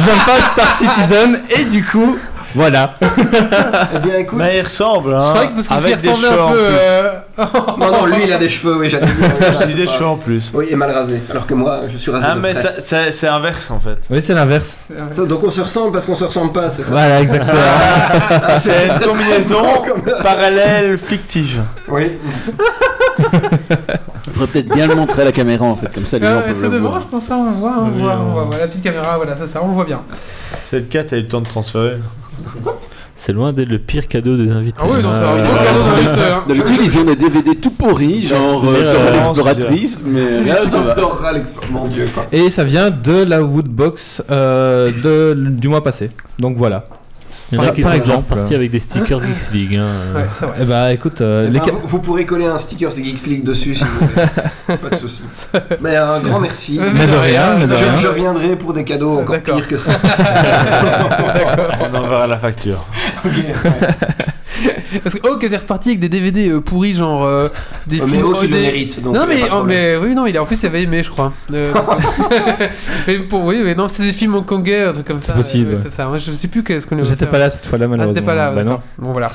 [SPEAKER 7] j'aime pas Star Citizen. Et du coup, voilà.
[SPEAKER 3] Eh bien, écoute.
[SPEAKER 6] Mais il ressemble,
[SPEAKER 1] Je
[SPEAKER 6] hein.
[SPEAKER 1] croyais que parce qu'il s'y
[SPEAKER 6] Avec des
[SPEAKER 1] ressemblait
[SPEAKER 6] cheveux
[SPEAKER 1] un
[SPEAKER 6] en
[SPEAKER 1] peu.
[SPEAKER 6] plus.
[SPEAKER 1] euh,
[SPEAKER 3] Non, non, lui, il a des cheveux, oui, j'allais dire.
[SPEAKER 6] J'ai des cheveux en plus.
[SPEAKER 3] Oui, et mal rasé. Alors que moi, je suis rasé.
[SPEAKER 6] Ah,
[SPEAKER 3] de
[SPEAKER 6] mais
[SPEAKER 3] près.
[SPEAKER 6] ça- c'est c'est inverse en fait.
[SPEAKER 7] Oui, c'est l'inverse.
[SPEAKER 3] Ça, Donc on se ressemble parce qu'on se ressemble pas, c'est ça
[SPEAKER 7] Voilà, exactement.
[SPEAKER 6] C'est une combinaison
[SPEAKER 3] Comme-
[SPEAKER 6] parallèle fictive.
[SPEAKER 3] Oui.
[SPEAKER 4] Il faudrait peut-être bien le montrer à la caméra, en fait, comme ça les gens
[SPEAKER 1] euh,
[SPEAKER 4] peuvent
[SPEAKER 1] c'est
[SPEAKER 4] le
[SPEAKER 1] devant,
[SPEAKER 4] voir.
[SPEAKER 1] je pense, hein, on voit, hein, on
[SPEAKER 6] Oui,
[SPEAKER 1] voit,
[SPEAKER 6] on-
[SPEAKER 1] on voit, voilà, la petite caméra, voilà, c'est ça, on le vovoit bien.
[SPEAKER 6] Cette 4 a eu le temps de transférer.
[SPEAKER 5] C'est loin d'être le pire cadeau des invités.
[SPEAKER 1] Ah oui, non, c'est
[SPEAKER 5] Ah,
[SPEAKER 1] un
[SPEAKER 5] ouais.
[SPEAKER 1] gros cadeau de l'invité, hein.
[SPEAKER 4] D'habitude, ils ont des DVD tout pourris, genre
[SPEAKER 6] c'est
[SPEAKER 4] euh,
[SPEAKER 6] vrai,
[SPEAKER 4] sur
[SPEAKER 6] euh,
[SPEAKER 4] l'exploratrice, mais là, Ah, ça va.
[SPEAKER 3] J'adoreras l'expérience. Mon dieu, quoi.
[SPEAKER 7] Et ça vient de la Woodbox euh, de, du mois passé. Donc voilà.
[SPEAKER 5] Il y en a
[SPEAKER 7] Par-
[SPEAKER 5] qui
[SPEAKER 7] par
[SPEAKER 5] sont
[SPEAKER 7] exemple.
[SPEAKER 5] genre partis avec des stickers Geeks League. hein.
[SPEAKER 1] Ouais, c'est vrai.
[SPEAKER 7] Et bah écoute, euh,
[SPEAKER 3] Eh
[SPEAKER 7] les
[SPEAKER 3] ben,
[SPEAKER 7] ca-
[SPEAKER 3] vous, vous pourrez coller un sticker Geeks League dessus si vous voulez. pas de soucis. Mais un grand merci.
[SPEAKER 1] Mais-
[SPEAKER 7] Mais de rien, mais de rien.
[SPEAKER 3] Je, je reviendrai pour des cadeaux encore
[SPEAKER 1] D'accord.
[SPEAKER 3] pires que ça.
[SPEAKER 6] On enverra la facture.
[SPEAKER 3] Ok, ouais.
[SPEAKER 1] Parce que Hawk était reparti avec des DVD euh, pourris, genre euh, des
[SPEAKER 3] Mais
[SPEAKER 1] films
[SPEAKER 3] oh, tu
[SPEAKER 1] OD.
[SPEAKER 3] le mérites. donc,
[SPEAKER 1] non
[SPEAKER 3] euh, pas
[SPEAKER 1] mais,
[SPEAKER 3] de
[SPEAKER 1] oh,
[SPEAKER 3] problème.
[SPEAKER 1] mais oui non il a en plus il avait aimé je crois Euh, parce que- mais pour, oui mais non c'est des films hongkongais un truc comme ça
[SPEAKER 7] possible,
[SPEAKER 1] euh,
[SPEAKER 7] ouais.
[SPEAKER 1] c'est ça moi je sais plus qu'est-ce qu'on lui a
[SPEAKER 7] J'étais
[SPEAKER 1] offert.
[SPEAKER 7] pas là cette fois-là
[SPEAKER 1] ah
[SPEAKER 7] malheureusement.
[SPEAKER 1] c'était pas là
[SPEAKER 7] Bah, non.
[SPEAKER 1] d'accord. bon voilà